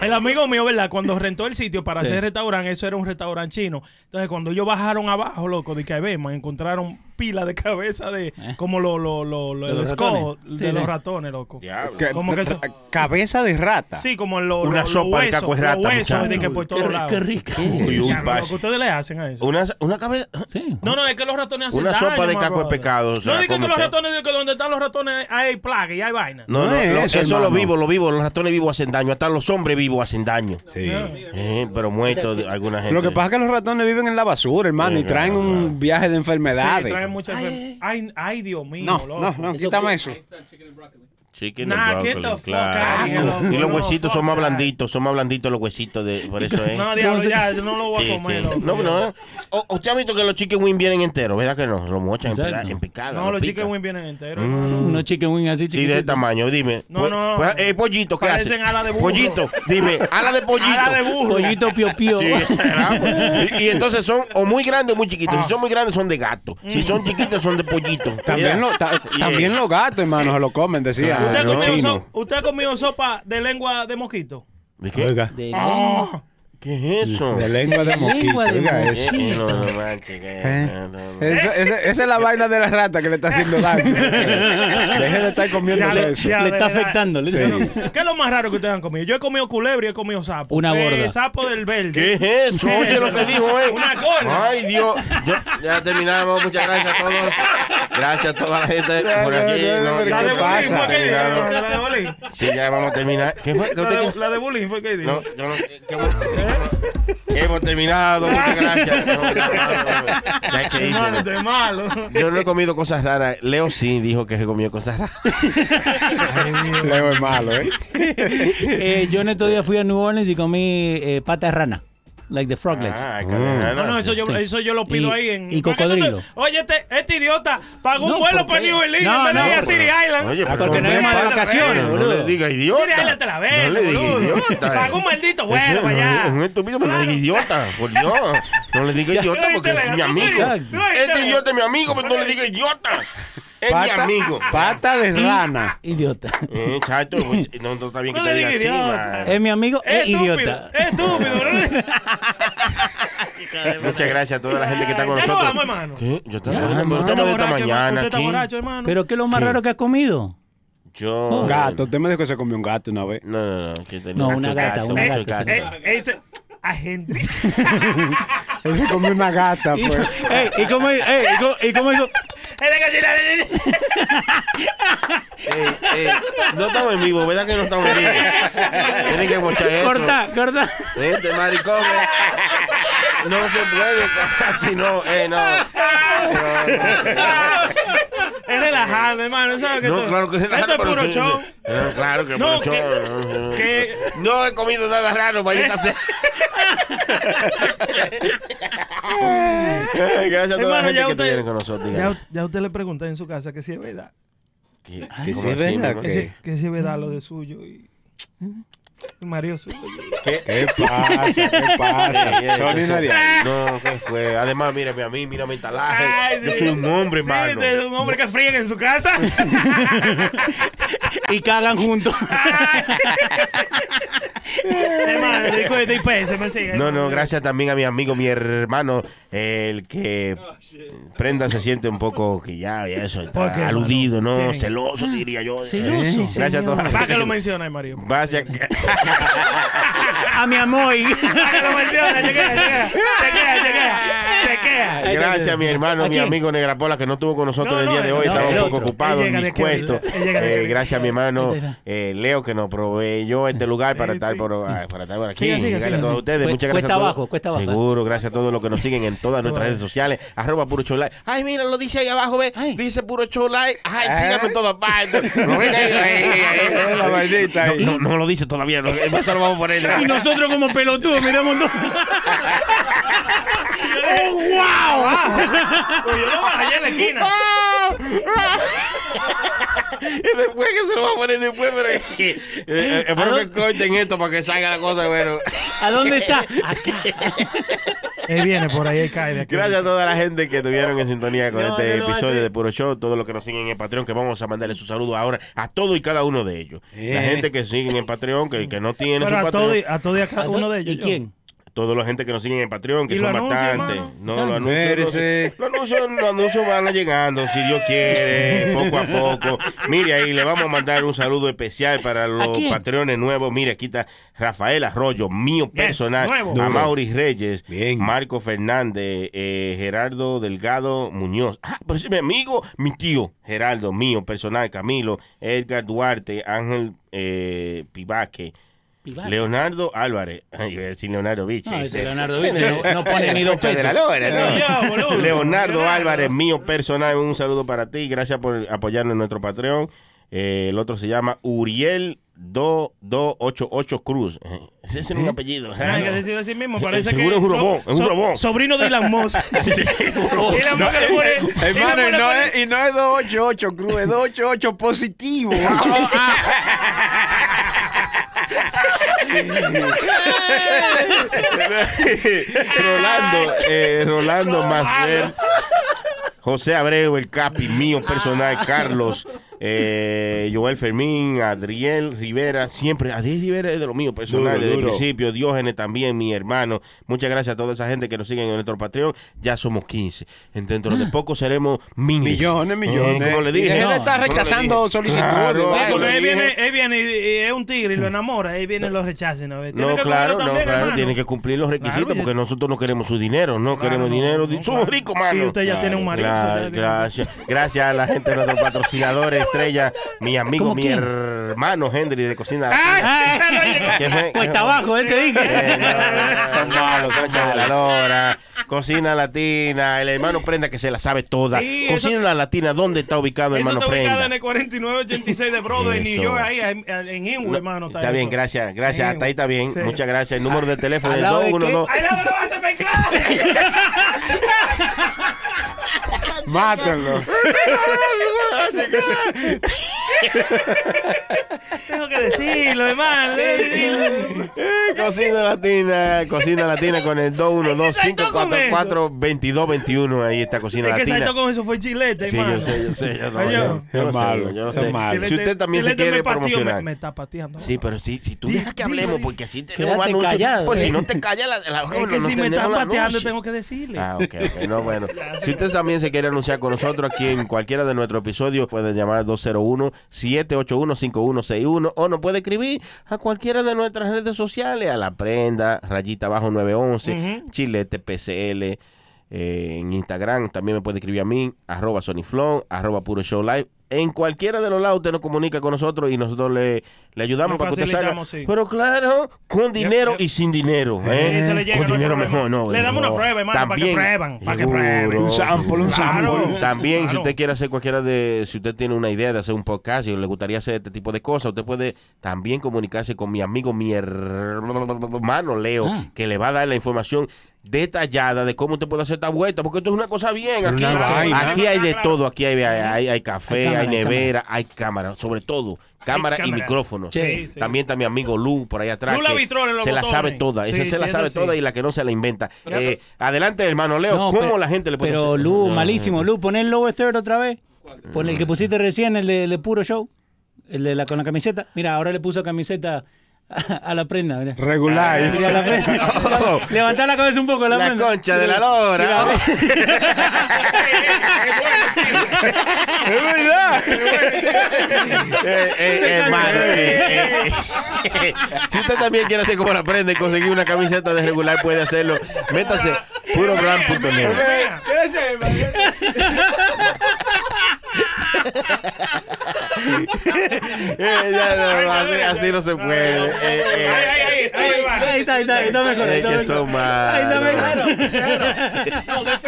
E: El amigo mío, ¿verdad? Cuando rentó el sitio para hacer restaurante, eso era un restaurante chino. Entonces, cuando ellos bajaron abajo, loco, de que man, encontraron pila de cabeza de como lo, lo, lo, lo-
F: De
E: el
F: los
E: escojo
F: ratones.
E: de
F: Eh. Sí,
E: los
F: sí.
E: ratones, loco.
D: Diablo.
B: Que- eh,
E: ¿Cómo que eso?
B: Cabeza de rata.
E: Sí, como lo,
D: Una
E: lo- lo
D: sopa de
E: hueso,
D: caco de
E: lo
D: rata,
E: hueso, de
D: muchacho.
E: que por
F: Qué,
E: todos lados.
F: qué rico.
D: Uy,
E: Ya,
D: un
E: lo que
D: bash.
E: ustedes le hacen a eso.
D: Una, una cabeza.
F: Sí.
E: No, no, es que los ratones hacen
D: Una
E: daño,
D: sopa de
E: my
D: caco es
E: brother.
D: pecado, o sea,
E: no digo que
D: ¿cómo
E: los
D: que?
E: ratones, digo que donde están los ratones hay plaga y hay vaina.
D: No,
B: No
D: no,
B: es
D: no,
B: eso,
D: eso, los
B: hermano.
D: vivos, los vivos, los ratones vivos hacen daño, hasta los hombres vivos hacen daño.
B: Sí.
D: Eh, pero muertos de alguna gente.
B: Lo que pasa es que los ratones viven en la basura, hermano, y
D: Sí,
B: traen
D: claro,
B: un
D: claro.
B: viaje de
E: Sí,
B: enfermedades.
E: traen muchas enfer- ay, ay, Dios mío,
B: no,
E: loco.
B: no, no, quítame eso.
D: Chicken
E: Nah,
D: and
E: get
D: broccoli,
E: the fuck
D: claro.
E: out of here, loco,
D: y los
E: no,
D: huesitos son
E: fuck
D: más
E: that.
D: blanditos, son más blanditos los huesitos de por
E: [laughs]
D: eso es.
E: No, diablo, ya, yo no lo voy
D: Sí,
E: a comer,
D: sí. No,
E: loco.
D: no. eh. O- usted ha visto que los chicken wings vienen enteros, ¿verdad que no? Los mochan en,
F: Exacto.
D: peda- en picada.
E: No,
D: los
E: los
D: pican.
E: chicken wings vienen
F: Mm,
E: enteros.
F: Unos chicken wings así
D: Sí, de ese
F: chiquititos.
D: tamaño, dime.
E: No,
D: Pues-
E: no.
D: pues, eh, pollito, ¿qué
E: Parecen
D: hace?
E: ala de burro.
D: Pollito, dime, ala de pollito.
E: Ala de burro.
F: Pollito pio pio.
D: Sí, exageramos. y, y entonces son o muy grandes o muy chiquitos.
E: Ah.
D: Si son muy grandes, son de gato. Si
E: Mm.
D: son chiquitos, son de pollito.
B: [laughs] También,
D: Mira.
B: lo-
D: [laughs]
B: ta-
D: Yeah.
B: también los gatos, hermano, se lo comen, decía
E: ¿Usted, ha
D: Claro.
B: los
E: comido
B: chinos.
E: so- usted ha comido sopa de lengua de mosquito?
D: ¿De qué?
B: Oiga,
F: De
D: ¿Qué es eso?
B: de lengua de mosquito,
F: Lengua de
B: oiga
F: mosquito.
B: eso.
D: Eh, eh, no, no, manches, que- no, no, no.
B: Eso- esa- esa ¿Eh? es la vaina de la rata que le está haciendo daño.
E: [laughs]
B: Deje de estar comiendo
E: Ya,
B: eso.
E: ya,
F: Le está
E: de verdad.
F: afectando. le-
B: Sí.
E: ¿Qué es lo más raro que ustedes han comido? Yo he comido culebra y he comido sapo.
F: Una
E: Eh,
F: gorda.
E: sapo del verde.
D: ¿Qué es [laughs] eso? Oye lo que dijo él.
E: Una gorda.
D: Ay, Dios. Ya, ya terminamos. Muchas gracias a todos. Gracias a toda la gente por aquí. No,
B: ¿Qué
E: La de
D: ya
E: bulín
B: pasa?
E: fue que
D: terminamos.
E: La de bulín.
D: Sí, ya vamos a terminar. ¿Qué fue? ¿Qué
E: La
D: usted
E: de-
D: quiso?
E: La de bulín fue que dijo.
D: No, yo no. ¿Qué, qué hemos, hemos terminado. Muchas gracias. [laughs] No, no, no, no. Ya que hice.
E: Hermano, de malo.
D: Yo no he comido cosas raras. Leo sí dijo que se comió cosas raras.
B: Leo es malo, ¿eh?
F: [laughs] Eh, yo en estos días fui a New Orleans y comí eh, pata de rana. Like the frog legs.
D: Ah, carnal,
E: No, no, eso yo,
F: Sí.
E: eso yo lo pido
F: Y-
E: ahí en.
F: y
E: ¿Por qué tú te-
F: cocodrilo.
E: Oye, este, este idiota pagó
F: No,
E: un vuelo
F: ¿por
E: para
F: qué?
E: New Orleans
F: No,
E: en vez de
F: no, Ah,
E: ir a City Island.
D: Oye, pero
F: porque no hay
D: no,
F: más
E: Island te la
F: vacaciones,
E: venden.
D: no le
F: boludo.
D: diga
E: City Island
D: idiota.
E: te la
D: No le
E: vende,
D: diga
E: boludo.
D: idiota. eh.
E: Pagó un maldito vuelo
D: Ese
E: para allá.
D: no es- Es un estúpido, pero no
E: Claro.
D: es idiota. Por Dios. No le
E: [laughs]
D: diga idiota
E: Yo
D: porque
E: ahorita
D: es
E: le-
D: mi
E: yo
D: amigo.
E: ahorita le- yo ahorita
D: Este
E: le-
D: idiota es mi amigo, pero no le diga idiota. Es mi
B: Pata,
D: amigo.
B: pata de rana.
F: Idiota.
D: Eh, chato, no, no está bien que
E: No
D: te
E: le
D: diga
E: diga idiota.
D: así.
F: Es mi amigo, es
E: Estúpido, Eh,
F: idiota.
E: Estúpido,
F: [laughs]
E: no le-
D: man. Muchas gracias a toda la gente que está con
E: Ya nos
D: nosotros.
E: vamos, hermano.
D: ¿Qué? Yo
F: Ya,
D: estaba
F: hermano.
D: estamos de esta
E: borracho, hermano.
D: mañana
E: Usted está
D: aquí.
E: borracho, hermano.
F: Pero ¿qué es lo más raro que has comido?
D: Yo.
B: Gato, usted me dijo que se comió un gato una vez.
D: No, no, no. que tenía
F: No,
D: mucho
F: una gata,
D: gato,
F: una
D: mucho
F: gata,
E: [laughs]
D: gato.
E: Eh, eh, dice, a Henry.
B: Él se comió una
D: [laughs]
B: gata, pues.
F: [laughs] Ey, ¿y cómo, ey, ¿y cómo, y cómo hizo?
D: [laughs] Ey, ey, no estamos en vivo, ¿verdad que no estamos en vivo? Tienen que mostrar eso.
F: Corta, corta.
D: Este maricón. eh, No se puede, si no, eh, no.
E: Es relajado, hermano. ¿sabes qué
D: No,
E: tú-
D: claro que es raro,
E: Esto es
D: pero
E: puro
D: sí.
E: show.
D: No, claro que es
E: No,
D: puro show. No, no. No he comido nada raro, maldita
E: [laughs]
D: sea. Ay, Gracias a toda
E: Hermano,
D: la gente
E: ya
D: que
E: usted-
D: estuvieron con nosotros. dígame.
E: Ya, ya usted le pregunté en su casa que si es verdad.
D: ¿Qué-
E: Ay,
D: qué-
E: ¿que
D: cómo
B: sí es
D: así,
B: verdad
D: mi
E: Que
B: Ok.
E: si, que si es verdad lo de suyo y. y Mario suyo.
D: ¿Qué?
B: ¿Qué pasa? ¿Qué
D: Sí,
B: pasa?
D: eh,
B: Sony
D: eso-
B: nadie.
D: No, ¿qué fue? Además, mírame a mí, mírame el talaje.
E: Ay,
D: Yo
E: sí.
D: soy un hombre,
E: Sí,
D: hermano.
E: este es un hombre que friega en su casa.
F: Y cagan juntos.
E: hermano, disculpe, disculpe, se me sigue.
D: No, no, gracias también a mi amigo, mi hermano, el que Prenda se siente un poco que ya, ya eso, está
E: ¿Por qué, hermano?
D: aludido, ¿no?
E: ¿Qué?
D: Celoso, diría yo.
F: Celoso,
D: Gracias a toda la
E: Para
D: gente
E: que lo
D: que-
E: menciones, Mario.
D: Gracias. [laughs]
F: A mi
E: Para
F: amor.
E: que [laughs] lo menciones, chequea, chequea, chequea, chequea, chequea.
D: Gracias a mi hermano,
F: ¿A
D: mi
F: quién?
D: amigo Negra Pola, que no estuvo con nosotros
E: No,
D: el día
E: no,
D: de hoy,
F: no,
D: estaba
F: el
D: un poco
F: otro.
D: ocupado,
E: Él llega de aquí,
D: indispuesto.
E: él llega de
D: Eh,
E: aquí.
D: gracias a mi hermano
F: Ahí está.
D: eh, Leo, que nos proveyó este lugar para
E: Sí,
D: estar
E: sí.
D: por, ah, para estar por aquí.
E: Siga, siga,
D: Gracias
E: siga.
D: a todos ustedes,
F: Cu-
D: muchas gracias.
F: cuesta
D: a todos.
F: abajo, cuesta abajo.
D: Seguro, gracias a todos los que nos siguen en todas nuestras redes sociales. Arroba Puro Show Live. Ay, mira, lo dice ahí abajo, ve.
F: Ay. ¿Eh?
D: Dice Puro Show Live. Ay, síganme en todas
F: [laughs]
D: partes. Lo ven ahí, ahí, ahí, ahí.
B: La maldita ahí.
D: No, no, no lo dice todavía, no, eso lo vamos a poner.
F: Y nosotros como pelotudos miramos todo. Oh,
E: Pues yo lo bajé en la esquina.
D: Y después que se lo va a poner después, pero eh, eh, espero que corten esto para que salga la cosa, bueno.
F: ¿A dónde está? Aquí.
E: Él viene por ahí, él cae de aquí.
D: Gracias a toda la gente que estuvieron en sintonía con
F: No,
D: este
F: no, no,
D: episodio
F: así-
D: de Puro Show, todos los que nos siguen en Patreon, que vamos a mandarle su saludo ahora a todos y cada uno de ellos. La
B: Eh.
D: gente que siguen en Patreon, que, que no tiene
E: Pero
D: su
E: a
D: Patreon,
E: todos a todo y a cada uno de ellos.
F: ¿Y
E: yo.
F: quién?
D: toda la gente que nos siguen en Patreon, que
E: ¿Y
D: son
E: lo anuncia,
D: bastantes.
E: hermano?
D: No, los anuncios,
B: Espérese.
D: los, anuncios, los anuncios van llegando, si Dios quiere, poco a poco. Mire ahí, le vamos a mandar un saludo especial para los
F: quién?
D: patrones nuevos. Mire, aquí está Rafael Arroyo, mío personal,
E: nuevo.
D: a
B: Duros.
D: Mauri Reyes,
B: Bien.
D: Marco Fernández, eh, Gerardo Delgado Muñoz. Ah, pero es mi amigo, mi tío, Gerardo, mío personal, Camilo, Edgar Duarte, Ángel eh, Pivaque. Leonardo Álvarez. [laughs] Ay, iba a decir Leonardo Viche.
F: No, Ah, ese
D: Eh,
F: Leonardo Viche no-
D: [laughs]
F: no pone ni dos
D: Concha de
F: pesos.
D: la lora, ¿no?
E: Ya, boludo.
D: Leonardo
E: Leonardo.
D: Álvarez, mío personal, un saludo para ti. Gracias por apoyarnos en nuestro Patreon. Eh, el otro se llama Uriel 2288 Cruz. [laughs] Eh, Ese es un apellido.
E: Hay
D: raro. [laughs]
E: que decirlo así mismo. Parece
D: Seguro
E: que
D: es un robón, es un robón.
E: Sobrino de Elon Musk. Elon Musk le pone.
B: Hermano,
E: Elon
B: y
E: Musk
B: no,
E: le
B: es, y no es 288 cruz, es 288 positivo.
D: [laughs] Rolando, eh, Rolando Masler, José Abreu, el Capi, mío
B: Ah.
D: personal, Carlos, eh, Joel Fermín, Adriel Rivera, siempre, Adriel Rivera es de lo mío personal,
B: Duro,
D: desde
B: duro.
D: el principio, Diógenes también, mi hermano, muchas gracias a toda esa gente que nos sigue en nuestro Patreon, ya somos 15, dentro de poco seremos miles.
B: Millones,
D: Eh,
B: millones.
D: como le dije.
B: Y él
F: No,
B: Ah. está
D: como le
B: rechazando
D: dije.
B: solicitudes.
D: Claro, como
E: pone- Sí,
B: ¿sabes?
D: le
E: porque él
D: dije.
E: viene, él viene y, y es un tigre y lo enamora. Él viene y lo rechaza. No, Tiene
D: No,
E: que
D: claro, no,
E: comerlo también,
D: claro,
E: hermano.
D: tiene que cumplir los requisitos
E: Claro,
D: porque
E: y-
D: nosotros no queremos su dinero, no
E: Claro,
D: queremos
E: no,
D: dinero.
E: no,
D: Somos
E: claro.
D: ricos, mano.
E: Y usted ya tiene un marido,
D: claro,
E: usted ya tiene-
D: gracias, gracias a la gente de nuestros patrocinadores, estrella, mi amigo,
F: ¿Cómo
D: mi
F: quién?
D: hermano Henry de Cocina.
E: ¡Ay! Claro, llegó.
D: ¿Qué fue?
F: Cuesta abajo, ¿eh? Te
D: Eh,
F: dije.
D: no, son malos, Concha de la Lora, Cocina Latina, el hermano Prenda que se la sabe toda.
E: Sí, eso-
D: Cocina Latina, ¿dónde está ubicado el
E: Eso
D: hermano
E: está ubicado
D: Prenda?
E: en el 4986 de Broadway, en New
D: Eso.
E: York, ahí en, en Inwood,
D: No,
E: hermano.
D: está, bien,
E: eso.
D: gracias, gracias.
E: Ahí,
D: Hasta ahí está bien.
E: sí.
D: Muchas gracias. El número de teléfono
F: ¿Al
D: es
F: lado de qué?
D: 212.
E: ¡Ay, no, no vas
D: [laughs]
E: a mezclar!
B: Mátenlo.
E: Tengo que decirlo, hermano. tengo que decirlo.
D: Cocina Latina, Cocina Latina con el
E: saltó
D: 212-544-2221. Ahí está Cocina
E: Es que
D: Latina.
E: saltó con eso fue chilete,
D: Sí,
E: hermano.
D: yo sé, yo sé. Yo, no, yo-
E: Ay, yo.
D: yo lo
B: Es
D: sé,
B: malo,
D: yo lo
B: es
D: sé.
B: malo.
D: Si usted también se
E: Chilete me
D: quiere
E: pateó, me-
D: promocionar.
E: Me, está pateando.
D: Sí, pero sí, si tú
E: Di-
D: dejas que
E: dilo,
D: hablemos,
E: di-
D: porque así tenemos
F: Quédate
D: anuncios.
F: callado,
D: Pues
F: eh.
D: si no te callas, la, la-
E: Es
D: no-
E: que
D: no
E: si me
D: tenemos
E: están
D: el
E: pateando,
D: anuncio.
E: tengo que decirle.
D: Ah, ok, ok. No,
E: [laughs]
D: bueno. Si usted también se quiere anunciar con nosotros aquí en cualquiera de nuestros episodios, puede llamar al 781-5161 o nos puede escribir a cualquiera de nuestras redes sociales, a la prenda, rayita abajo 911, chilete PCL. eh, en Instagram también me puede escribir a mí, arroba soniflon, arroba puro show live. En cualquiera de los lados usted nos comunica con nosotros y nosotros le, le ayudamos
E: Le
D: para que usted salga.
E: facilitamos, sí.
D: Pero claro, con dinero y sin dinero. ¿eh?
E: se le llega,
D: con
E: no hay
D: dinero
E: problema.
D: mejor, no.
E: Le damos una
D: no.
E: prueba, hermano, para que prueban, para que
D: Seguro,
E: prueben. Un sample, un
D: Claro.
E: sample.
D: También, si
E: Claro.
D: usted quiere hacer cualquiera de, si usted tiene una idea de hacer un podcast y le gustaría hacer este tipo de cosas, usted puede también comunicarse con mi amigo, mi hermano Leo,
B: Ah.
D: que le va a dar la información detallada de cómo usted puede hacer esta vuelta, porque esto es una cosa bien.
B: Pero
D: Aquí,
B: una vaina.
D: aquí hay de todo, aquí hay, hay, hay- hay café, hay,
B: Hay cámara, hay
D: nevera, hay cámara, sobre todo cámara y
E: cámara.
D: micrófonos.
E: Sí, sí.
D: También está mi amigo Lu por ahí atrás.
E: Lu la
D: que
E: vitrola en los
D: se la
E: botones.
D: sabe toda, esa
E: Sí,
D: se la
E: sí,
D: sabe
E: eso sí.
D: toda y la que no se la inventa. Eh, adelante, hermano Leo,
F: No,
D: ¿cómo
F: pero-
D: la gente le puede
F: Pero
D: hacer? No.
F: Lu,
D: Mm.
F: malísimo. Lu, pon el lower third otra vez. Pon el que pusiste recién, el de, el de puro show. El de la con la camiseta. Mira, ahora le puso camiseta a, a la prenda. mira.
B: [laughs] Regular. ¿eh?
F: Mira, la prenda.
D: Oh.
F: Levantá la cabeza un poco, la,
D: La
F: prenda.
D: concha de la
F: Mira,
D: lora.
F: mira,
D: [laughs]
F: mira.
B: Es verdad.
D: Eh, eh, hermano, eh, eh,
F: [laughs]
D: eh. si usted también quiere hacer como la prenda y conseguir una camiseta de regular, puede hacerlo. Métase purogram.net. [laughs] Eh, ya no, así, así no se puede. Eh, eh.
F: Ahí está, ahí está, ahí está mejor. Ahí está
D: Es que son
F: mejor. Ahí está
D: malos.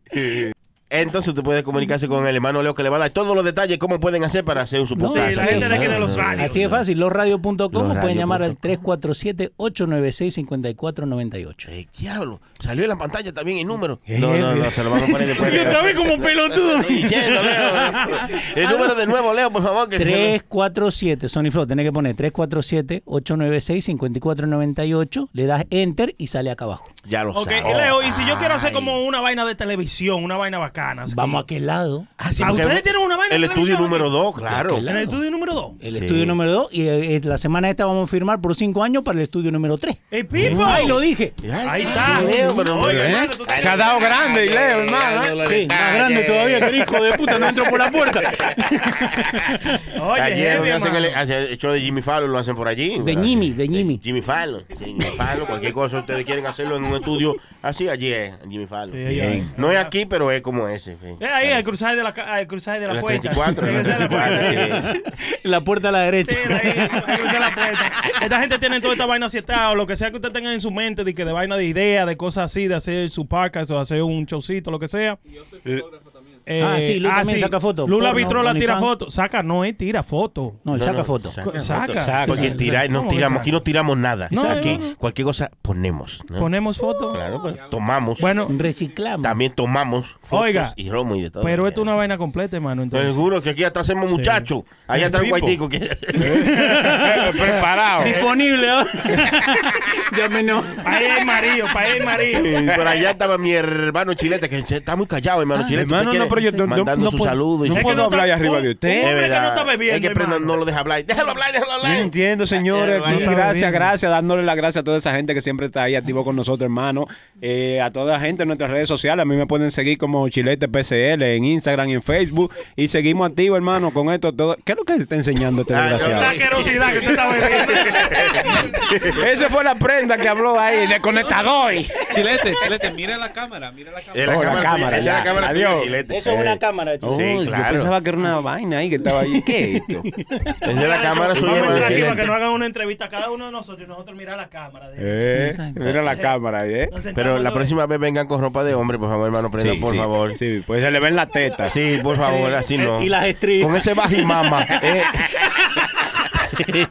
D: [laughs]
F: mejor.
D: Entonces usted puede comunicarse con el hermano Leo que le va a dar todos los detalles cómo pueden hacer para hacer un
F: No,
D: supuesto.
F: así es fácil. Así es fácil, losradio.com o pueden llamar al 347-896-5498.
D: Diablo, salió en la pantalla también el número.
E: Eh.
D: No, no, no, se lo vamos a poner
E: [laughs]
D: después.
F: Y otra vez como pelotudo.
D: pues, Estoy [laughs] diciendo, Leo. El
E: Ah,
D: número de nuevo, Leo, por [laughs] favor. Que
F: 347, Sony Flow, tenés que poner 347-896-5498, le das enter y sale acá abajo.
D: Ya lo
E: Ok,
D: sabe.
E: y Leo, y si yo quiero hacer como una vaina de televisión, una vaina bacana. así.
F: Vamos a aquel lado.
E: Ah,
D: porque
E: ustedes tienen una vaina
D: El
E: de
D: estudio
E: televisión
D: número
E: aquí?
D: 2, claro.
E: ¿En el estudio número 2?
F: El
D: Sí.
F: estudio número 2 y eh, eh, la semana esta vamos a firmar por 5 años para el estudio número 3.
E: ¡El Pipo!
F: Ahí lo dije.
E: Ahí está.
D: Leo, pero no,
E: Oiga,
D: ¿eh?
E: hermano, tú
B: Se ha dado grande, Leo, hermano. ¿eh?
F: Sí,
D: Ah,
F: más grande todavía que el hijo de puta no entró por
D: [laughs]
F: la puerta.
E: Oye,
D: Ayer
E: heavy,
D: donde hacen el,
E: hermano.
D: hace- el show de Jimmy Fallon, lo hacen por allí.
F: De Jimmy, de Jimmy.
D: Jimmy Fallon. Sí, Jimmy Fallon, cualquier cosa ustedes quieren hacerlo en un estudio así, allí es Jimmy Fallon.
E: Sí, ahí,
D: No es aquí, pero es como ese. sí.
E: Eh, ahí, el cruzaje de la, ca- el cruzaje de
D: En
E: la
D: las
E: puerta.
D: 34, en las
E: Sí, esa es la puerta.
D: 34, sí.
F: La puerta a la derecha.
E: Sí, ahí, el cruzaje de la puerta. Esta gente tiene toda esta vaina sieta o lo que sea que usted tenga en su mente, de que de vaina de ideas, de cosas así, de hacer su podcast o hacer un showcito, lo que sea. Eh,
F: Ah, sí, Lu también saca fotos.
E: Lula
F: Porno,
E: Vitrola tira
F: OnlyFans.
E: fotos. Saca, no es tira fotos.
F: No, él
D: No,
F: saca
D: no,
F: fotos.
D: saca
E: Saca.
D: fotos.
E: Saca.
D: Porque tirar, no
E: ¿Cómo
D: tiramos,
E: saca?
D: aquí no tiramos nada.
E: No,
D: aquí
E: no, no.
D: cualquier cosa ponemos. ¿no?
E: Ponemos fotos.
D: Claro, pues, tomamos.
E: Bueno,
F: Reciclamos.
D: también tomamos fotos
E: Oiga,
D: y romo y de todo.
E: pero esto es una vaina completa, hermano.
D: Te
E: Entonces.
D: juro que aquí hasta hacemos muchachos. Allá está el
B: Pipo.
D: guaitico que... [laughs] eh.
B: Preparado.
F: Disponible. ¿ah?
E: ¿eh? [laughs]
F: Llámenos.
E: Para ahí hay marido, para ahí hay marido.
D: Por allá estaba mi hermano Chilete, que está muy callado, hermano Chilete.
B: Ah, hermano,
D: ¿Usted
B: no,
D: quiere?
B: pero yo no- no-
D: mandando
B: no
D: su
B: puedo-
D: saludo. y
B: no
D: su-
E: Es que
B: puedo
E: no está-
B: hablar arriba de usted.
E: un
D: Es
E: hombre que no
D: verdad.
E: está bebiendo,
D: Es que Prenda
E: hermano.
D: no lo deja hablar. Déjalo hablar, déjalo
B: No
D: hablar.
B: entiendo, señores.
D: Eh,
B: Aquí,
D: vaya.
B: gracias,
E: bien.
B: gracias. Dándole las gracias a toda esa gente que siempre está ahí activo con nosotros, hermano. Eh, a toda la gente en nuestras redes sociales. A mí me pueden seguir como Chilete PCL en Instagram y en Facebook. Y seguimos activos, hermano, con esto. Todo. ¿Qué es lo que está enseñando este
D: Ah, yo
E: La
B: desgraciado?
D: estoy-
E: asquerosidad que usted está bebiendo.
B: Esa fue la prenda que habló ahí, de conectador.
K: Chilete, chilete, mira la cámara, mira la cámara.
D: Es Eh, la
B: Oh, la
D: cámara,
B: cámara,
D: esa es la
B: ya.
D: cámara tuya,
B: Adiós.
D: Chilete.
F: Eso es
D: Eh,
F: una cámara, chico.
D: Sí,
B: Uy,
D: claro.
B: Oh, Yo pensaba que era una vaina ahí que estaba ahí. ¿Qué es
D: [laughs]
B: esto?
D: Esa es la cámara suya, hermano
E: Vamos a entrar aquí para que
D: Chilete.
E: no hagan una entrevista a cada uno de nosotros y nosotros mirar la cámara. de-
B: Eh, mira la cámara ahí, ¿eh?
E: Nos sentamos
D: Pero la
E: todos.
D: próxima vez vengan con ropa de hombre, por favor, hermano Prenda,
B: Sí,
D: por
B: sí,
D: favor.
B: Sí, pues se le ven la teta.
D: Sí, por favor, así no.
F: Y las estrellas.
D: Con ese bajimama. eh. ese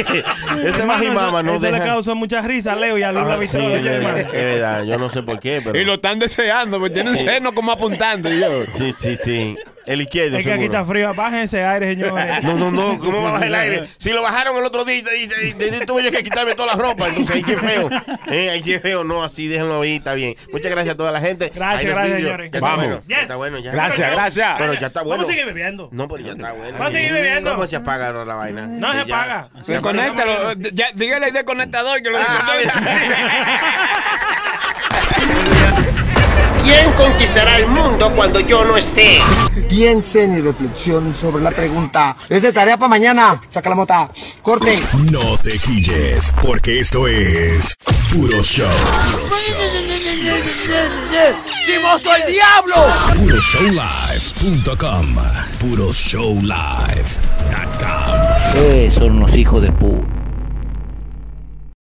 E: Hermano,
D: bajimama
E: eso-
D: no
E: Eso le
D: deja.
E: causa muchas risas a Leo y a Lula
D: Ah, sí, eh,
E: Vitrola.
D: es
E: oye,
D: verdad,
E: hermano.
D: es verdad, yo no sé por qué, pero.
B: Y lo están deseando, pues tienen seno como apuntando. y yo.
D: Sí, sí, sí. El izquierdo.
E: Es que aquí
D: seguro.
E: está frío. Bajen ese aire, señores.
D: No, no, no, ¿cómo va a bajar el aire? Si lo bajaron el otro día y, y- y- y tuve que quitarme toda la ropa, entonces ahí sí es feo. Eh, ahí sí es feo, no, así déjenlo ahí, está bien. Muchas gracias a toda la gente.
E: Gracias,
D: Ahí los
E: gracias,
D: vidrios.
E: señores.
D: Ya está
B: Vamos.
D: bueno, ya
E: Yes.
D: está bueno ya.
B: Gracias, gracias.
D: Pero ya está bueno.
E: Vamos a seguir bebiendo.
D: No, pero ya está bueno.
E: Vamos a seguir bebiendo.
D: ¿Cómo se apaga ahora la vaina?
E: No
D: Sí,
E: se
D: ya.
E: apaga.
D: Se
E: Se
D: apaga.
E: conecta.
B: Desconéctalo. eh, ya, Dígale de conectador
D: Ah,
B: que lo desconecte.
E: [laughs]
L: ¿Quién conquistará el mundo cuando yo no esté?
C: piensen y reflexionen sobre la pregunta. Es de tarea para mañana. Saca la mota. Corte.
A: No te quilles, porque esto es puro show.
M: ¡Chimoso el diablo!
A: Puroshowlive.com. Puroshowlive.com.
N: Eh, son unos hijos de puta.